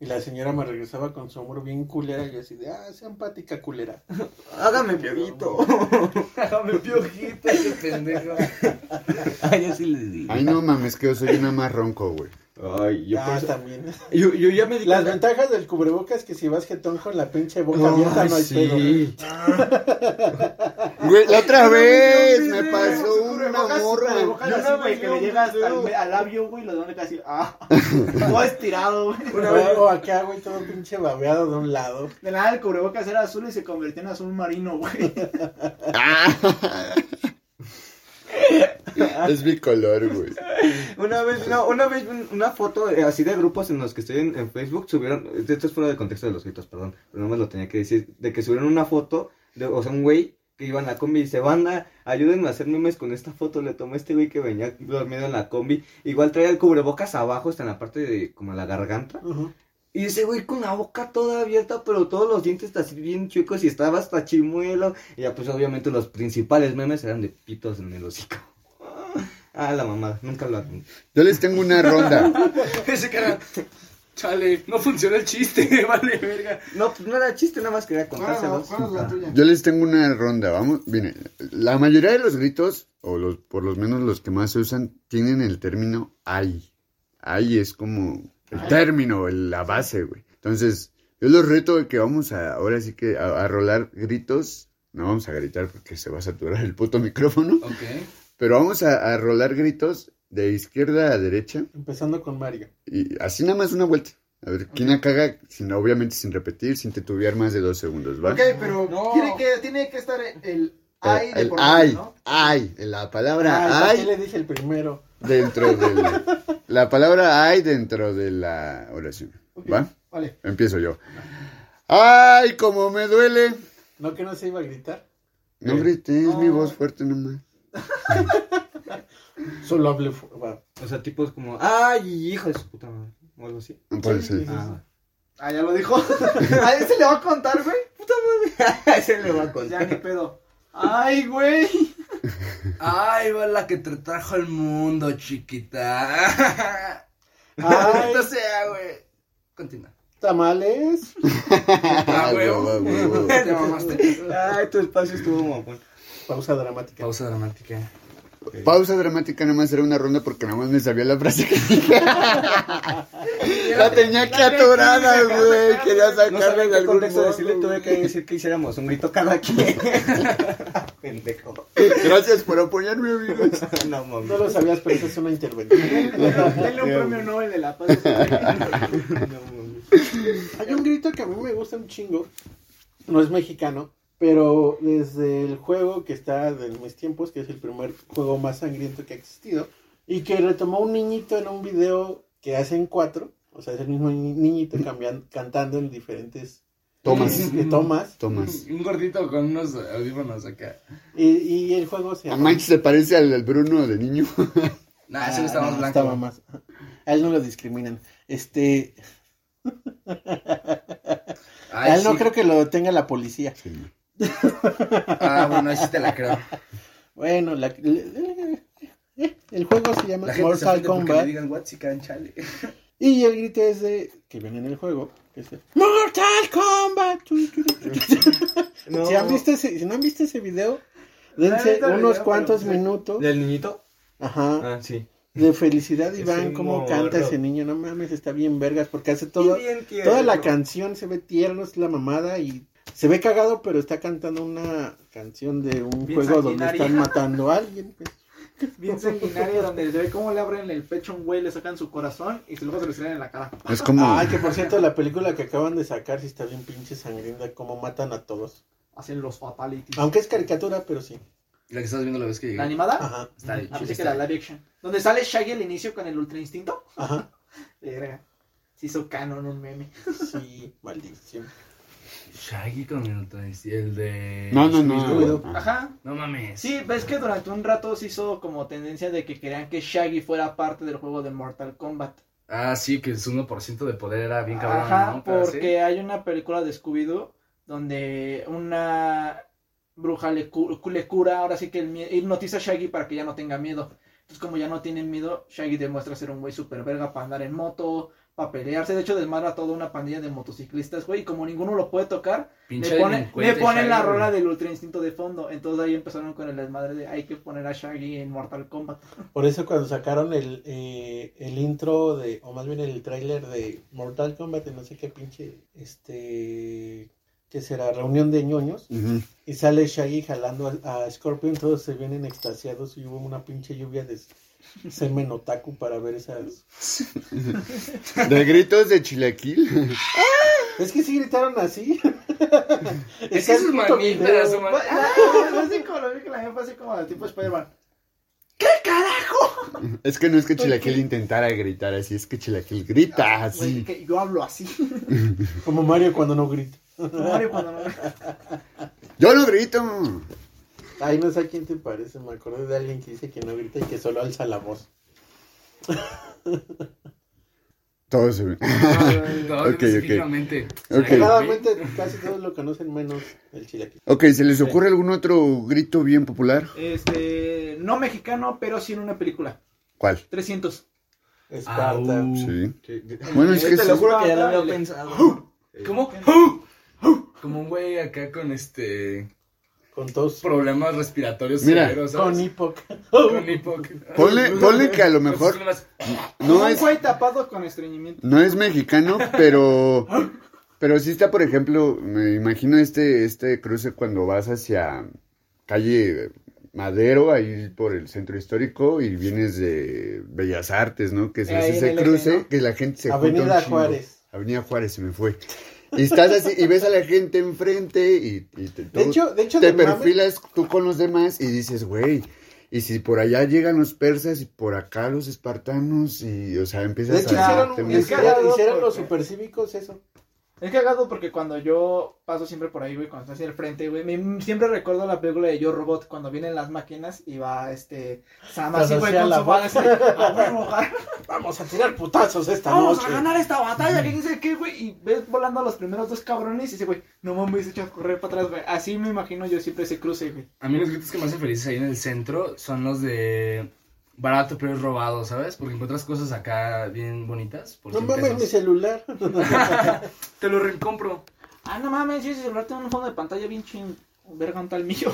[SPEAKER 8] y la señora me regresaba con su amor bien culera y yo así de, ah, sea empática culera.
[SPEAKER 4] Hágame piedito.
[SPEAKER 6] Déjame piojito ese pendejo.
[SPEAKER 4] Ay, yo sí les digo.
[SPEAKER 7] Ay, no mames, que yo soy una más ronco, güey.
[SPEAKER 4] Ay, yo, por
[SPEAKER 8] ah,
[SPEAKER 4] eso-
[SPEAKER 8] también.
[SPEAKER 4] yo, yo ya me di
[SPEAKER 8] Las
[SPEAKER 4] cuenta-
[SPEAKER 8] ventajas del cubrebocas es que si vas jetón con la pinche boca
[SPEAKER 4] Ay,
[SPEAKER 8] abierta no hay pedo.
[SPEAKER 4] sí.
[SPEAKER 7] Güey, la otra vez me
[SPEAKER 6] video,
[SPEAKER 7] pasó
[SPEAKER 5] Su
[SPEAKER 7] una
[SPEAKER 5] cubrebocas, su
[SPEAKER 7] morra.
[SPEAKER 5] cubrebocas
[SPEAKER 4] Yo
[SPEAKER 5] así,
[SPEAKER 4] una
[SPEAKER 5] güey,
[SPEAKER 4] vez
[SPEAKER 5] que
[SPEAKER 4] vi
[SPEAKER 5] le
[SPEAKER 4] un
[SPEAKER 5] llega hasta al,
[SPEAKER 4] video.
[SPEAKER 5] me- al labio, güey, lo de una casi, ah, todo estirado, güey.
[SPEAKER 4] Una vez-
[SPEAKER 8] O acá, güey, todo pinche babeado de un lado.
[SPEAKER 5] De nada el cubrebocas era azul y se convirtió en azul marino, güey.
[SPEAKER 7] Ah. Es bicolor, güey.
[SPEAKER 4] Una vez, no, una vez un- una foto eh, así de grupos en los que estoy en, en Facebook subieron, esto es fuera del contexto de los gritos, perdón, pero no me lo tenía que decir, de que subieron una foto de- o sea, un güey que iba en la combi y dice, banda, ayúdenme a hacer memes con esta foto, le tomé a este güey que venía dormido en la combi, igual traía el cubrebocas abajo, está en la parte de como la garganta,
[SPEAKER 8] Ujú.
[SPEAKER 4] y ese güey con la boca toda abierta, pero todos los dientes así bien chuecos y estaba hasta chimuelo, y ya pues obviamente los principales memes eran de pitos en el hocico. Ah, la mamada, nunca lo admití.
[SPEAKER 7] Yo les tengo una ronda.
[SPEAKER 6] Ese cara. Chale, no funcionó el chiste, vale, verga.
[SPEAKER 4] No, pues no era chiste, nada más quería contárselos.
[SPEAKER 5] ¿Cuál es la tuya?
[SPEAKER 7] Yo les tengo una ronda. Vamos, miren, la mayoría de los gritos, o los, por lo menos los que más se usan, tienen el término ay. Ay es como el término, el- la base, güey. Entonces, yo los reto de que vamos a, ahora sí que a, a rolar gritos. No vamos a gritar porque se va a saturar el puto micrófono.
[SPEAKER 6] Ok.
[SPEAKER 7] Pero vamos a, a rolar gritos de izquierda a derecha.
[SPEAKER 8] Empezando con Mario.
[SPEAKER 7] Y así nada más una vuelta. A ver, ¿quién la caga? Sin, obviamente sin repetir, sin titubear más de dos segundos, ¿va?
[SPEAKER 5] Ok, pero
[SPEAKER 6] No.
[SPEAKER 5] tiene, que, tiene que estar el
[SPEAKER 7] Pero
[SPEAKER 5] ay de
[SPEAKER 7] Eh, el
[SPEAKER 5] por medio,
[SPEAKER 7] ay,
[SPEAKER 5] ¿no?
[SPEAKER 7] ay, la palabra
[SPEAKER 8] Ay, ¿para qué
[SPEAKER 7] ay
[SPEAKER 8] le dije el primero?
[SPEAKER 7] dentro de la, la palabra ay dentro de la oración, ¿va?
[SPEAKER 5] Vale.
[SPEAKER 7] Empiezo yo. Ay, como me duele.
[SPEAKER 8] ¿No que no se iba a gritar?
[SPEAKER 7] No grites mi
[SPEAKER 5] No.
[SPEAKER 7] voz fuerte nomás.
[SPEAKER 8] Solo hablé. fu- va.
[SPEAKER 4] O sea, tipos como, ay, hijo de su puta madre, o algo así.
[SPEAKER 7] Por eso.
[SPEAKER 4] Ah,
[SPEAKER 5] Ah, ya lo dijo. ¿A ese le va a contar, güey?
[SPEAKER 4] Ah,
[SPEAKER 5] Pues
[SPEAKER 4] ese le va a
[SPEAKER 5] Ya ni pedo. Ay, güey.
[SPEAKER 6] Ay, va la que te trajo al mundo, chiquita.
[SPEAKER 8] Ay,
[SPEAKER 6] No sea, güey. Continúa.
[SPEAKER 8] tamales.
[SPEAKER 6] Ah, huevo.
[SPEAKER 7] Ah, huevo, huevo.
[SPEAKER 6] Te mamaste.
[SPEAKER 4] Ay, tu espacio estuvo mamón.
[SPEAKER 8] Pausa dramática.
[SPEAKER 6] Pausa dramática.
[SPEAKER 7] Pausa dramática nomás era una ronda porque nomás me sabía la frase que dije. la tenía que atorada, güey. Quería
[SPEAKER 4] No
[SPEAKER 7] sacarla
[SPEAKER 4] sabía
[SPEAKER 7] de
[SPEAKER 4] qué
[SPEAKER 7] algún
[SPEAKER 4] contexto
[SPEAKER 7] modo,
[SPEAKER 4] decirle, tuve que decir que hiciéramos un grito cada quien. Pendejo.
[SPEAKER 7] güey. Gracias por apoyarme, amigos.
[SPEAKER 4] No
[SPEAKER 8] No
[SPEAKER 4] mames.
[SPEAKER 8] lo sabías, pero eso es una intervención.
[SPEAKER 5] Denle un premio Nobel de la paz.
[SPEAKER 4] No mames.
[SPEAKER 8] Hay un grito que a mí me gusta un chingo. No es mexicano, pero desde el juego que está de mis tiempos, que es el primer juego más sangriento que ha existido, y que retomó un niñito en un video que hacen cuatro, o sea, es el mismo ni- niñito cambian- cantando en diferentes
[SPEAKER 7] Tomas,
[SPEAKER 8] eh, tomas,
[SPEAKER 7] tomas.
[SPEAKER 6] Un gordito con unos audífonos acá.
[SPEAKER 8] y, y el juego se
[SPEAKER 7] A Manch se parece al, al Bruno de niño.
[SPEAKER 6] Nah, ese
[SPEAKER 8] Ah,
[SPEAKER 6] güey está
[SPEAKER 8] no,
[SPEAKER 6] más blanco.
[SPEAKER 8] estaba más. A él no lo discriminan. Este,
[SPEAKER 6] Ay,
[SPEAKER 8] a él no
[SPEAKER 6] sí.
[SPEAKER 8] creo que lo detenga la policía.
[SPEAKER 6] Ah, bueno, ahí sí te la creo.
[SPEAKER 8] Bueno, la- el- el- el juego se llama
[SPEAKER 6] La gente se ofende
[SPEAKER 8] Mortal
[SPEAKER 6] porque le
[SPEAKER 8] Kombat.
[SPEAKER 6] digan what si caen chale.
[SPEAKER 8] Y el grito es de. que viene en el juego. que es de, ¡Mortal Kombat! Tu, tu, tu, tu, tu.
[SPEAKER 4] No.
[SPEAKER 8] Si, han visto ese, si no han visto ese video, dense
[SPEAKER 5] visto el
[SPEAKER 8] unos
[SPEAKER 5] video,
[SPEAKER 8] cuantos
[SPEAKER 5] pero-
[SPEAKER 8] minutos
[SPEAKER 4] ¿Del niñito?
[SPEAKER 8] ajá,
[SPEAKER 4] Ah, sí.
[SPEAKER 8] de felicidad y
[SPEAKER 4] Es
[SPEAKER 8] van
[SPEAKER 4] un
[SPEAKER 8] cómo
[SPEAKER 4] morro.
[SPEAKER 8] canta ese niño. No mames, está bien vergas porque hace todo. Toda la canción se ve tierno, es la mamada y se ve cagado, pero está cantando una canción de un
[SPEAKER 5] Bien
[SPEAKER 8] juego donde
[SPEAKER 5] sanguinaria.
[SPEAKER 8] están matando a alguien. pues.
[SPEAKER 5] Bien sanguinaria, donde se ve cómo le abren el pecho a un güey, le sacan su corazón y luego se lo tiran en la cara.
[SPEAKER 7] Es como.
[SPEAKER 8] Ay, que por cierto, la película que acaban de sacar sí está bien pinche sangrienta, cómo matan a todos.
[SPEAKER 5] Hacen los fatalities.
[SPEAKER 8] Aunque es caricatura, pero sí.
[SPEAKER 6] La que estás viendo la vez que
[SPEAKER 5] ¿La
[SPEAKER 6] llegué.
[SPEAKER 5] animada?
[SPEAKER 8] Ajá.
[SPEAKER 6] Está bien.
[SPEAKER 5] A
[SPEAKER 6] chida,
[SPEAKER 5] veces que
[SPEAKER 6] está
[SPEAKER 5] la
[SPEAKER 6] bien.
[SPEAKER 5] live action. Donde sale Shaggy al inicio con el ultra instinto.
[SPEAKER 8] Ajá.
[SPEAKER 5] Verga. Se hizo canon un meme.
[SPEAKER 8] Sí, maldición.
[SPEAKER 6] Shaggy con el otro, este, el de.
[SPEAKER 7] No, no, no.
[SPEAKER 8] Scooby-Doo.
[SPEAKER 5] Ajá.
[SPEAKER 6] No mames.
[SPEAKER 5] Sí, ves que durante un rato se hizo como tendencia de que querían que Shaggy fuera parte del juego de Mortal Kombat.
[SPEAKER 6] Ah, sí, que su 1% de poder era bien cabrón.
[SPEAKER 5] Ajá,
[SPEAKER 6] ¿no? Pero
[SPEAKER 5] porque hay una película de Scooby-Doo donde una bruja le, cu- cu- le cura, ahora sí que el mie- hipnotiza a Shaggy para que ya no tenga miedo. Entonces, como ya no tiene miedo, Shaggy demuestra ser un güey super verga para andar en moto, para pelearse. De hecho, desmadra a toda una pandilla de motociclistas, güey. Y como ninguno lo puede tocar,
[SPEAKER 6] sí,
[SPEAKER 5] le
[SPEAKER 6] pinche
[SPEAKER 5] ponen,
[SPEAKER 6] delincuente
[SPEAKER 5] le ponen la
[SPEAKER 6] Shaggy,
[SPEAKER 5] rola
[SPEAKER 6] güey.
[SPEAKER 5] del Ultra Instinto de fondo. Entonces ahí empezaron con el desmadre de hay que poner a Shaggy en Mortal Kombat.
[SPEAKER 8] Por eso cuando sacaron el, eh, el intro de, o más bien el tráiler de Mortal Kombat, de no sé qué pinche, este, que será reunión de ñoños,
[SPEAKER 7] Ujú.
[SPEAKER 8] y sale Shaggy jalando a, a Scorpion, todos se vienen extasiados y hubo una pinche lluvia de semen otaku para ver esas...
[SPEAKER 7] De gritos de chilaquil.
[SPEAKER 8] Es que sí gritaron así.
[SPEAKER 6] Es que sus manitas, su
[SPEAKER 5] Fue-
[SPEAKER 6] man-
[SPEAKER 5] fue así como lo vi que la gente fue así como de tipo Spider-Man.
[SPEAKER 7] Es que no es que chilaquil intentara gritar así, es que chilaquil grita
[SPEAKER 5] Güey,
[SPEAKER 7] así.
[SPEAKER 5] que yo hablo así.
[SPEAKER 8] Como Mario cuando no grita.
[SPEAKER 5] Mario cuando no-
[SPEAKER 7] Yo no grito.
[SPEAKER 8] Ay, no sé a quién te parece. Me acordé de alguien que dice que no grita y que solo alza la voz.
[SPEAKER 7] Todo se ve.
[SPEAKER 6] No,
[SPEAKER 7] Ah, Ok, ok.
[SPEAKER 6] específicamente.
[SPEAKER 7] Ok.
[SPEAKER 8] Claramente, casi todos lo conocen menos el chilaquil.
[SPEAKER 7] Ok, ¿se les ocurre algún otro grito bien popular?
[SPEAKER 5] Este, no mexicano, pero sí en una película.
[SPEAKER 7] ¿Cuál?
[SPEAKER 5] 300.
[SPEAKER 6] Ah,
[SPEAKER 8] Esparta.
[SPEAKER 6] Au.
[SPEAKER 7] Sí. Bueno, es que
[SPEAKER 4] te
[SPEAKER 7] sí.
[SPEAKER 4] lo juro que ya lo
[SPEAKER 5] Dale.
[SPEAKER 4] había pensado.
[SPEAKER 6] ¿Cómo? ¡Au! ¡Au! Como un güey acá con este
[SPEAKER 8] Con tos.
[SPEAKER 6] problemas respiratorios
[SPEAKER 7] Mira,
[SPEAKER 6] severos, ¿sabes?
[SPEAKER 8] Con hipoca.
[SPEAKER 6] Con hipo-
[SPEAKER 7] Ponle- ponle que a lo
[SPEAKER 6] Con
[SPEAKER 7] mejor-
[SPEAKER 6] problemas-
[SPEAKER 5] No,
[SPEAKER 7] No es,
[SPEAKER 5] Un güey tapado con estreñimiento.
[SPEAKER 7] no es mexicano, pero. Pero sí está, por ejemplo, me imagino este, este cruce cuando vas hacia calle Madero, ahí por el centro histórico, y vienes de Bellas Artes, ¿no? Que se hace
[SPEAKER 5] Ahí en
[SPEAKER 7] ese
[SPEAKER 5] el eje,
[SPEAKER 7] cruce,
[SPEAKER 5] ¿no?
[SPEAKER 7] que la gente se junta un
[SPEAKER 8] Avenida
[SPEAKER 7] chingo.
[SPEAKER 8] Juárez.
[SPEAKER 7] Avenida Juárez se me fue. Y estás así, y ves a la gente enfrente, y, y te,
[SPEAKER 8] De
[SPEAKER 7] todo-
[SPEAKER 8] hecho, de hecho,
[SPEAKER 7] te
[SPEAKER 8] de mame-
[SPEAKER 7] perfilas tú con los demás y dices, güey, y si por allá llegan los persas y por acá los espartanos y, o sea,
[SPEAKER 8] De
[SPEAKER 7] empiezas
[SPEAKER 8] hecho,
[SPEAKER 7] a...
[SPEAKER 8] hicieron,
[SPEAKER 7] te
[SPEAKER 8] un-
[SPEAKER 5] es
[SPEAKER 7] metes-
[SPEAKER 5] que-
[SPEAKER 8] hicieron- hicieron los
[SPEAKER 5] porque-
[SPEAKER 8] supercívicos eso.
[SPEAKER 5] Es cagado porque cuando yo paso siempre por ahí, güey, cuando está hacia el frente, güey, me- siempre recuerdo la película de Yo Robot cuando vienen las máquinas y va, este, Sam así,
[SPEAKER 8] Cuando
[SPEAKER 5] güey,
[SPEAKER 8] hacía
[SPEAKER 5] con
[SPEAKER 8] la
[SPEAKER 5] su bala, así, a huevo, ga-
[SPEAKER 8] Vamos a tirar putazos esta
[SPEAKER 5] vamos a
[SPEAKER 8] noche.
[SPEAKER 5] ganar esta batalla, que dice que, güey, y ves volando a los primeros dos cabrones y dice, güey, no me hubiese hecho correr para atrás, güey, así me imagino yo siempre ese cruce, güey.
[SPEAKER 6] A mí los gritos que me hacen felices ahí en el centro son los de barato pero es robado, ¿sabes? Porque encuentras cosas acá bien bonitas por
[SPEAKER 8] No
[SPEAKER 6] 100
[SPEAKER 8] mames mi
[SPEAKER 6] pesos.
[SPEAKER 8] celular.
[SPEAKER 6] Te lo recompro.
[SPEAKER 5] Ah, no mames, ese celular tiene un fondo de pantalla bien ching, verga un tal mío.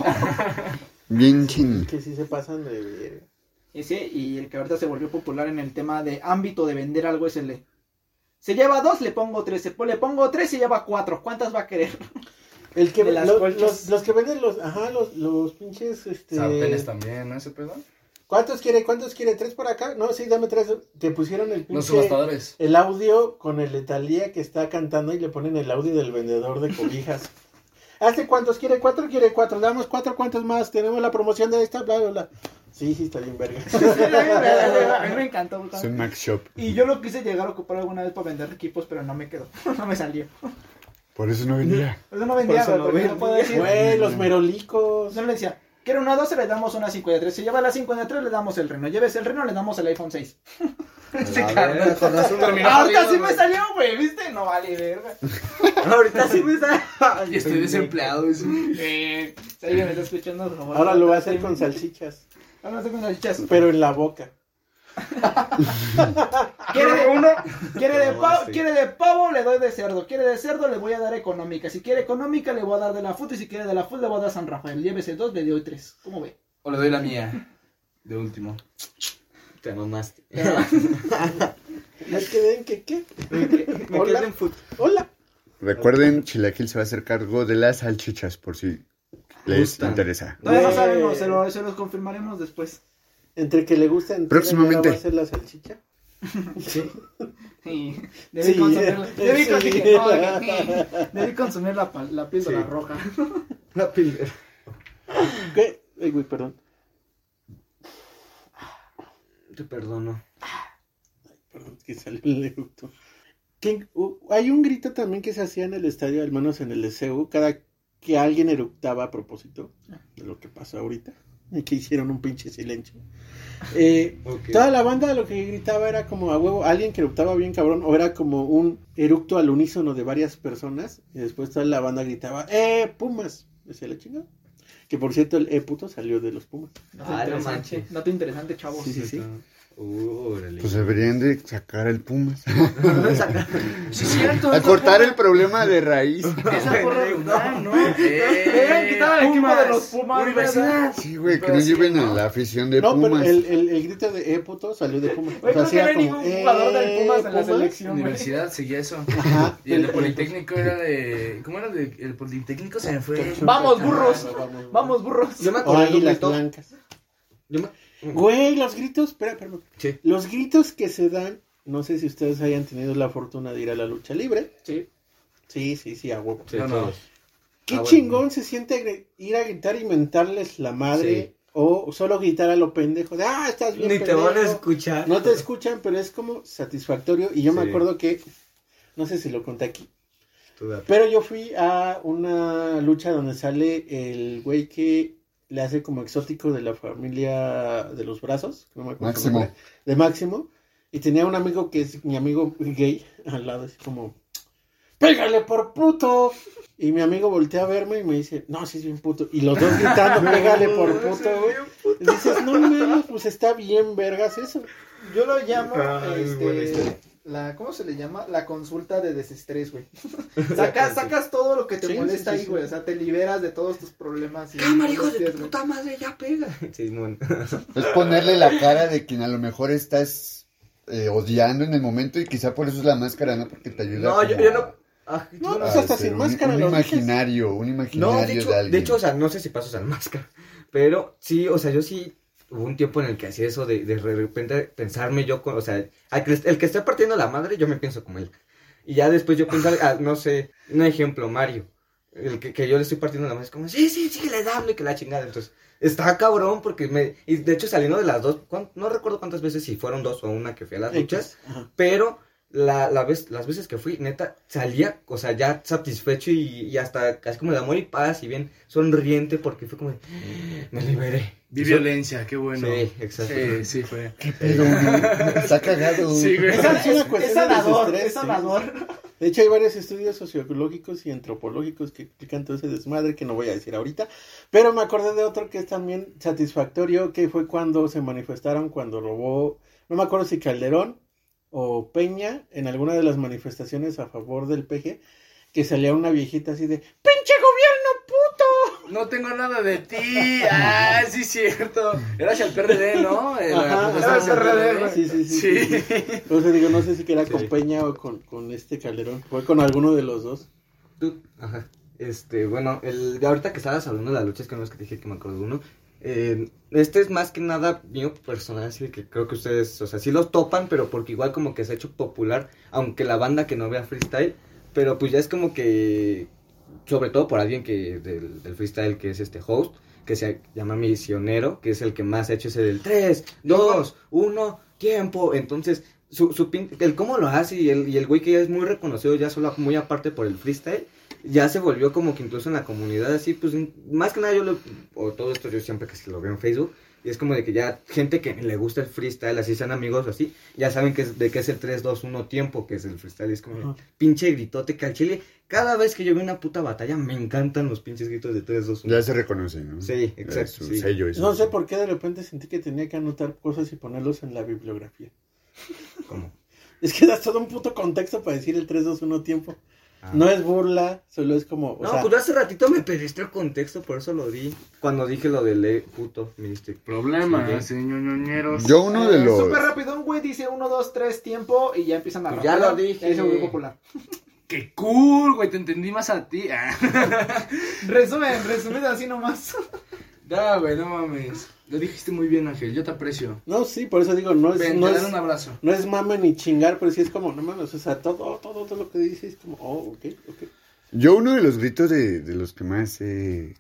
[SPEAKER 7] Bien chin.
[SPEAKER 8] que sí se pasan de verga.
[SPEAKER 5] Ese y el que ahorita se volvió popular en el tema de ámbito de vender algo es el de. Se lleva dos, le pongo tres. Se po- le pongo tres, se lleva cuatro. ¿Cuántas va a querer?
[SPEAKER 8] El que
[SPEAKER 5] De las
[SPEAKER 8] lo-
[SPEAKER 5] colchas.
[SPEAKER 8] los, los que venden los, ajá, los, los pinches este
[SPEAKER 6] Sartenes también, ¿no? Ese pedo.
[SPEAKER 8] ¿Cuántos quiere? ¿Cuántos quiere? ¿Tres por acá? No, sí, dame tres. Te pusieron el
[SPEAKER 6] Los
[SPEAKER 8] pinche
[SPEAKER 6] subastadores.
[SPEAKER 8] el audio con el de Thalía que está cantando y le ponen el audio del vendedor de cobijas. ¿Hace cuántos quiere? ¿Cuatro quiere? ¿Cuatro? Damos cuatro, ¿cuántos más? Tenemos la promoción de esta, bla, bla, bla. Sí, sí, está bien verga.
[SPEAKER 5] a mí me encantó. güey.
[SPEAKER 7] Es un Mac Shop.
[SPEAKER 5] Y yo lo quise llegar a ocupar alguna vez para vender equipos, pero no me quedó. No me salió.
[SPEAKER 7] Por eso no venía.
[SPEAKER 5] Eso no vendía,
[SPEAKER 8] Por eso
[SPEAKER 5] güey, porque no
[SPEAKER 8] no vendía.
[SPEAKER 5] puedo decir.
[SPEAKER 8] Güey, los merolicos.
[SPEAKER 5] Yo le decía, quiero una 12, le damos una 53. Si lleva la 53, le damos el reno. Lleves el reno, le damos el iPhone 6.
[SPEAKER 9] Este cabrón, con razón terminó
[SPEAKER 5] Ahorita
[SPEAKER 9] jodido,
[SPEAKER 5] sí me
[SPEAKER 9] güey.
[SPEAKER 5] salió, güey, ¿viste? No vale, verga.
[SPEAKER 9] Ahorita sí me salió.
[SPEAKER 6] Y estoy desempleado. es un-
[SPEAKER 5] Eh, si alguien me está escuchando, por favor,
[SPEAKER 8] Ahora lo voy a hacer
[SPEAKER 5] sí.
[SPEAKER 8] con salchichas,
[SPEAKER 5] Ahora lo voy a hacer con salchichas.
[SPEAKER 8] pero en la boca.
[SPEAKER 5] Quiere de uno, quiere de, pavo,
[SPEAKER 8] este.
[SPEAKER 9] sí.
[SPEAKER 5] quiere de pavo, le doy de cerdo. Quiere de cerdo, le voy a dar económica. Si quiere económica, le voy a dar de la FUT. Y si quiere de la FUT, le voy a dar San Rafael. Llévese dos, le doy tres. ¿Cómo ve?
[SPEAKER 6] O le doy la mía. De último.
[SPEAKER 4] Te mamaste.
[SPEAKER 8] ¿Me quedé en que qué?
[SPEAKER 4] Me
[SPEAKER 8] Hola.
[SPEAKER 4] quedé en fut.
[SPEAKER 8] Hola.
[SPEAKER 7] Recuerden, Chilaquil se va a hacer cargo de las salchichas, por si les
[SPEAKER 6] Gustan.
[SPEAKER 7] interesa.
[SPEAKER 5] Todavía no
[SPEAKER 8] Güey.
[SPEAKER 5] sabemos, se lo, se los confirmaremos después.
[SPEAKER 8] Entre que le gusta entera,
[SPEAKER 7] Próximamente.
[SPEAKER 8] ¿ya va a ser la salchicha.
[SPEAKER 5] Sí, debí
[SPEAKER 8] Sí,
[SPEAKER 5] consumirla.
[SPEAKER 8] eh,
[SPEAKER 5] Debí,
[SPEAKER 8] sí.
[SPEAKER 5] con- dije, no, dije, sí. Debí consumir la, pa- la píldora
[SPEAKER 8] Sí.
[SPEAKER 5] roja.
[SPEAKER 9] La pila.
[SPEAKER 8] ¿Qué? Ay, güey, perdón.
[SPEAKER 4] Te perdono.
[SPEAKER 8] Perdón, que salió el eructo. ¿Quién- u- Hay un grito también que se hacía en el estadio, al menos en el SEU, cada que alguien eructaba a propósito de lo que pasó ahorita, y que hicieron un pinche silencio. Eh,
[SPEAKER 4] Ok.
[SPEAKER 8] Toda la banda lo que gritaba era como a huevo, alguien que eructaba bien cabrón, o era como un eructo al unísono de varias personas, y después toda la banda gritaba, ¡eh, Pumas! Decía la chingada. Que por cierto, el eh puto salió de los Pumas.
[SPEAKER 5] Dato
[SPEAKER 4] Ah, no
[SPEAKER 5] interesante,
[SPEAKER 4] manches.
[SPEAKER 5] dato interesante, chavos.
[SPEAKER 8] Sí, sí, sí.
[SPEAKER 4] Órale.
[SPEAKER 7] Pues deberían de sacar el Pumas.
[SPEAKER 5] Sí, cierto,
[SPEAKER 7] A
[SPEAKER 5] esa
[SPEAKER 7] cortar
[SPEAKER 5] porra-
[SPEAKER 7] el problema de raíz.
[SPEAKER 5] Esa porra de Hernán, Ah, ¿no?
[SPEAKER 6] Eh,
[SPEAKER 5] Vean, quitaron el equipo de los Pumas.
[SPEAKER 6] Universidad.
[SPEAKER 7] Sí, güey, que
[SPEAKER 6] Pero
[SPEAKER 7] no
[SPEAKER 6] es que
[SPEAKER 7] lleven a
[SPEAKER 6] no.
[SPEAKER 7] la afición de
[SPEAKER 8] no,
[SPEAKER 7] Pumas.
[SPEAKER 8] pero el, el, el grito de eh puto salió de Pumas.
[SPEAKER 5] Güey, creo
[SPEAKER 8] sí
[SPEAKER 5] que no
[SPEAKER 8] era
[SPEAKER 5] hay ningún
[SPEAKER 8] como,
[SPEAKER 5] jugador del
[SPEAKER 8] "Eh,
[SPEAKER 5] Pumas en la
[SPEAKER 8] Pumas".
[SPEAKER 5] selección, güey.
[SPEAKER 6] Universidad, seguía eso.
[SPEAKER 8] Ajá.
[SPEAKER 6] Y el de Politécnico era de. ¿Cómo era? De, el Politécnico se me fue.
[SPEAKER 5] Vamos, burros.
[SPEAKER 8] Vamos,
[SPEAKER 5] Vamos, burros.
[SPEAKER 4] Yo me
[SPEAKER 8] O
[SPEAKER 4] acordé de un
[SPEAKER 8] águilas
[SPEAKER 4] grito.
[SPEAKER 8] blancas.
[SPEAKER 4] Yo me-
[SPEAKER 8] Güey, los gritos, espera, espera.
[SPEAKER 4] Sí.
[SPEAKER 8] Los gritos que se dan, no sé si ustedes hayan tenido la fortuna de ir a la lucha libre.
[SPEAKER 5] Sí.
[SPEAKER 8] Sí, sí, sí, a huevo.
[SPEAKER 4] Sí,
[SPEAKER 6] No, no.
[SPEAKER 4] todos.
[SPEAKER 8] Qué
[SPEAKER 4] Ah, bueno.
[SPEAKER 8] chingón se siente gri- ir a gritar y mentarles la madre o solo gritar a lo pendejo de, ah, estás bien
[SPEAKER 9] Ni te van a
[SPEAKER 8] pendejo".
[SPEAKER 9] escuchar.
[SPEAKER 8] No te escuchan, pero es como satisfactorio. Y yo me
[SPEAKER 4] Sí.
[SPEAKER 8] acuerdo que, no sé si lo conté aquí,
[SPEAKER 9] Tú date.
[SPEAKER 8] Pero yo fui a una lucha donde sale el güey que le hace como exótico de la familia de los brazos, que no me acuerdo su
[SPEAKER 7] Máximo.
[SPEAKER 8] nombre, de Máximo, y tenía un amigo que es mi amigo gay al lado, así como, pégale por puto. Y mi amigo voltea a verme y me dice, no, sí es bien puto. Y los dos gritando, pégale por puto, güey. Y dices, no mames, pues está bien vergas eso.
[SPEAKER 5] Yo lo llamo,
[SPEAKER 9] Ay, buena historia.
[SPEAKER 5] este, la, ¿cómo se le llama? La consulta de desestrés, güey. sacas, sacas todo lo que te
[SPEAKER 8] Sí,
[SPEAKER 5] molesta
[SPEAKER 8] sí, sí,
[SPEAKER 5] ahí,
[SPEAKER 8] sí.
[SPEAKER 5] güey. O sea, te liberas de todos tus problemas. y angustias, güey.
[SPEAKER 4] madre! ¡Ya pega! Simón.
[SPEAKER 7] Es ponerle la cara de quien a lo mejor estás eh, odiando en el momento y quizá por eso es la máscara, ¿no? Porque te ayuda
[SPEAKER 4] No, yo,
[SPEAKER 7] como
[SPEAKER 4] yo no. ah,
[SPEAKER 8] No,
[SPEAKER 4] yo
[SPEAKER 7] a
[SPEAKER 8] pues hasta
[SPEAKER 7] hacer
[SPEAKER 8] sin
[SPEAKER 7] un-
[SPEAKER 8] máscara
[SPEAKER 7] Un
[SPEAKER 8] lo dices.
[SPEAKER 7] imaginario, un
[SPEAKER 4] No,
[SPEAKER 7] imaginario
[SPEAKER 4] de hecho,
[SPEAKER 7] de
[SPEAKER 4] de
[SPEAKER 7] alguien.
[SPEAKER 4] hecho, o sea, no sé si pasas al máscara, pero sí, o sea, yo sí hubo un tiempo en el que hacía eso de de repente pensarme yo, con, o sea, al que- el que está partiendo la madre, yo me pienso como él. Y ya después yo pensar, ah, no sé, un ejemplo, Mario, el que, que yo le estoy partiendo la madre, es como, sí, sí, sí, que le dando y que la chingada. Entonces, está cabrón porque me, y de hecho saliendo de las dos, cuán- no recuerdo cuántas veces, si fueron dos o una que fui a las luchas,
[SPEAKER 8] Ajá.
[SPEAKER 4] pero la, la vez, las veces que fui, neta, salía, o sea, ya satisfecho y, y hasta casi como de amor y paz y bien sonriente porque fue como de, "Ah, me liberé.
[SPEAKER 6] Vi
[SPEAKER 4] Eso-
[SPEAKER 6] violencia, qué bueno.
[SPEAKER 4] Sí, exacto.
[SPEAKER 6] Eh, sí, fue.
[SPEAKER 7] Pero no, está cagado.
[SPEAKER 6] Sí, güey.
[SPEAKER 8] Esa es una
[SPEAKER 5] Es
[SPEAKER 8] cuestión de
[SPEAKER 5] sanador,
[SPEAKER 8] desestrés,
[SPEAKER 5] es
[SPEAKER 8] sí.
[SPEAKER 5] sanador.
[SPEAKER 8] De hecho, hay varios estudios sociológicos y antropológicos que explican todo ese desmadre que no voy a decir ahorita. Pero me acordé de otro que es también satisfactorio, que fue cuando se manifestaron, cuando robó, no me acuerdo si Calderón o Peña, en alguna de las manifestaciones a favor del PG, que salía una viejita así de, ¡pinche gobierno puto!
[SPEAKER 6] No tengo nada de ti. Ah, sí, cierto. Era hacia el PRD, ¿no? Eh, la
[SPEAKER 8] Ajá,
[SPEAKER 6] protesta
[SPEAKER 8] ajá,
[SPEAKER 6] hacia el PRD, güey.
[SPEAKER 8] sí, sí, sí, sí, sí.
[SPEAKER 6] Sí.
[SPEAKER 8] Entonces digo, no sé si que era
[SPEAKER 4] Sí.
[SPEAKER 8] con Peña o con, con este Calderón, fue con alguno de los dos.
[SPEAKER 4] Tú- ajá. Este, bueno, el de ahorita que estabas hablando de las luchas que no es que te dije que me acuerdo de uno. eh, este es más que nada mío personal, así que creo que ustedes, o sea, sí los topan, pero porque igual como que se ha hecho popular, aunque la banda que no vea freestyle, pero pues ya es como que, sobre todo por alguien que del, del freestyle que es este host, que se llama Misionero, que es el que más ha hecho ese del 3, 2, 1, tiempo, entonces su, su pin- el cómo lo hace y el, y el güey que ya es muy reconocido ya solo muy aparte por el freestyle, ya se volvió como que incluso en la comunidad así, pues n- más que nada yo lo, o todo esto yo siempre que se lo veo en Facebook, y es como de que ya gente que le gusta el freestyle, así sean amigos o así, ya saben que es, de qué es el 3, 2, 1 tiempo, que es el freestyle, y es como
[SPEAKER 8] Ajá.
[SPEAKER 4] pinche gritote que al chile, cada vez que yo veo una puta batalla me encantan los pinches gritos de 3, 2, 1.
[SPEAKER 7] Ya se reconoce, ¿no?
[SPEAKER 4] Sí,
[SPEAKER 7] Es
[SPEAKER 4] exacto,
[SPEAKER 7] su
[SPEAKER 4] sí.
[SPEAKER 7] sello, es
[SPEAKER 8] No
[SPEAKER 7] su-
[SPEAKER 8] sé por qué de repente sentí que tenía que anotar cosas y ponerlos en la bibliografía.
[SPEAKER 4] ¿Cómo?
[SPEAKER 8] Es que das todo un puto contexto para decir el 3-2-1 tiempo.
[SPEAKER 4] Ah.
[SPEAKER 8] No es burla, solo es como. O
[SPEAKER 4] No,
[SPEAKER 8] sea,
[SPEAKER 4] pues hace ratito me pediste el contexto, por eso lo di. Cuando dije lo del eh, puto, me diste
[SPEAKER 6] Problemas,
[SPEAKER 4] Sí,
[SPEAKER 6] ñoñoñeros.
[SPEAKER 7] Yo uno de
[SPEAKER 5] Eh,
[SPEAKER 7] los...
[SPEAKER 5] Súper rápido, un güey dice uno, dos, tres, tiempo y ya empiezan a
[SPEAKER 4] Pues ya
[SPEAKER 5] rapear.
[SPEAKER 4] lo dije.
[SPEAKER 5] Y ahí se volvió popular.
[SPEAKER 6] ¡Qué cool, güey! Te entendí más a ti. Ah.
[SPEAKER 5] Resumen, resumido así nomás.
[SPEAKER 6] Da, güey, no mames. Lo dijiste muy bien, Ángel. Yo te aprecio.
[SPEAKER 8] no, sí, por eso digo, no es,
[SPEAKER 6] Ven,
[SPEAKER 8] Pues no
[SPEAKER 6] te
[SPEAKER 8] es,
[SPEAKER 6] daré un abrazo.
[SPEAKER 8] no es mame ni chingar, pero sí es como, no mames, o sea, todo, todo, todo lo que dices es como, oh, ok, ok.
[SPEAKER 7] Yo uno de los gritos de, de los que más he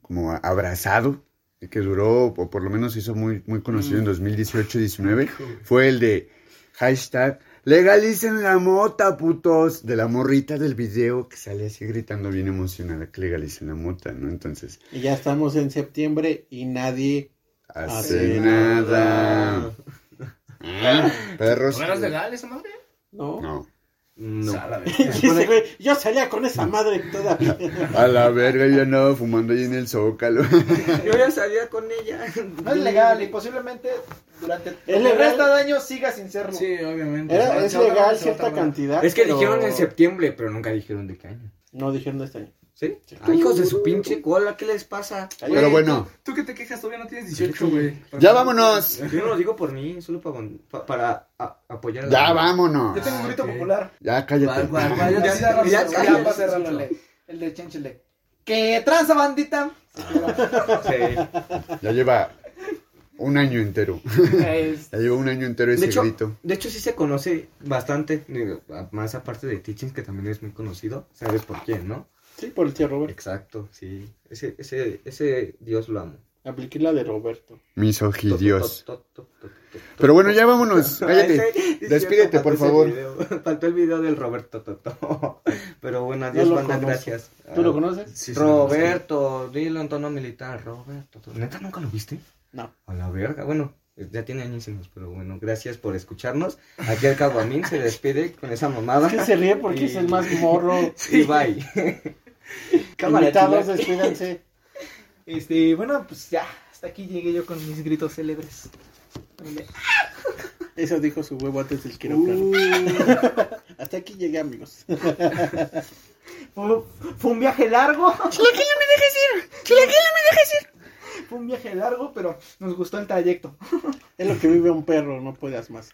[SPEAKER 7] como a- abrazado, y que duró, o por lo menos se hizo muy, muy conocido en 2018-19, fue el de hashtag legalicen la mota, putos, de la morrita del video que sale así gritando bien emocionada que legalicen la mota, ¿no? Entonces,
[SPEAKER 8] Y ya estamos en septiembre y nadie.
[SPEAKER 7] hace
[SPEAKER 8] Hace
[SPEAKER 7] nada. Ah,
[SPEAKER 8] pues
[SPEAKER 7] Perros.
[SPEAKER 6] ¿No eras legal esa madre?
[SPEAKER 8] No.
[SPEAKER 7] No.
[SPEAKER 4] No.
[SPEAKER 6] Sala, güey.
[SPEAKER 8] Dice, güey, yo salía con esa madre todavía.
[SPEAKER 7] A la verga, yo andaba fumando ahí en el zócalo.
[SPEAKER 4] Yo ya salía con ella.
[SPEAKER 5] No es legal y posiblemente durante
[SPEAKER 8] legal.
[SPEAKER 5] el resto de año siga sin serlo.
[SPEAKER 6] Sí, obviamente.
[SPEAKER 8] Era,
[SPEAKER 6] Se
[SPEAKER 8] es
[SPEAKER 6] otra vez,
[SPEAKER 8] legal
[SPEAKER 6] se
[SPEAKER 8] cierta
[SPEAKER 6] otra vez.
[SPEAKER 8] cantidad.
[SPEAKER 4] Es que
[SPEAKER 8] pero
[SPEAKER 4] dijeron en septiembre, pero nunca dijeron de qué año.
[SPEAKER 8] No dijeron de este año.
[SPEAKER 4] ¿Sí? Ay, hijos de su pinche cola, ¿qué les pasa?
[SPEAKER 7] Pero
[SPEAKER 6] Güey,
[SPEAKER 7] bueno.
[SPEAKER 6] Tú, tú que te quejas todavía no tienes 18, güey.
[SPEAKER 7] ¡Ya vámonos!
[SPEAKER 4] Yo no lo digo por mí, solo pa- pa- para, a- apoyar. a la-
[SPEAKER 7] ¡Ya vámonos!
[SPEAKER 5] Yo tengo un grito
[SPEAKER 6] ok.
[SPEAKER 5] popular.
[SPEAKER 7] Ya
[SPEAKER 6] Guau,
[SPEAKER 7] cállate.
[SPEAKER 6] guau, guau,
[SPEAKER 5] Ya,
[SPEAKER 6] ya-
[SPEAKER 5] sí, Ramos,
[SPEAKER 4] ya,
[SPEAKER 5] ya,
[SPEAKER 4] ya,
[SPEAKER 5] va a ser Ramos,
[SPEAKER 6] ya.
[SPEAKER 5] El de Chenchele. ¡Que tranza, bandita!
[SPEAKER 4] Sí.
[SPEAKER 7] Ya lleva un año entero.
[SPEAKER 5] Es-
[SPEAKER 7] Ya lleva un año entero ese
[SPEAKER 4] De hecho,
[SPEAKER 7] grito.
[SPEAKER 4] de hecho, sí se conoce bastante, digo, a- más aparte de Teachings, que también es muy conocido. ¿Sabes por quién, no?
[SPEAKER 8] Sí, por el tío Robert.
[SPEAKER 4] Exacto, sí. Ese, ese, ese Dios lo amo.
[SPEAKER 8] Apliqué la de Roberto.
[SPEAKER 7] Mis ojidios.
[SPEAKER 4] To, to, to, to, to, to.
[SPEAKER 7] Pero bueno, ya vámonos. Cállate.
[SPEAKER 4] Ese- sí, cierto,
[SPEAKER 7] Despídete,
[SPEAKER 4] faltó
[SPEAKER 7] por
[SPEAKER 4] ese
[SPEAKER 7] favor.
[SPEAKER 4] video. Faltó el video del Roberto Toto. Pero bueno, adiós,
[SPEAKER 8] lo
[SPEAKER 4] banda,
[SPEAKER 8] conozco.
[SPEAKER 4] gracias.
[SPEAKER 8] ¿Tú lo
[SPEAKER 4] Ah,
[SPEAKER 8] conoces?
[SPEAKER 6] Sí, sí,
[SPEAKER 4] Roberto, dilo en tono militar, Roberto. Toto. ¿Neta nunca lo viste?
[SPEAKER 8] No.
[SPEAKER 4] A la verga. Bueno, ya tiene añísimos, pero bueno, gracias por escucharnos. Aquí el Caguamín se despide con esa mamada.
[SPEAKER 8] Es que se ríe porque es el más morro.
[SPEAKER 4] Y bye. Cámara,
[SPEAKER 8] Invitados,
[SPEAKER 4] chila.
[SPEAKER 8] despídanse.
[SPEAKER 5] Este, bueno, pues ya, hasta aquí llegué yo con mis gritos célebres.
[SPEAKER 8] Eso dijo su huevo antes del quirófano.
[SPEAKER 5] Uh,
[SPEAKER 8] Hasta aquí llegué, amigos.
[SPEAKER 5] fue, fue un viaje largo. Fue un viaje largo, pero nos gustó el trayecto.
[SPEAKER 8] Es lo que vive un perro, no puedas más.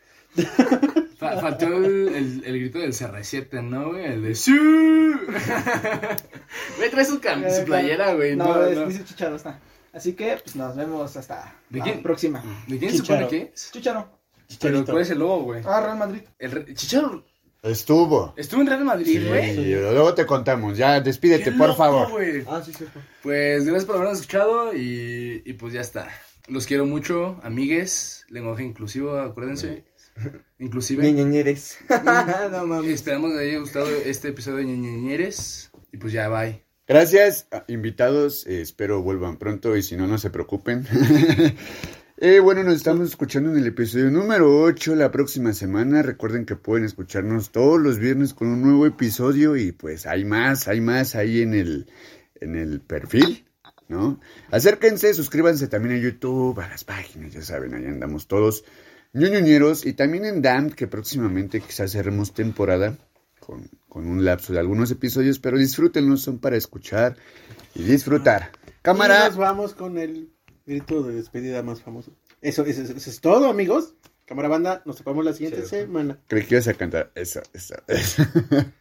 [SPEAKER 6] Fa- faltó el, el- el grito del CR7, ¿no, güey? El de ¡Siu! Güey, trae su, cam- Ah, su playera, güey.
[SPEAKER 5] No,
[SPEAKER 6] No, no.
[SPEAKER 5] es- dice Chicharo está. Así que pues, nos vemos hasta
[SPEAKER 6] ¿De
[SPEAKER 5] la
[SPEAKER 6] quién? Mm.
[SPEAKER 5] próxima.
[SPEAKER 6] ¿De quién se supone
[SPEAKER 8] Chicharo.
[SPEAKER 6] que es?
[SPEAKER 5] Chicharo.
[SPEAKER 6] Pero,
[SPEAKER 8] Chicharito.
[SPEAKER 6] ¿cuál es el lobo, güey?
[SPEAKER 5] Ah, Real Madrid.
[SPEAKER 6] El Re- Chicharo
[SPEAKER 7] Estuvo.
[SPEAKER 6] estuvo en Real
[SPEAKER 7] Sí,
[SPEAKER 6] Madrid, güey.
[SPEAKER 7] luego te contamos. Ya, despídete,
[SPEAKER 6] Qué
[SPEAKER 7] por
[SPEAKER 6] loco,
[SPEAKER 7] favor.
[SPEAKER 6] güey.
[SPEAKER 4] Ah, sí, cierto.
[SPEAKER 6] Pues gracias por habernos escuchado y, y pues ya está. Los quiero mucho, amigues, lenguaje inclusivo, acuérdense. Inclusive.
[SPEAKER 4] Ñeñeñeres. no mames.
[SPEAKER 6] Esperamos que les haya gustado este episodio de Ñeñeñeres. Y pues ya, bye.
[SPEAKER 7] Gracias, ah, invitados. eh, espero vuelvan pronto y si no, no se preocupen. Eh, bueno, nos estamos escuchando en el episodio número 8 la próxima semana. Recuerden que pueden escucharnos todos los viernes con un nuevo episodio y pues hay más, hay más ahí en el, en el perfil, ¿no? Acérquense, suscríbanse también a YouTube, a las páginas, ya saben, ahí andamos todos. ñoñoñeros y también en DAM, que próximamente quizás cerremos temporada con, con un lapso de algunos episodios, pero disfrútenlos, son para escuchar y disfrutar.
[SPEAKER 8] Y
[SPEAKER 7] Cámara.
[SPEAKER 8] nos vamos con el grito de despedida más famoso. Eso, eso, eso- eso es todo, amigos. Cámara banda, nos topamos la siguiente semana.
[SPEAKER 7] Creí que ibas a cantar. Eso, eso, eso.